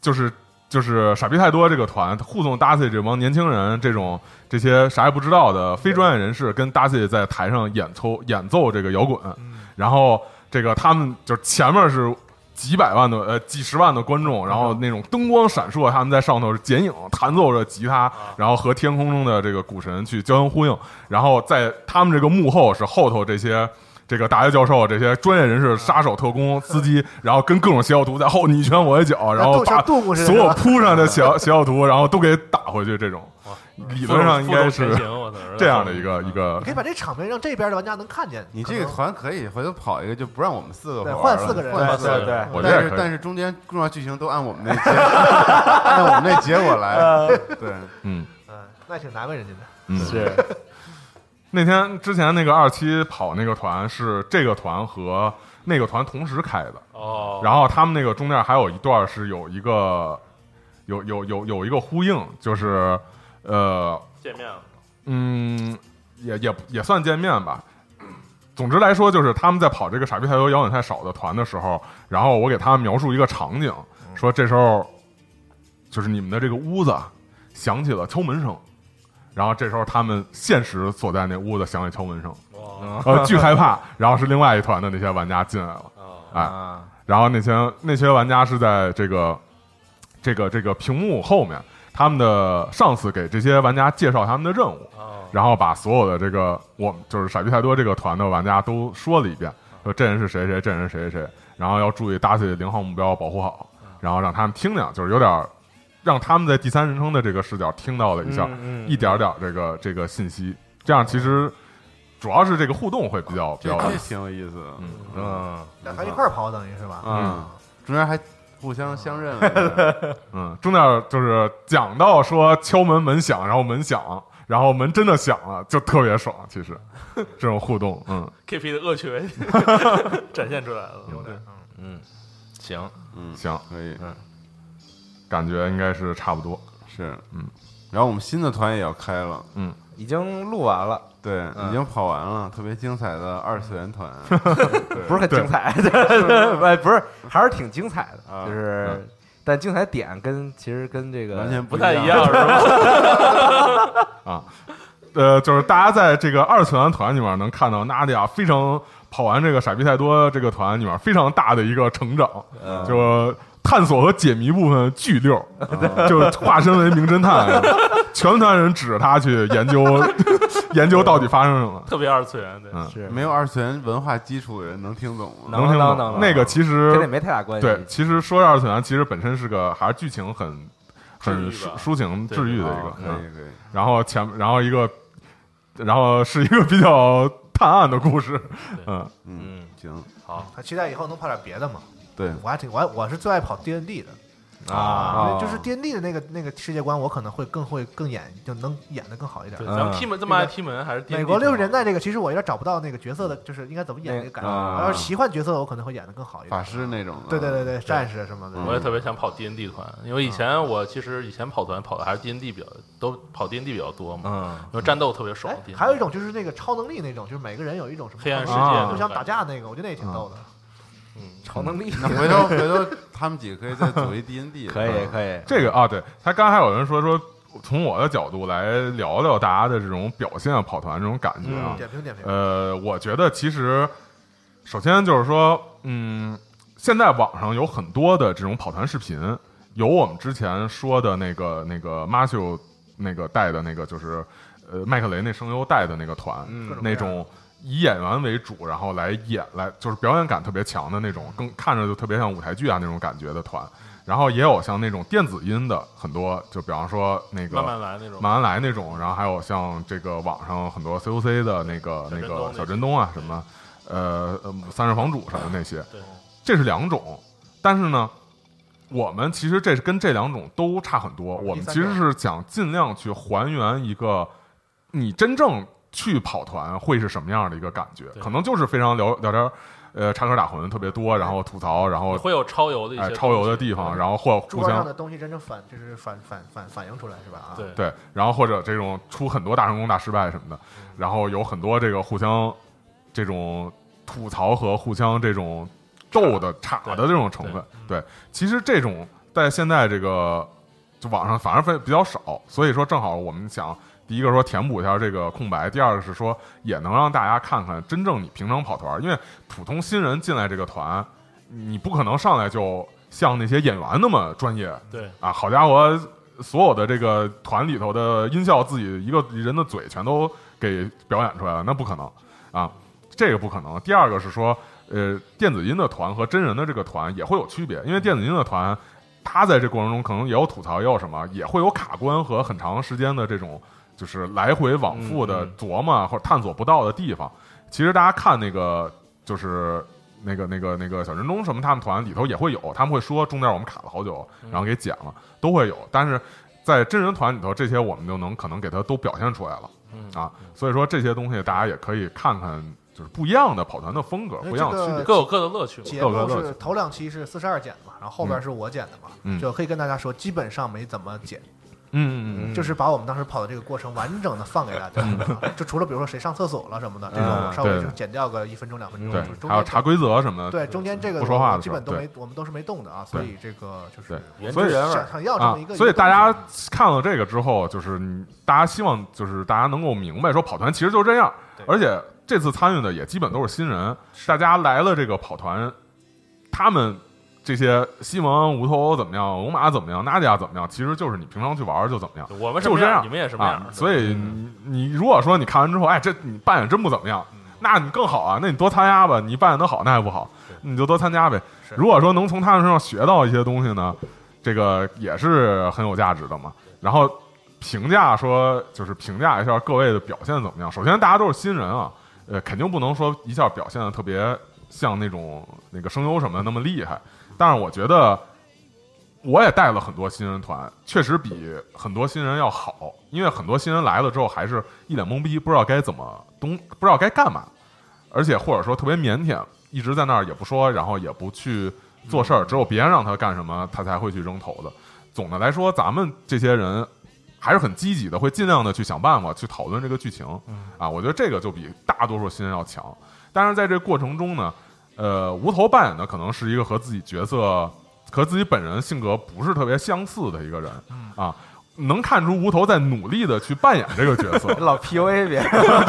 C: 就是就是傻逼太多这个团护送 Darcy 这帮年轻人这种这些啥也不知道的非专业人士跟 Darcy 在台上演奏演奏这个摇滚，然后这个他们就是前面是几百万的呃几十万的观众，然后
D: 嗯
C: 那种灯光闪烁，他们在上头是剪影弹奏着吉
D: 啊
C: 他，然后和天空中的这个古神去交相呼应，然后在他们这个幕后是后头这些。这个大学教授、这些专业人士、
D: 嗯
C: 杀手、特工、司机，然后跟各种邪教徒在后你一拳我一脚，然后
D: 像
C: 把
D: 杜牧似的
C: 所有
D: 是吧
C: 扑上的 邪邪教徒，然后都给打回去。这种理论上应该
F: 负重
C: 是
F: 前行我操
C: 这样的一个一个
D: 你可以把这场面让这边的玩家能看见。
B: 你这个
D: 可
B: 团
D: 能
B: 可以回头跑一个，就不让我们四个
D: 对
B: 玩
D: 换
B: 了
D: 四个人
B: 换四个
F: 对
B: 人。
F: 对
C: 我觉得
B: 但
C: 也
B: 是
C: 可以
B: 但是中间重要剧情都按我们那结， 按我们那结果 来。对，
C: 嗯。
D: 嗯，那也挺难为人家的。
E: 是
C: 那天之前那个二期跑那个团是这个团和那个团同时开的，
F: 哦，
C: 然后他们那个中间还有一段是有一个有有有有一个呼应，就是呃
F: 见面了，
C: 嗯，也也也算见面吧。总之来说，就是他们在跑这个“傻逼太多，摇滚太少”的团的时候，然后我给他们描述一个场景，说这时候就是你们的这个屋子响起了敲门声，然后这时候他们现实所在那屋子响起敲门声，
F: 哦
C: 呃，巨害怕，然后是另外一团的那些玩家进来了。
F: 哦
C: 哎
E: 啊，
C: 然后那些那些玩家是在这个这个这个屏幕后面，他们的上司给这些玩家介绍他们的任务，
F: 哦，
C: 然后把所有的这个我们就是傻逼太多这个团的玩家都说了一遍，说这人是谁谁，这人是谁谁谁，然后要注意搭起零号目标，保护好，然后让他们听听，就是有点儿让他们在第三人称的这个视角听到了一下，一点儿点儿这个这个信息，这样其实主要是这个互动会比较比
B: 这
C: 较
B: 这挺有意思的。
E: 嗯，
D: 俩团一块儿跑，等于是吧？
B: 嗯，中间还互相相认了。
C: 嗯，中间就是讲到说敲门门响，然后门响，然后门真的响了，就特别爽。其实这种互动，嗯，
F: ，KP 的恶 趣味展现出来了，有点嗯行，
C: 行，
B: 可以，
C: 感觉应该是差不多。
B: 是，嗯。然后我们新的团也要开了，
E: 已经录完了，
B: 对，已经跑完了，特别精彩的二次元团。
E: 不是很精彩，对 对哎不是，还是挺精彩的，
B: 啊
E: 就是但精彩点跟其实跟这个
B: 完全
F: 不
B: 一
F: 太一样是吧？
C: 呃，就是大家在这个二次元团里面能看到 Nadia 非常跑完这个傻逼太多这个团里面非常大的一个成长，就探索和解谜部分巨溜，就化身为名侦探，啊全团人指着他去研究 研究到底发生什么了。
F: 特别二次元，对，
C: 嗯
E: 是
B: 没有二次元文化基础的人能听懂吗？
E: 能
C: 听
E: 能
C: 懂
E: 能
C: 那个其实
E: 跟这没太大
F: 哎
E: 关系，
C: 对，其实说是二次元，其实本身是个还是剧情很很
F: 治愈
C: 抒
F: 吧
C: 抒情
F: 对啊
C: 治愈的一
B: 哦
C: 个，
B: 可
C: 嗯
B: 以可以。
C: 然后前然后一个，然后是一个比较 探案的故事，嗯，
B: 嗯，行，
F: 好，
D: 还期待以后能跑点别的嘛？
B: 对，
D: 我还挺我还我是最爱跑 D N D 的，
E: 啊，
F: 哦
D: 因为就是 D N D 的那个那个世界观，我可能会更会更演，就能演的更好一点
F: 对，。咱们踢门这么爱踢门，还是 D&D
D: 嗯美国六十
F: 挺好
D: 年代这个，其实我有点找不到那个角色的，就是应该怎么演那个感觉。
E: 啊
F: 嗯
D: 我要是奇幻角色，我可能会演的更好一点。
B: 法师那种的。
D: 对对对对，战士什么
C: 嗯
D: 的。哎
F: 我也特别想跑 D N D 团，因为以前我其实以前跑团跑的还是 D N D 比较，都跑 D N D 比较多嘛，
E: 嗯，
F: 因为战斗特别爽
D: 哎。
F: D&D
D: 还有一种就是那个超能力那种，就是每个人有一种什么
F: 黑暗世
C: 界那
D: 界
C: 种
D: 互相打架那个，我觉得那也挺逗的。
E: 超能力
B: 那回头回头他们几个可以再组一 D N D。
E: 可以可以，。
C: 这个啊，对他刚才还有人说说，从我的角度来聊聊大家的这种表现啊，跑团这种感
F: 嗯
C: 觉啊，
D: 嗯点评点评，
C: 呃，我觉得其实首先就是说，嗯，现在网上有很多的这种跑团视频，有我们之前说的那个那个马修那个带的那个就是呃麦克雷那声优带的那个团，
F: 嗯
C: 那种。以演员为主，然后来演来就是表演感特别强的那种，更看着就特别像舞台剧啊那种感觉的团。然后也有像那种电子音的很多，就比方说那个
F: 慢慢来那种，
C: 马安来那种，然后还有像这个网上很多 COC 的那个那
F: 小振东
C: 个
F: 那
C: 小
F: 些
C: 振东啊什么，呃，呃三世房主什么那些，
F: 对，
C: 这是两种。但是呢，我们其实这是跟这两种都差很多。我们其实是想尽量去还原一个你真正去跑团会是什么样的一个感觉，
F: 对
C: 可能就是非常聊聊天儿，呃，插科打诨特别多，然后吐槽，然后
F: 会有超游的一
C: 哎
F: 些
C: 超游的地方，然后或
D: 主
C: 互
D: 观
C: 相
D: 上的东西真正反就是反反反反映出来是吧？啊，
F: 对
C: 对，然后或者这种出很多大成功、大失败什么的，然后有很多这个互相这种吐槽和互相这种斗的、岔的这种成分。对，其实这种在现在这个就网上反而非比较少，所以说正好我们想。第一个说填补一下这个空白，第二个是说也能让大家看看真正你平常跑团儿，因为普通新人进来这个团，你不可能上来就像那些演员那么专业
F: 对，
C: 啊！好家伙，所有的这个团里头的音效，自己一个人的嘴全都给表演出来了，那不可能啊！这个不可能。第二个是说，呃，电子音的团和真人的这个团也会有区别，因为电子音的团，他在这过程中可能也有吐槽，也有什么，也会有卡关和很长时间的这种就是来回往复的琢磨或者探索不到的地方。其实大家看那个就是那个那个那个小人中什么他们团里头也会有，他们会说中间我们卡了好久，
D: 嗯
C: 然后给剪了，都会有。但是在真人团里头，这些我们就能可能给它都表现出来了
D: 嗯
C: 啊。所以说这些东西大家也可以看看，就是不一样的跑团的风格，
D: 因
C: 不一
D: 为
C: 样的
D: 哎这
C: 区
D: 个
C: 别。
F: 各有各的乐趣嘛。
D: 节
C: 各个
D: 目
C: 乐
D: 是头两期是四十二剪的嘛，然后后边是我剪的嘛，
C: 嗯
D: 就可以跟大家说，基本上没怎么剪，
C: 嗯嗯嗯，
D: 就是把我们当时跑的这个过程完整的放给大家，就除了比如说谁上厕所了什么的，这种我稍微
C: 嗯对
D: 就剪掉个一分钟两分钟，就是
C: 对，
D: 嗯中
C: 还有
D: 间
C: 查规则什么的。
D: 对中间这个
C: 不说话的
D: 基
C: 时候
D: 本都
C: 对
D: 没，我们都是没动的啊，所以这个就是
F: 原
C: 所以
F: 汁原味
D: 想
F: 儿，
D: 想要这
C: 啊
D: 么一个，，
C: 所以大
D: 一个
C: 家
D: 东西
C: 看了这个之后，就是你大家希望就是大家能够明白说跑团其实就这样，而且这次参与的也基本都是新人，大家来了这个跑团，他们这些西蒙、无头怎么样，龙马怎么样，娜迪亚怎么样，其实就是你平常去玩儿就怎么样，
F: 我们什
C: 就
F: 么
C: 这
F: 样
C: 样，
F: 儿，你们也什么样
C: 啊
F: 儿。嗯
C: 所以
D: 嗯
C: 你你如果说你看完之后，哎，这你扮演真不怎么样，
F: 嗯
C: 那你更好啊，那你多参加吧。你扮演的好，那还不好，你就多参加呗。如果说能从他们身上学到一些东西呢，这个也是很有价值的嘛。然后评价说，就是评价一下各位的表现怎么样。首先，大家都是新人啊，呃，肯定不能说一下表现的特别像那种那个声优什么的那么厉害。但是我觉得我也带了很多新人团，确实比很多新人要好，因为很多新人来了之后还是一脸懵逼，不知道该怎么东，不知道该干嘛，而且或者说特别腼腆，一直在那儿也不说，然后也不去做事儿，只有别人让他干什么，他才会去扔头的。总的来说，咱们这些人还是很积极的，会尽量的去想办法去讨论这个剧情啊。我觉得这个就比大多数新人要强。但是在这过程中呢，呃，无头扮演的可能是一个和自己角色和自己本人性格不是特别相似的一个人啊，能看出无头在努力的去扮演这个角色
E: 老 PUA 别人，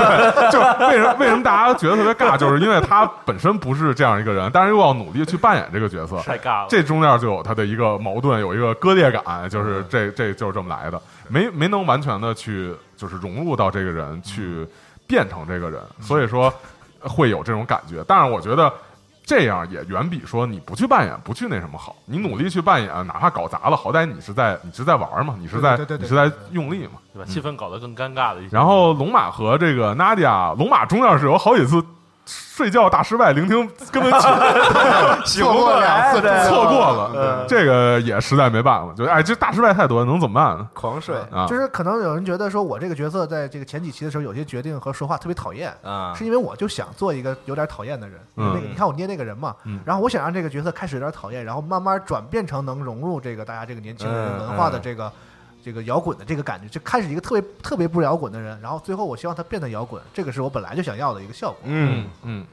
C: 就是为什么为什么大家觉得特别尬，就是因为他本身不是这样一个人，但是又要努力地去扮演这个角色，
F: 太尬了。
C: 这中间就有他的一个矛盾，有一个割裂感，
D: 嗯
C: 就是这这就是这么来的，没没能完全的去就是融入到这个
D: 嗯
C: 人，去变成这个人，所以说会有这种感觉。但是我觉得这样也远比说你不去扮演、不去那什么好。你努力去扮演，哪怕搞砸了，好歹你是在你是在玩嘛，你是在
D: 对对对对
C: 你是在用力嘛。
F: 对吧？气氛搞得更尴尬的一些。
C: 然后龙马和这个 Nadia，龙马中间是有好几次睡觉大失败，聆听根本起
B: 醒过两次，
C: 错过了，嗯这个也实在没办法。就哎，这大失败太多，能怎么办呢？
E: 狂睡
C: 啊，
D: 就是可能有人觉得说我这个角色在这个前几期的时候有些决定和说话特别讨厌，
E: 啊
D: 是因为我就想做一个有点讨厌的人，
C: 嗯
D: 那个你看我捏那个人嘛，然后我想让这个角色开始有点讨厌，然后慢慢转变成能融入这个大家这个年轻人
E: 嗯
D: 文化的这个、这个摇滚的这个感觉，就开始一个特别特别不摇滚的人，然后最后我希望他变得摇滚，这个是我本来就想要的一个效果，
E: 嗯，
C: 嗯，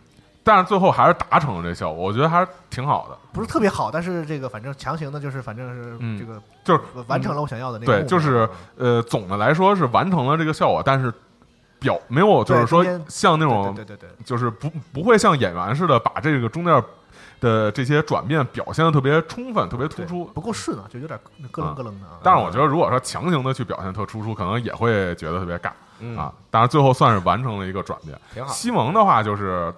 C: 但是最后还是达成了这效果，我觉得还是挺好的。
D: 不是特别好，但是这个反正强行的就是反正是
C: 嗯
D: 这个
C: 就是
D: 完成了我想要的那个目
C: 对，
D: 标，
C: 就是呃，总的来说是完成了这个效果，但是表没有就是说
D: 对中间
C: 像那
D: 对
C: 种
D: 对对对对。
C: 就是不不会像演员似的把这个中间的这些转变表现的特别充分、特别突
D: 对
C: 出。
D: 不够顺啊，就有点咯楞咯楞的啊。
C: 但是我觉得，如果说强行的去表现特突出，可能也会觉得特别尬、啊。但是最后算是完成了一个转变。
E: 嗯挺好。
C: 西蒙的话就是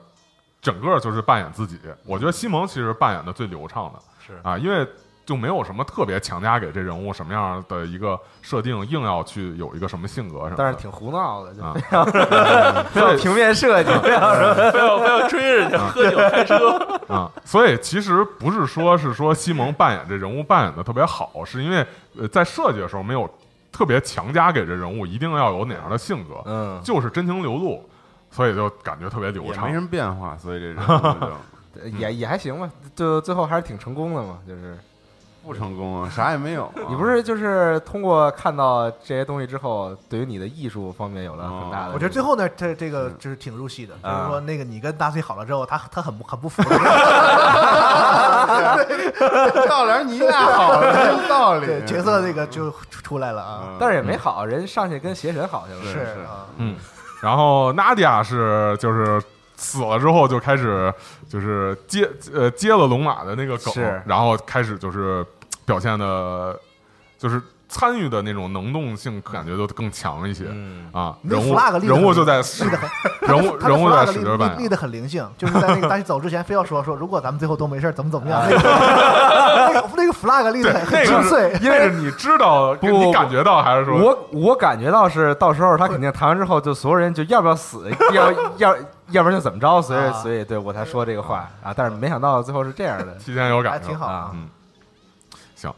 C: 整个就是扮演自己，我觉得西蒙其实扮演的最流畅的，
F: 是
C: 啊，因为就没有什么特别强加给这人物什么样的一个设定，硬要去有一个什么性格什么的，
E: 但是挺胡闹的，就
C: 啊
E: 非常非常平面设 计，嗯非常
F: 非要非要追人家喝酒 开车，
C: 啊，所以其实不是说是说西蒙扮演这人物扮演的特别好，是因为呃在设计的时候没有特别强加给这人物一定要有哪样的性格，
E: 嗯
C: 就是真情流露，所以就感觉特别流
B: 也没
C: 畅
B: 什。么变化，所以这人物就
D: 嗯
E: 也也还行吧，就最后还是挺成功的嘛。就是
B: 不成功啊，啥也没有啊。
D: 哦
E: 你不是就是通过看到这些东西之后，对于你的艺术方面有了很大的，
D: 哦我觉得最后呢，这这个就是挺入戏的，就
B: 啊
E: 嗯
D: 是说那个你跟大 C 好了之后，他他很不很不服，
B: 赵良你俩好， 没有 道理嗯
D: 对。角色那个就出出来了啊，
E: 但是也没好，
B: 嗯
E: 人上去跟邪神好去了，
D: 是啊，
C: 然后 Nadia 是就是死了之后就开始就是接呃接了龙马的那个梗
E: 是，
C: 然后开始就是表现的，就是参与的那种能动性感觉就更强一些、
E: 嗯
C: 啊。
D: 你这
C: 人物
D: flag 立得
C: 人物
D: 很
C: 就在使人物
D: 他的
C: 人物在
D: flag
C: 使劲
D: 立
C: 扮
D: 立立的很灵性，就是在那个大家走之前非要说说，如果咱们最后都没事儿，怎么怎么 样？那个那个那个 flag 立的
C: 对，那
D: 很很
C: 个
D: 精
C: 是
D: 髓，
C: 因为是你知道，跟
E: 不
C: 你感觉到，还是说
E: 我我感觉到是到时候他肯定谈完之后，就所有人就要不要死， 要要要不然就怎么着，所以
D: 啊
E: 所以对我才说这个话啊。但是没想到最后是这样的
C: 提前有
D: 还
C: 感受
D: 挺？好
E: 啊。
C: 嗯，行。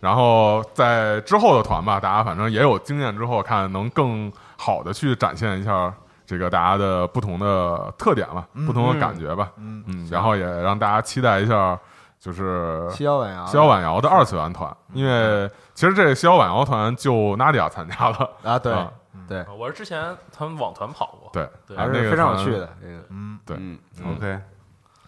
C: 然后在之后的团吧，大家反正也有经验之后，看能更好的去展现一下这个大家的不同的特点吧，不同的感觉吧。
D: 嗯
C: 嗯，然后也让大家期待一下，就是
E: 七幺晚啊，嗯
C: 逍遥晚瑶的二次元团，因为其实这个逍遥晚瑶团就娜迪亚参加了，
E: 啊，对
C: 啊
D: 嗯
E: 对，
F: 我是之前他们网团跑过，
C: 对，
F: 对
C: 啊
E: 还
C: 那
E: 是
C: 个
E: 非常有
C: 团
E: 趣的。这个
D: 嗯，
C: 对
B: 嗯
C: 嗯
B: ，OK，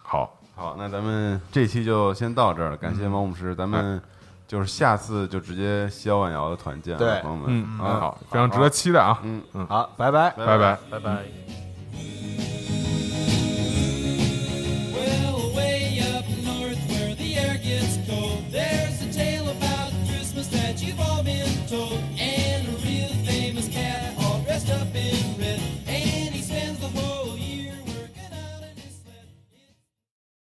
C: 好，
B: 好，那咱们这期就先到这儿了，感谢毛姆师，咱们就是下次就直接逍婉瑶的团建了，
E: 对
B: 朋友们，
C: 嗯，
B: 啊，
C: 好，非常值得期待啊，
B: 嗯，
E: 好，拜拜。
C: 拜拜。
F: 拜拜。